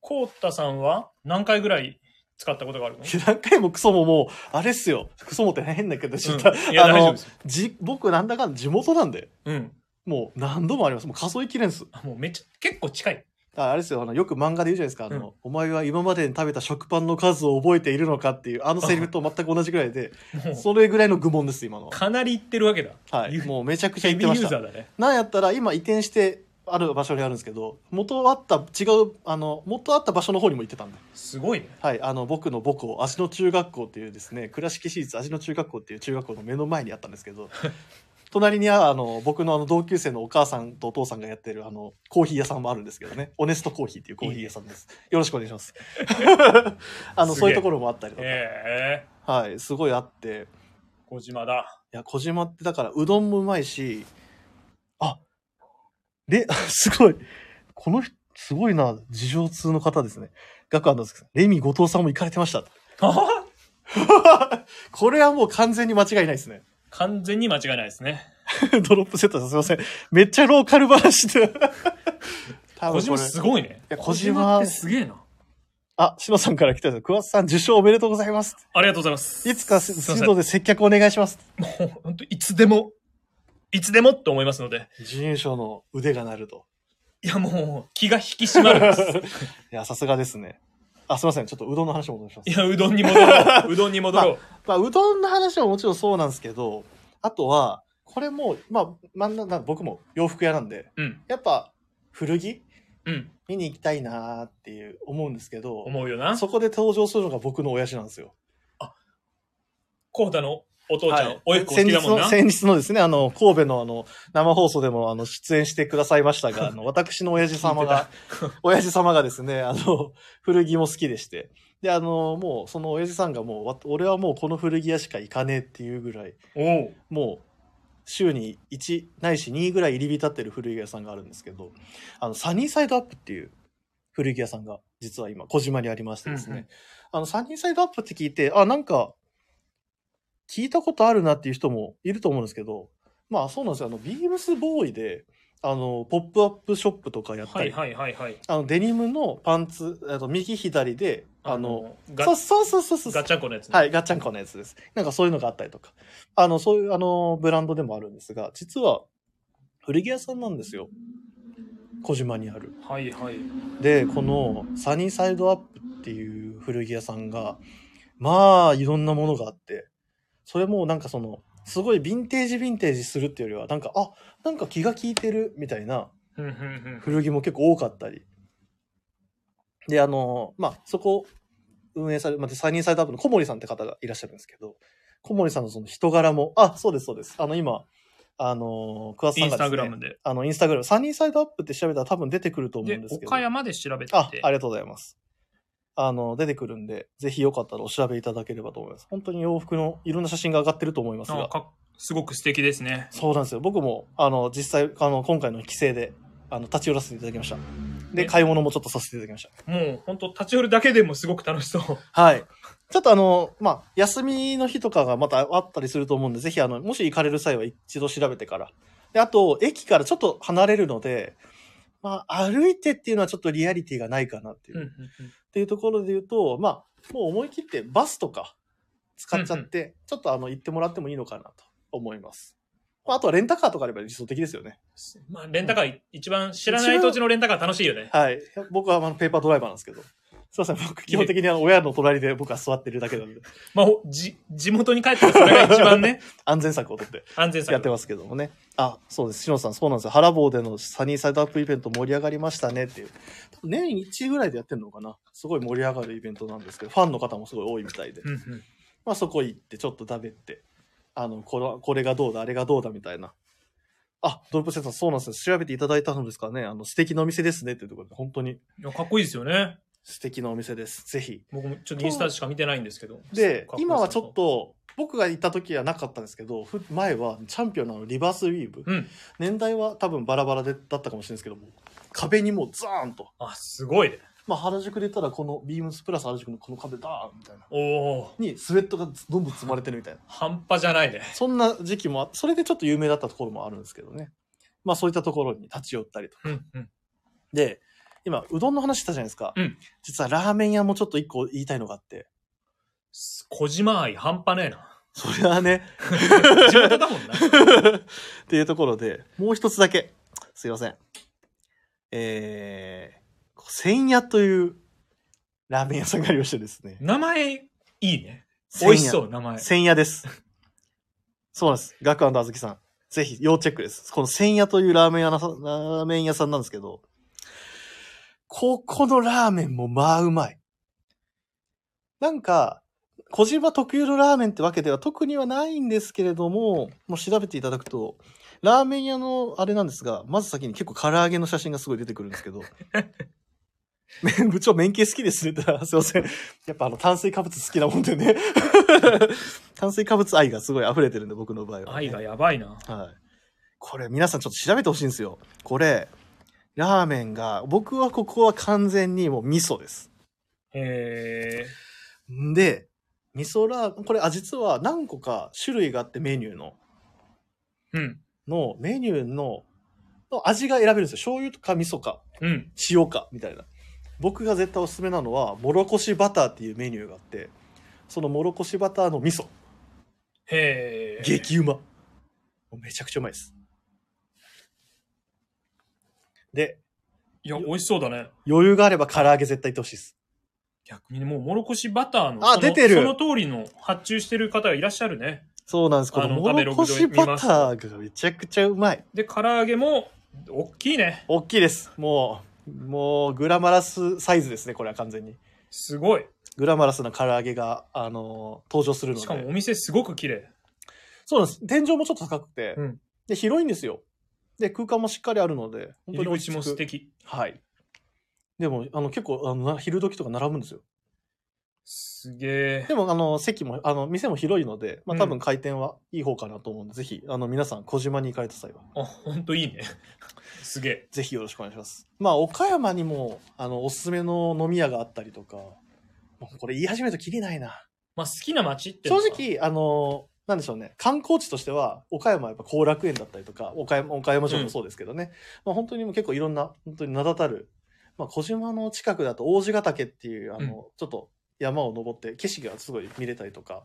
B: こうたさんは何回ぐらい使ったことがあるの
A: いや何回もクソももう、あれっすよ。クソもって変だけど、ちょっと、
B: うんいや、
A: あ
B: 大
A: の
B: 丈夫ですよ。
A: じ、僕なんだかんだ地元なんで、
B: うん。
A: もう何度もあります。もう数えきれんっす。
B: あもうめっちゃ、結構近い。
A: ああれですよ、あの、よく漫画で言うじゃないですか、あの、お前は今までに食べた食パンの数を覚えているのかっていう、あのセリフと全く同じぐらいで、
B: も う、
A: それぐらいの愚問です、今のは。
B: かなり行ってるわけだ。
A: はい。
B: ゆ
A: もうめちゃくちゃ
B: ヘ
A: 言っ
B: ビ
A: て
B: ー
A: ま
B: ユ
A: し
B: ーザ
A: た。
B: ーだね。
A: なんやったら、今移転して、ある場所にあるんですけど、元あった、違う、あの、元あった場所の方にも行ってたんで。
B: すごいね。
A: はい。あの、僕の母校、足の中学校っていうですね、倉敷市立足の中学校っていう中学校の目の前にあったんですけ ど、隣には、あの、僕のあの同級生のお母さんとお父さんがやってる、あの、コーヒー屋さんもあるんですけどね、オネストコーヒーっていうコーヒー屋さんです。よろしくお願いし ます。あの、
B: す
A: そ
B: げえ
A: ういうところもあったりとか、
B: ええ
A: はい。すごいあって、
B: 小島だ。
A: いや、小島ってだから、うどんもうまいし、あ、レ、すごい。この人、すごいな、事情通の方ですね。ガクアンドスケさんレミ後藤さんも行かれてました。
B: はは
A: これはもう完全に間違いないですね。
B: 完全に間違いないですね。
A: ドロップセットさんすいません。めっちゃローカル話で。 多分
B: 小
A: こ
B: 島
A: れ。
B: すごいね。
A: や
B: 小
A: 小
B: 島
A: 島
B: ってすげえな。
A: あ、しのさんから来たんです。桑田さん受賞おめでとうございます。
B: ありがとうございます。
A: いつか
B: すいま
A: 水
B: せん
A: 道で接客お願いします。
B: もう本当いつでも、いつでもって思いますので、
A: 準優勝の腕が鳴ると。
B: いやもう気が引き締まるんです。
A: いや、さすがですね。あ、すいません。ちょっとうどんの話もお願いします
B: い。や、うどんに戻ろ う。うどんに戻ろう。
A: まあ、うどんの話はもちろんそうなんですけど、あとは、これも、まあ、まんなな僕も洋服屋なんで、
B: うん、
A: やっぱ古着
B: うん、
A: 見に行きたいなーっていう思うんですけど、
B: 思うよな。
A: そこで登場するのが僕の親父なんですよ。
B: コウタのお父ちゃん、
A: はい
B: おいっ子好きだもんな。
A: 先日の、先日のですね、あの、神戸のあの、生放送でもあの、出演してくださいました が、あの、私の親父様が、親父様がですね、あの、 古着も好きでして、で、あの、もう、その親父さんがもうわ、俺はもうこの古着屋しか行かねえっていうぐらい、
B: おう
A: もう週に1ないし2ぐらい入り浸ってる古着屋さんがあるんですけどあのサニーサイドアップっていう古着屋さんが実は今小島にありましてですね、
B: うんうん
A: あのサニーサイドアップって聞いてあなんか聞いたことあるなっていう人もいると思うんですけどまあそうなんですよあのビームスボーイであのポップアップショップとかやった
B: は
A: り、
B: いはいはいはい。
A: あのデニムのパンツあと右左であの、
B: ガ
A: そうそうそうそうそう
B: ガッチャンコのやつね。
A: はい、ガッチャンコのやつです。なんかそういうのがあったりとか。あの、そういう、あの、ブランドでもあるんですが、実は、古着屋さんなんですよ。小島にある。
B: はいはい。
A: で、この、サニーサイドアップっていう古着屋さんが、まあ、いろんなものがあって、それもなんかその、すごいヴィンテージヴィンテージするっていうよりは、なんか、あ、なんか気が利いてるみたいな
B: うんうんうん
A: 古着も結構多かったり。で、あの、まあ、そこ、運営され、まあ、デザインサイトアップの小森さんって方がいらっしゃるんですけど、小森さんのその人柄も、あ、そうです、そうです。あの、今、あの、桑田
B: イ
A: さんがで
B: ンスタ
A: す
B: グラ
A: ね、
B: ムで。
A: あの、インスタグラム、サニーサイドアップって調べたら多分出てくると思う
B: で
A: んで、すけど。
B: 岡山で調べて
A: あ、
B: て
A: あ。りがとうございます。あの、出てくるんで、ぜひよかったらお調べいただければと思います。本当に洋服のいろんな写真が上がってると思います
B: あ
A: が。
B: かすごく素敵ですね。
A: そうなんですよ。僕も、あの、実際、あの、今回の規制で、あの、立ち寄らせていただきました。で、
B: ね
A: 買い物もちょっとさせていただきまし
B: もう本当立ち寄るだけでもすごく楽しそう。
A: た。はい。ちょっとあの、まあ、休みの日とかがまたあったりすると思うんで、ぜひあの、もし行かれる際は一度調べてから。で、あと、駅からちょっと離れるので、まあ、歩いてっていうのはちょっとリアリティがないかなっていう。
B: うんうんうん
A: っていうところで言うと、まあ、もう思い切ってバスとか使っちゃって、ちょっとあの、行ってもらってもいいのかなと思います。まあ、あとはレンタカーとかあれば理想的ですよね。
B: まあ、レンタカー、一番知らない土地のレンタカー楽しいよね。
A: はい。僕はあの、ペーパードライバーなんですけど。すいません、僕、基本的にあの、親の隣で僕は座ってるだけなんで、
B: まあ、ほじ、地元に帰ったらそれが一 番ね、
A: 安全策をとって
B: 安全
A: やって
B: 策。
A: ますけどもね。あ、そうです。しのさん、そうなんですよ。原坊でのサニーサイドアップイベント盛り上がりましたねっていう。多分年1ぐらいでやってるのかな。すごい盛り上がるイベントなんですけど、ファンの方もすごい多いみたいで。
B: うんうん
A: まあ、そこ行ってちょっと食べてあのこれこれがどうだあれがどうだみたいなあドルプセンさんそうなんですよ調べていただいたのですからねあの素敵なお店ですねっていうところで本当に
B: いやかっこいいですよね。
A: 素敵なお店ですぜひ
B: 僕もちょっとインスタしか見てないんですけど。
A: で
B: かこいいす
A: 今
B: ね
A: はちょっ。と僕が行った時はなかったんですけどふ前はチャンピオンのあのリバースウィーブ
B: うん。
A: 年代は多分バラバラでだったかもしれないですけども壁にもうザーンと、
B: あ、すごいね。
A: まあ、原宿で言ったらこのビームスプラス原宿のこの壁ダーンみたいな
B: おお
A: にスウェットがどんどん積まれてるみたいな
B: 半端じゃないね。
A: そんな時期もあって、それでちょっと有名だったところもあるんですけどね。まあそういったところに立ち寄ったりと。
B: うんうん。
A: で、今、うどんの話したじゃないですか。
B: うん
A: 実はラーメン屋もちょっと一個言いたいのがあって。
B: す小島愛半端ねえな。
A: それはね、
B: 地元だ もんな。
A: っていうところで、もう一つだけ。すいません。えー、千屋というラーメン屋さんがありましてですね。。
B: 名前、いいね。美味しそうう、名前。
A: 千屋です。そうなんです。ガクあずきさん。ぜひ、要チェックです。この千屋というラーメン屋なさラーメン屋さんなんですけど、ここのラーメンもまあうまい。なんか、小島特有のラーメンってわけでは特にはないんですけれども、もう調べていただくと、ラーメン屋のあれなんですが、まず先に結構唐揚げの写真がすごい出てくるんですけど、 め部長、麺系好きですねって言ったら、すいません。やっぱあの、炭水化物好きなもんでね。 炭水化物愛がすごい溢れてるんで、僕の場合は、
B: 愛がやばいな。
A: はい。これ皆さんちょっと調べてほしいんですよ。これ、ラーメンが、僕はここは完全にもう味噌です。
B: へえ。
A: んで、味噌ラー、これあ実は何個か種類があってメニューの、
B: うん。
A: のメニューの、の味が選べるんですよ。醤油とか味噌か、
B: うん。
A: 塩か、みたいな。僕が絶対おすすめなのは、もろこしバターっていうメニューがあって、そのもろこしバターの味噌、
B: へえ。
A: 激うま。もうめちゃくちゃうまいです。で、
B: いや、美味しそうだね。
A: 余裕があれば唐揚げ絶対行ってほしいです。
B: 逆にもう、もろこしバターの、
A: あ
B: その
A: 出てる
B: その通りの発注してる方がいらっしゃるね。
A: そうなんです。この
B: あの
A: もろこしバターがめちゃくちゃうまい。
B: で、唐揚げも、大きいね。
A: 大きいです。もう、もうグラマラスサイズですね、これは完全に。
B: すごい。
A: グラマラスな唐揚げが、あのー登場するので。
B: しかもお店すごく綺麗。
A: そうなんです。天井もちょっと高くて、
B: うん
A: で、広いんですよ。で、空間もしっかりあるので、本
B: 入り
A: 落ち
B: 口
A: 着く
B: も素敵。
A: はい。でも、あの、結構、あの、な昼時とか並ぶんですよ。
B: すげえ
A: で。も、あの、席も、あの、店も広いので、まあ、
B: うん
A: 多分回転はいい方かなと思うんで、ぜひ、あの、皆さん、小島に行かれた際は、
B: あ、ほんといいね。 すげえ。
A: ぜひよろしくお願いします。まあ、岡山にも、あの、おすすめの飲み屋があったりとか、もうこれ言い始めるときりないな。
B: まあ、好きな街っての
A: 正
B: は。
A: 直、あの、なんでしょうね、観光地としては、岡山はやっぱ後楽園だったりとか、岡山、岡山城もそうですけどね、まあ本当にもう結構いろんな、本当に名だたる、まあ小島の近くだと王子ヶ岳っていう、あの、
B: うん
A: ちょっと山を登って景色がすごい見れたりとか、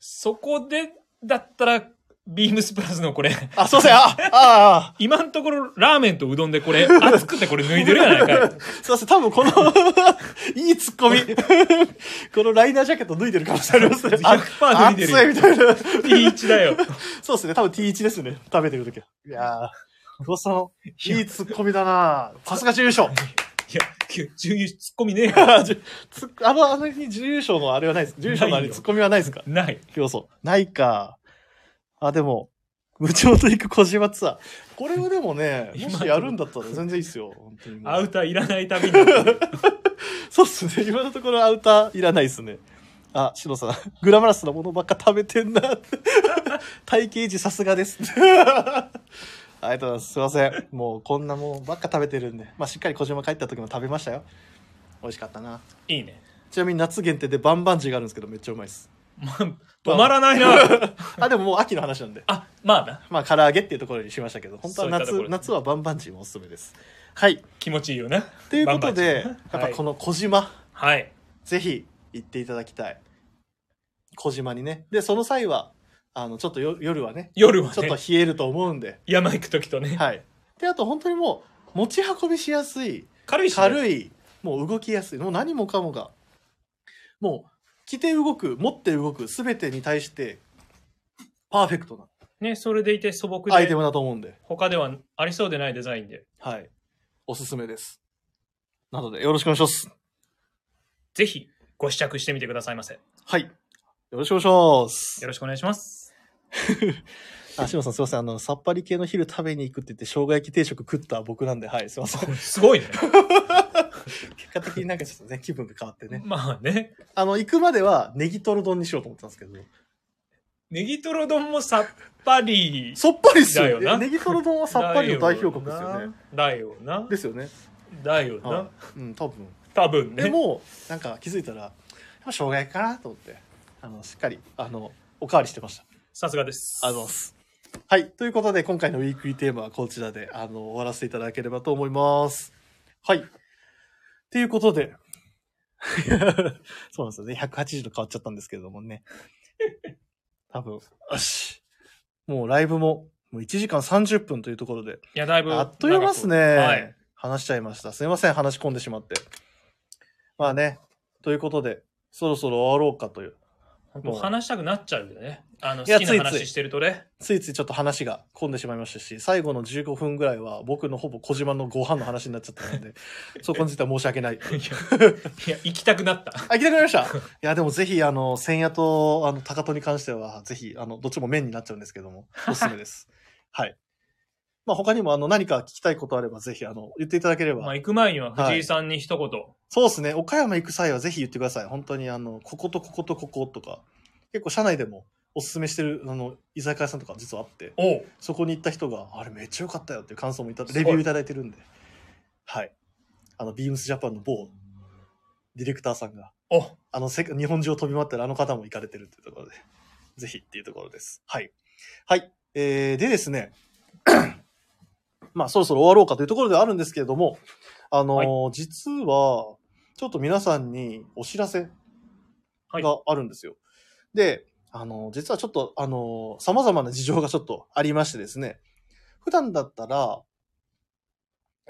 B: そこで、だったら、ビームスプラスのこれ、
A: あ、すいません、あ、ああ、
B: 今のところラーメンとうどんでこれ、熱くてこれ脱いでるやないかい。
A: すいません、多分この、いいツッコ ミ。このライナージャケット脱いでる可能性ありますね。あ
B: 100%脱いでるよ
A: 熱いみたいな。
B: T1 だよ。
A: そうですね、多分 T1 ですね。食べてるときは。いやー、黒沢さん、いいツッコミだなさすが準優勝。
B: いや、準優ツッコミねえよ。
A: あじゅ つあの、あの日準優勝のあれはないです。準優勝のあ
B: ない
A: れ、
B: よ
A: ツッコミはないですか
B: ない。
A: 要素。ないか。あ、でも、無調と行く小島ツアー。これはでも ね、
B: 今
A: もしやるんだったら全然いいっすよ。本当にもう
B: アウターいらないために。
A: そうっすね。今のところアウターいらないっすね。あ、シロさん。グラマラスなものばっか食べてん な。体型維持さすがです。ありがとうございます。すいません。もうこんなもんばっか食べてるんで。まあしっかり小島帰った時も食べましたよ。美味しかったな。
B: いいね。
A: ちなみに夏限定でバンバンジーがあるんですけどめっちゃうまいです。
B: まあ、止まらないな。
A: あ、でももう秋の話なんで。
B: あ、まあな。
A: まあ唐揚げっていうところにしましたけど、本当は
B: そういったとこ
A: 夏
B: ろ、
A: 夏はバンバンジーもおすすめです。はい。
B: 気持ちいいよね。
A: ということで、やっ
B: バンバンジーね
A: ぱこの小島。
B: はい。
A: ぜひ行っていただきたい。小島にね。で、その際は、あの、ちょっとよ夜はね、
B: 夜は
A: ちょっと
B: ね、
A: 冷えると思うんで。
B: 山行く時とね、
A: はい。で、あと本当にもう、持ち運びしやすい、
B: 軽いしね、
A: 軽い、もう動きやすい、もう何もかもが、もう、着て動く、持って動く、すべてに対して、パーフェクトな
B: ね、それでいて素朴
A: アイテ
B: で、
A: ムだと思うんで、
B: 他ではありそうでないデザインで、
A: はい。おすすめです。なので、よろしくお願いします。
B: ぜひご試着してみてくださいませ。よ
A: はい。よろしくお願いします。
B: ろしくお願いします。
A: あ、しもさんすいません。あの、さっぱり系の昼食べに行くって言って、生姜焼き定食食った僕なんで、はい、 すいま せん。
B: すごいね。
A: 結果的になんかちょっとね、気分が変わってね。
B: まあね、
A: あの、行くまではネギトロ丼にしようと思ってたんですけど、
B: ネギトロ丼もさっぱり
A: さっぱりっす
B: だ
A: よ
B: よな
A: ね。ネギトロ丼はさっぱりの代表格ですよね。。
B: だよな。
A: ですよね。
B: だよな。
A: はいうん、多分。
B: 多分ね。
A: でも、なんか気づいたら、やっぱ生姜焼きかなと思って、あの、しっかり、あの、おかわりしてました。
B: さすがです。
A: ありがとうございます。はい。ということで、今回のウィークリーテーマはこちらで、あの、終わらせていただければと思います。はい。ということで、 そうなんですよね。180度変わっちゃったんですけれどもね。多分、よし。もうライブも、もう1時間30分というところで、
B: いや、だいぶ。
A: あっという間ですね、
B: はい。
A: 話しちゃいました。すいません、話し込んでしまって。まあね、ということで、そろそろ終わろうかという。
B: もう話したくなっちゃうよね。あの、好
A: いや
B: きな
A: ついつ
B: 話
A: い
B: してるとね。
A: ついついちょっと話が混んでしまいましたし、最後の15分ぐらいは僕のほぼ小島のご飯の話になっちゃったので、そこについては申し訳ない。
B: いや、いや行きたくなった。
A: あ、行きたくなりましたいや、でもぜひ、あの、千夜と、あの、高戸に関しては、ぜひ、あの、どっちも麺になっちゃうんですけども、おすすめです。はい。まあ、他にも、あの、何か聞きたいことあれば、ぜひ、あの、言っていただければ。
B: まあ、行く前には藤井さんに一言。
A: そうですね。岡山行く際はぜひ言ってください。本当に、あの、こことこことこことか、結構、社内でもおすすめしてる、あの、居酒屋さんとか実はあって、
B: おう
A: そこに行った人が、あれめっちゃ良かったよっていう感想もいただ
B: すごい
A: レビューいただいてるんで。はい。あの、ビームスジャパンの某ディレクターさんが、
B: お
A: あの、せ日本中を飛び回ってるあの方も行かれてるっていうところで、ぜひっていうところです。はい。はい。えー、でですね、まあ、そろそろ終わろうかというところではあるんですけれども、あのー実は、ちょっと皆さんにお知らせ
B: はい
A: があるんですよ。で、あの、実はちょっと、あの、様々な事情がちょっとありましてですね、普段だったら、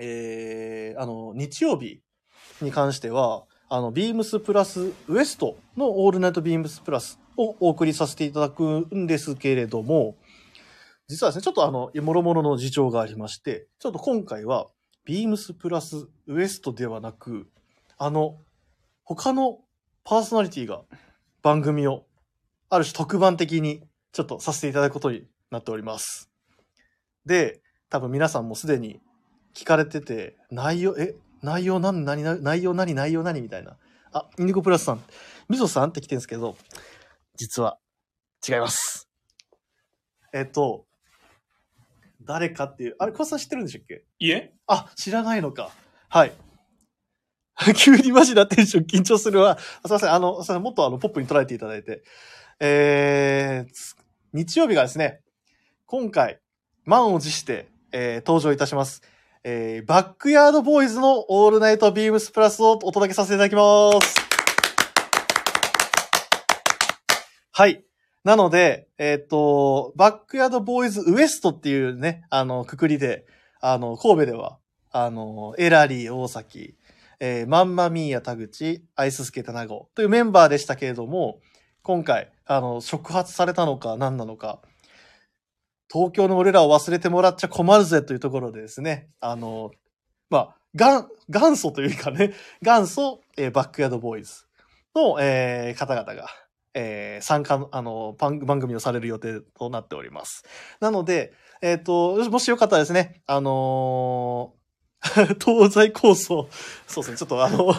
A: えー、あの、日曜日に関しては、あの、ビームスプラスウエストのオールナイトビームスプラスをお送りさせていただくんですけれども、実はですね、ちょっとあの、もろもろの事情がありまして、ちょっと今回は、ビームスプラスウエストではなく、あの、他のパーソナリティが番組を、ある種特番的にちょっとさせていただくことになっております。で、多分皆さんもすでに聞かれてて、内容、え、内容何、何、何内容何、内容何みたいな。あ、インディゴプラスさん、みぞさんって来てるんですけど、実は違います。えっと、誰かっていう、あれ、小林さん知ってるんでしたっけ
B: いえ
A: あ、知らないのか。はい。 急にマジなテンション緊張するわ。あすいません。あの、すいませんもっとあの、ポップに捉えていただいて。えー、つ日曜日がですね、今回、満を持して、えー登場いたします。えー、バックヤードボーイズのオールナイトビームスプラスをお届けさせていただきます。はい。なので、えっ、と、バックヤードボーイズウエストっていうね、あの、くくりで、あの、神戸では、あの、エラリー大崎、えーマンマミーヤ田口、アイススケ田ゴというメンバーでしたけれども、今回、あの、触発されたのか何なのか、東京の俺らを忘れてもらっちゃ困るぜというところでですね、あの、まあ、元元祖というかね、元祖、えーバックヤードボーイズの、えー方々が、えー参加の、あの、番番組をされる予定となっております。なので、えっ、と、もしよかったらですね、あのー 東西構想、そうですね、ちょっとあの、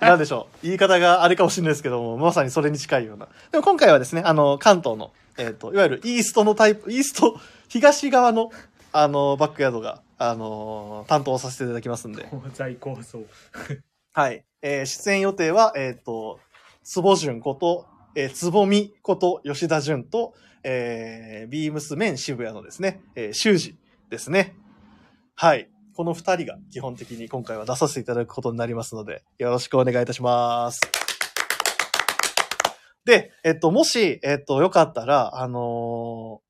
A: なんでしょう、言い方があれかもしれないですけども、まさにそれに近いような。でも今回はですね、あの、関東の、えっ、と、いわゆるイーストのタイプ、イースト、東側の、あの、バックヤードが、あの担当させていただきますんで。
B: 東西構想。
A: はい。えー出演予定は、えっ、と、つぼじゅんこと、えー、つぼみこと吉田純と、えー、ビームスメン渋谷のですね、えー、修二ですね。はい。この二人が基本的に今回は出させていただくことになりますので、よろしくお願いいたします。で、えっと、もし、えっと、よかったら、あのー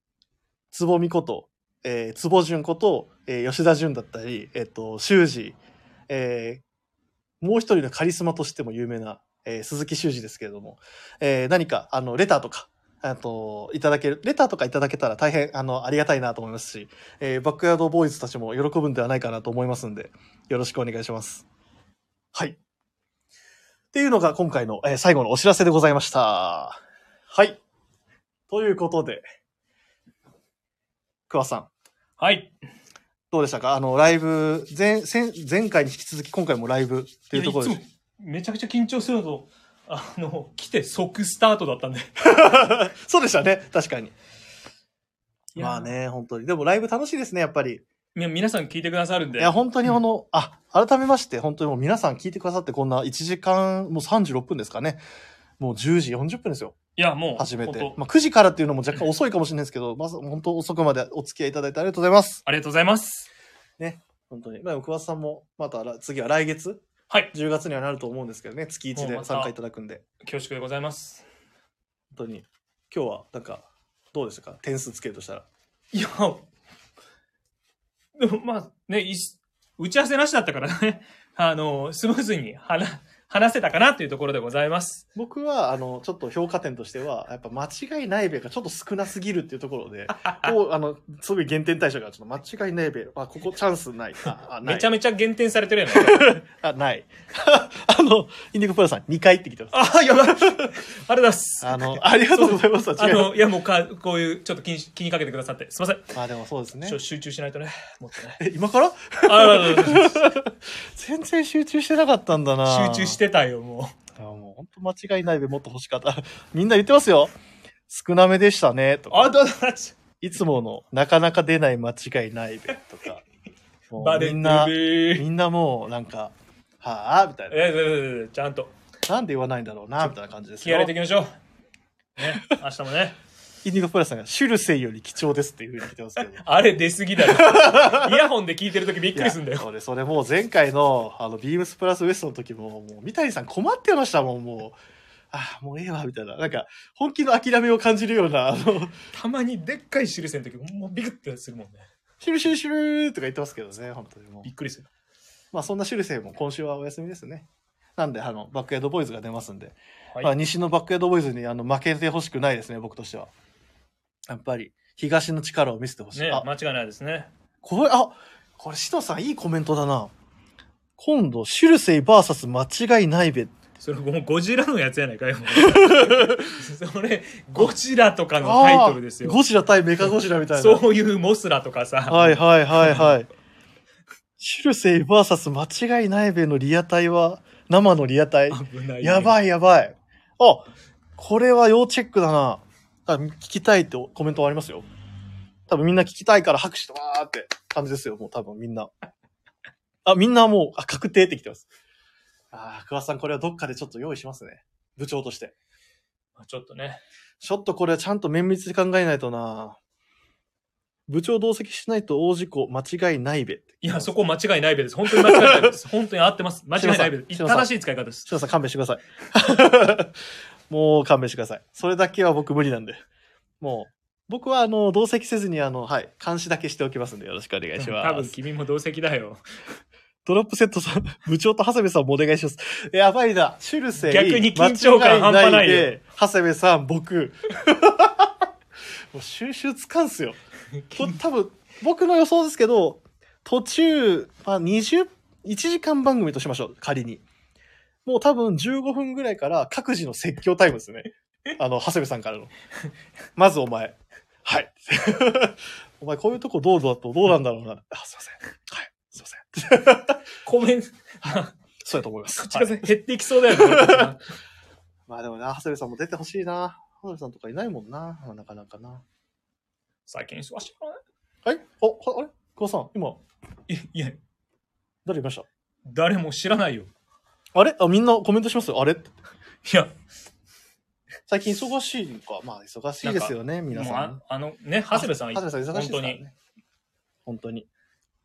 A: つぼみこと、えー、つぼじゅんこと、えー、吉田純だったり、えっと、修二、えー、もう一人のカリスマとしても有名な、えー鈴木修二ですけれども、えー何か、あの、レターとか、あと、いただける、レターとかいただけたら大変、あの、ありがたいなと思いますし、えーバックヤードボーイズたちも喜ぶんではないかなと思いますんで、よろしくお願いします。はい。っていうのが今回の、えー最後のお知らせでございました。はい。ということで、桑さん、
B: はい。
A: どうでしたかあの、ライブ、前、前前回に引き続き今回もライブっていうところで
B: いやいつもめちゃくちゃ緊張するのと、あの、来て即スタートだったんで。
A: そうでしたね、確かに。まあね、本当に。でもライブ楽しいですね、やっぱり。
B: いや。皆さん聞いてくださるん
A: い
B: で。
A: や、本当にあの、あ、改めまして、本当にもう皆さん聞いてくださって、こんな1時間、もう36分ですかね。もう10時40分ですよ、
B: いやもう、
A: 初めて
B: 本。当
A: まあ9時からっていうのも若干遅いかもしれないですけど、まず本当遅くまでお付き合いいただいてありがとうございます。
B: ありがとうございます。
A: 本当に。まあ、桑田さんも、またら次は来月、
B: はい。
A: 10月にはなると思うんですけどね、月1で参加いただくんで、
B: 恐縮でございます。
A: 本当に。今日は、なんか、どうでしたか点数つけるとしたら。
B: いや、でもまあね、いし打ち合わせなしだったからね、 あの、スムーズに話、話せたかなっていうところでございます。
A: 僕は、あの、ちょっと評価点としては、やっぱ間違いないべがちょっと少なすぎるっていうところ で、こう、あの、すごい減点対象が、ちょっと間違いないべ、あ、ここチャンスない。あ、あない。
B: めちゃめちゃ減点されてるやん。
A: あ、ない。 あの、インディゴプラさん2回ってきてます。
B: あ、やばい。ありがとうございます。
A: あの、ありがとうございます。違いま
B: あ
A: す
B: の、いやもうか、こういう、ちょっと気にし気にかけてくださって、すいません。
A: あ、でもそうですね
B: ちょ。集中しないとね、もっと ね。
A: え、今から
B: あ
A: 全然集中してなかったんだな。
B: 集中してたよ、も
A: あ。もう本当間違いないべもっと欲しかった。 みんな言ってますよ。少なめでしたね、と
B: う。
A: か。
B: あ、だ、だ、
A: いつものなかなか出ない間違いないべ、とか。もう
B: バレ
A: み
B: て
A: んな、
B: る。
A: みんなもうなんか、はあみたいな。
B: え、ちゃんと
A: なんで言わないんだろうなみたいな感じです
B: 気合
A: よ
B: 入。れていきましょう。ね、明日もね。
A: インディゴプラスさんが、シュルセイより貴重ですっていうふうに言ってますけど。
B: あれ出すぎだ ろ。イヤホンで聞いてるときびっくりすん
A: い
B: だ
A: や
B: よ。
A: それ、それもう前回の、あの、ビームスプラスウエストの時も、もう、三谷さん困ってましたもん、もう。ああ、もうええわ、みたいな。なんか、本気の諦めを感じるような、あの、
B: たまにでっかい印のとき、もうビクってするもんね。
A: シュルシュルシュルーとか言ってますけどね、本当にもう
B: び。っくりする。
A: まあ、そんなシュルセイも今週はお休みですね。なんで、あの、バックヤードボーイズが出ますんで。
B: はい
A: まあ、西のバックヤードボーイズにあの負けてほしくないですね、僕としては。やっぱり、東の力を見せてほしい。
B: ね、
A: あ、
B: 間違いないですね。
A: これ、あ、これ、シノさんいいコメントだな。今度、シュルセイバーサス間違いないべ。
B: それもうゴジラのやつやないかよ。もう それ、ゴジラとかのタイトルです
A: あ
B: よ
A: ー。ゴジラ対メカゴジラみたいな。
B: そういうモスラとかさ。
A: はいはいはいはい。 シュルセイバーサス間違いないべのリアタイは、生のリアタイ。
B: 危ない、
A: や
B: い。
A: ばいやばい。あ、これは要チェックだな。あ聞きたいってコメントありますよ。多分みんな聞きたいから拍手とわーって感じですよ。もう多分みんな。あ、みんなもう、あ、確定ってきてます。あー、桑田さんこれはどっかでちょっと用意しますね。部長として。
B: ちょっとね。
A: ちょっとこれはちゃんと綿密に考えないとな。部長同席しないと大事故間違いないべ。
B: いや、そこ間違いないべです。本当に間違いないべです。本当に合ってます。間違いないべです。
A: すいません
B: 正しい使い方です。
A: し のさん勘弁してください。もう勘弁してください。それだけは僕無理なんで。もう、僕は、あの、同席せずに、あの、はい、監視だけしておきますんで、よろしくお願いし
B: 多
A: ま
B: 分
A: す。
B: 君も同席だよ。
A: ドロップセットさん、 部長と長谷部さんもお願いします。やばいな。シュルセイ
B: 逆に緊張感半端ないよ
A: 間違で長谷部さん、僕。 もう収集つかんすよ。と多分、僕の予想ですけど、途中、まあ、20、1時間番組としましょう、仮に。もう多分15分ぐらいから各自の説教タイム ですね。あの、長谷部さんからの。まずお前。はい。 お前こういうとこどうだとどうなんだろうな。あ、すいません。はい。すいません。
B: コ メント
A: そうやと思います。
B: 口数減っていきそうだよ ね。
A: まあでもな、長谷部さんも出てほしいな。長谷部さんとかいないもんな。なかなかな。
B: 最近忙しい
A: はいお、こあれ久保さん、今、
B: な。いいや、
A: 誰いました
B: 誰も知らないよ。
A: あれあ、みんなコメントしますよ。あれ
B: いや、
A: 最近忙しいのか。まあ、忙しいですよね、皆
B: も
A: さ
B: う
A: ん
B: あ。あのね、長谷部さん、
A: 長谷部さん忙しいですから
B: 本当
A: ね。本当に。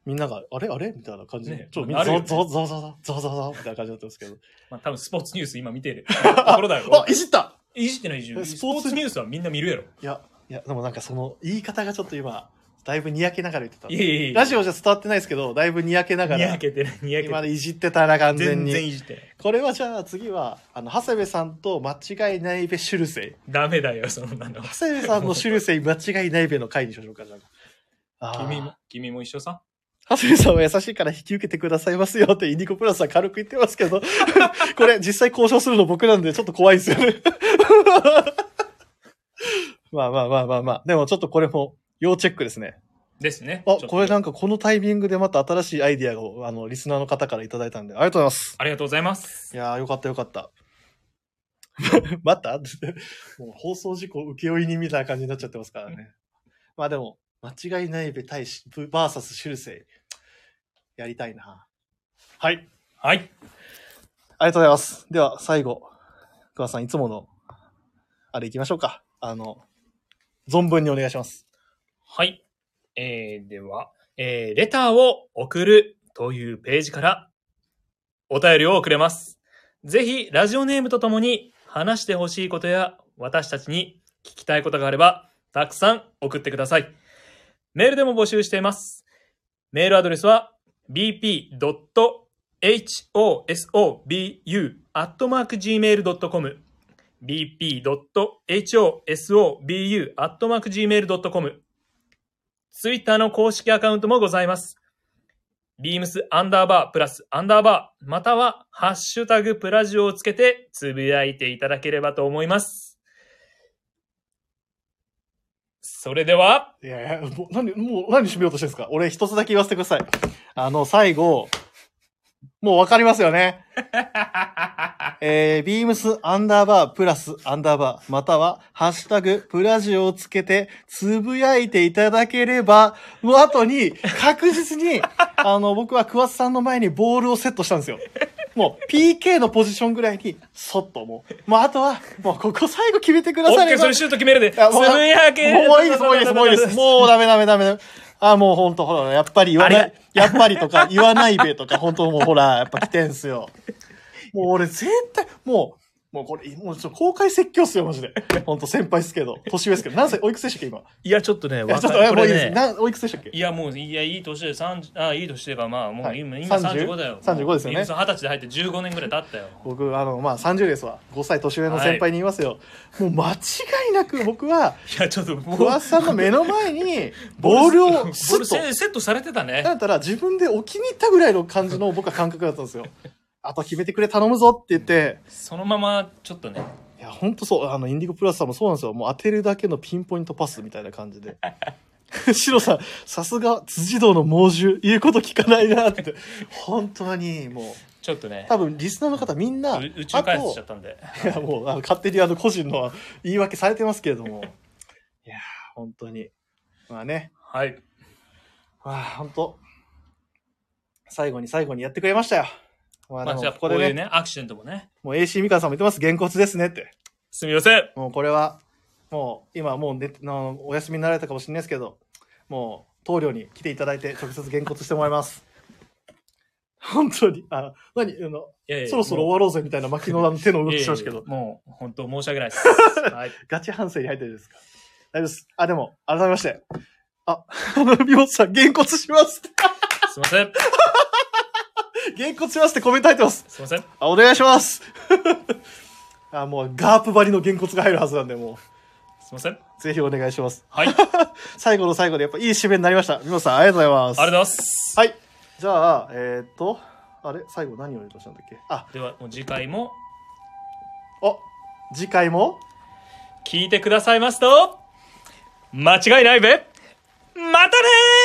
A: みんなが、あれあれみたいな感じで、
B: ね
A: ちょっとみんな、
B: なる
A: ざ
B: よ
A: わ
B: ね
A: ざわざわざわざわざわざわみたいな感じだったんです けど。
B: まあ多分スポーツニュース今見 てるところだよ。
A: あ、いじった
B: いじってないいじってない
A: ス
B: ス
A: ポ
B: ポ
A: ーツ
B: ーツニュースはみんな見るやろ。
A: いや、いや、でもなんかその、言い方がちょっと今、だいぶにやけながら言ってた
B: い。やいやいや。
A: ラジオじゃ伝わってないですけど、だいぶにやけなが
B: に
A: ら
B: や、けてない、にやけて
A: 今
B: ない。
A: でいじってたな、完全
B: 全
A: に。
B: 然いじってない。
A: これはじゃあ次は、あの、長谷部さんと間違いないべシュルセ
B: ダメだよ、そんなの
A: イ。。長谷部さんのシュルセイ間違いないべの回にしましょうか、じゃあ。
B: 君も
A: あ、
B: 君も一緒さ。
A: ー長谷部さんは優しいから引き受けてくださいますよってイニコプラスは軽く言ってますけど、 これ実際交渉するの僕なんでちょっと怖いですよね。 まあまあまあまあまあ。でもちょっとこれも要チェックですね。
B: ですね。
A: あ
B: ちょっ、と
A: これなんかこのタイミングでまた新しいアイディアを、あの、リスナーの方からいただいたんで、ありがとうございます。
B: ありがとうございます。
A: いやー、よかったよか った。また ってもう放送事故請負人みたいな感じになっちゃってますからね。まあでも、間違いないべ対し、バーサス修正。やりたいな。はい。
B: は
A: あ
B: い。
A: りがとうございます。では、最後。桑さん、いつもの、あれ行きましょうか。あの、存分にお願いします。
B: はい。えー、では、えー、レターを送るというページからお便りを送れます。ぜひ、ラジオネームとともに話してほしいことや私たちに聞きたいことがあれば、たくさん送ってください。メールでも募集しています。メールアドレスは bp.hosobu.gmail.com bp.hosobu.gmail.com ツイッターの公式アカウントもございます。beams アンダーバープラスアンダーバーまたはハッシュタグプラジオをつけてつぶやいていただければと思います。それでは、
A: いやいや、もう、何、もう、何締めようとしてるんですか俺一つだけ言わせてください。あの、最後、もうわかりますよね。 えー、ビームスアンダーバープラスアンダーバー、または、ハッシュタグプラジオをつけて、つぶやいていただければ、の後に、確実 に、あの、僕は桑田さんの前にボールをセットしたんですよ。もう、PK のポジションぐらいに、そっともう、もうあとは、もうここ最後決めてくだ
B: オ
A: さ
B: ッケ
A: れ
B: ー、
A: ば
B: それ、シュート決めるで。つぶ
A: あもう
B: やけ
A: もうもういいです、もういいです、もういいです。もうダメダメダメダメ。あ、もうほんと、ほら、やっぱり言わな
B: あ
A: い、やっぱりとか言わないべとか、ほんともうほら、やっぱ来てんすよ。もう俺絶対、もう、もうこれ、もうちょっと公開説教っすよ、マジで。ほんと先輩っすけど、年上っすけど。何歳、おいくつでしたっけ、今。
B: いや、ちょっとね、
A: いや、ちょっ
B: 若い
A: と、
B: こ
A: もうい
B: れ
A: いです。
B: ね。
A: なおいくつでしたっけ
B: いや、もう、いや、いい年で、30あ、いい年でか、まあ、も
A: は
B: う
A: い
B: 今、今
A: 30
B: 35だよ。
A: 35ですよね
B: 今20歳で入って15年ぐらい経ったよ。
A: 僕、あの、まあ、30ですわ。5歳年上の先輩に言いますよ。もう間違いなく僕は、
B: いや、ちょ っと、も
A: 桑田さんの目の前に、ボール
B: ボ
A: をス
B: ール
A: ッと。
B: セセットされてたね
A: だ。ったら自分で置きに行ったぐらいの感じの僕は感覚だったん ですよ。あと決めてくれ頼むぞって言って、
B: そのまま、ちょっとね。
A: いや、ほんとそう、あの、インディゴプラスさんもそうなんですよ。もう当てるだけのピンポイントパスみたいな感じで。 シロさん、さすが辻堂の猛獣、言うこと聞かないなって。本当に、もう、
B: ちょっとね。
A: 多分リスナーの方みんな、
B: う宇宙開発しちゃ
A: あ
B: ったんで。
A: といや、もう、あの勝手にあの、個人の言い訳されてますけれども。いやー、本当に。まあね、
B: はい。
A: わあ、本当最後に最後にやってくれましたよ。まあ、
B: ま
A: で
B: あ、
A: も
B: じゃあ、
A: こ
B: こ
A: こ
B: う
A: でね
B: いう、ね、アクシデントもね。
A: もう AC みかんさんも言ってます、げんこつですねって。
B: すみません。
A: もうこれは、もう今もう、ね、のお休みになられたかもしれないですけど、もう棟梁に来ていただいて直接げんこつしてもらいます。本当に、あ、何あの、
B: いやいや
A: そろそろ終わろうぜみたいな巻きのあの手の
B: も
A: 動
B: う
A: き
B: いやい
A: し
B: や
A: ま
B: い
A: すけ
B: や
A: ど、
B: もう、本当申し訳ないです。はい。
A: ガチ反省に入ってるんですか。大丈夫です。あ、でも、改めまして。あ、美穂さん、げんこつします
B: すいません。
A: げんこつしますってコメント入ってます。
B: すいません。
A: あ、お願いします あ、もう、ガープ張りのげんこつが入るはずなんで、も
B: すいません。
A: う、ぜひお願いします。
B: はい。ありがとう
A: 最後の最後で、やっぱいい締めになりました。美穂さん、ありがとうございます。
B: ございます。
A: はい。じゃあ、えー、っと、あれ最後何を言おうとしたんだっけあ、
B: では、もう次回も
A: お、次回も、
B: 聞いてくださいますと、間違いないべ。またねー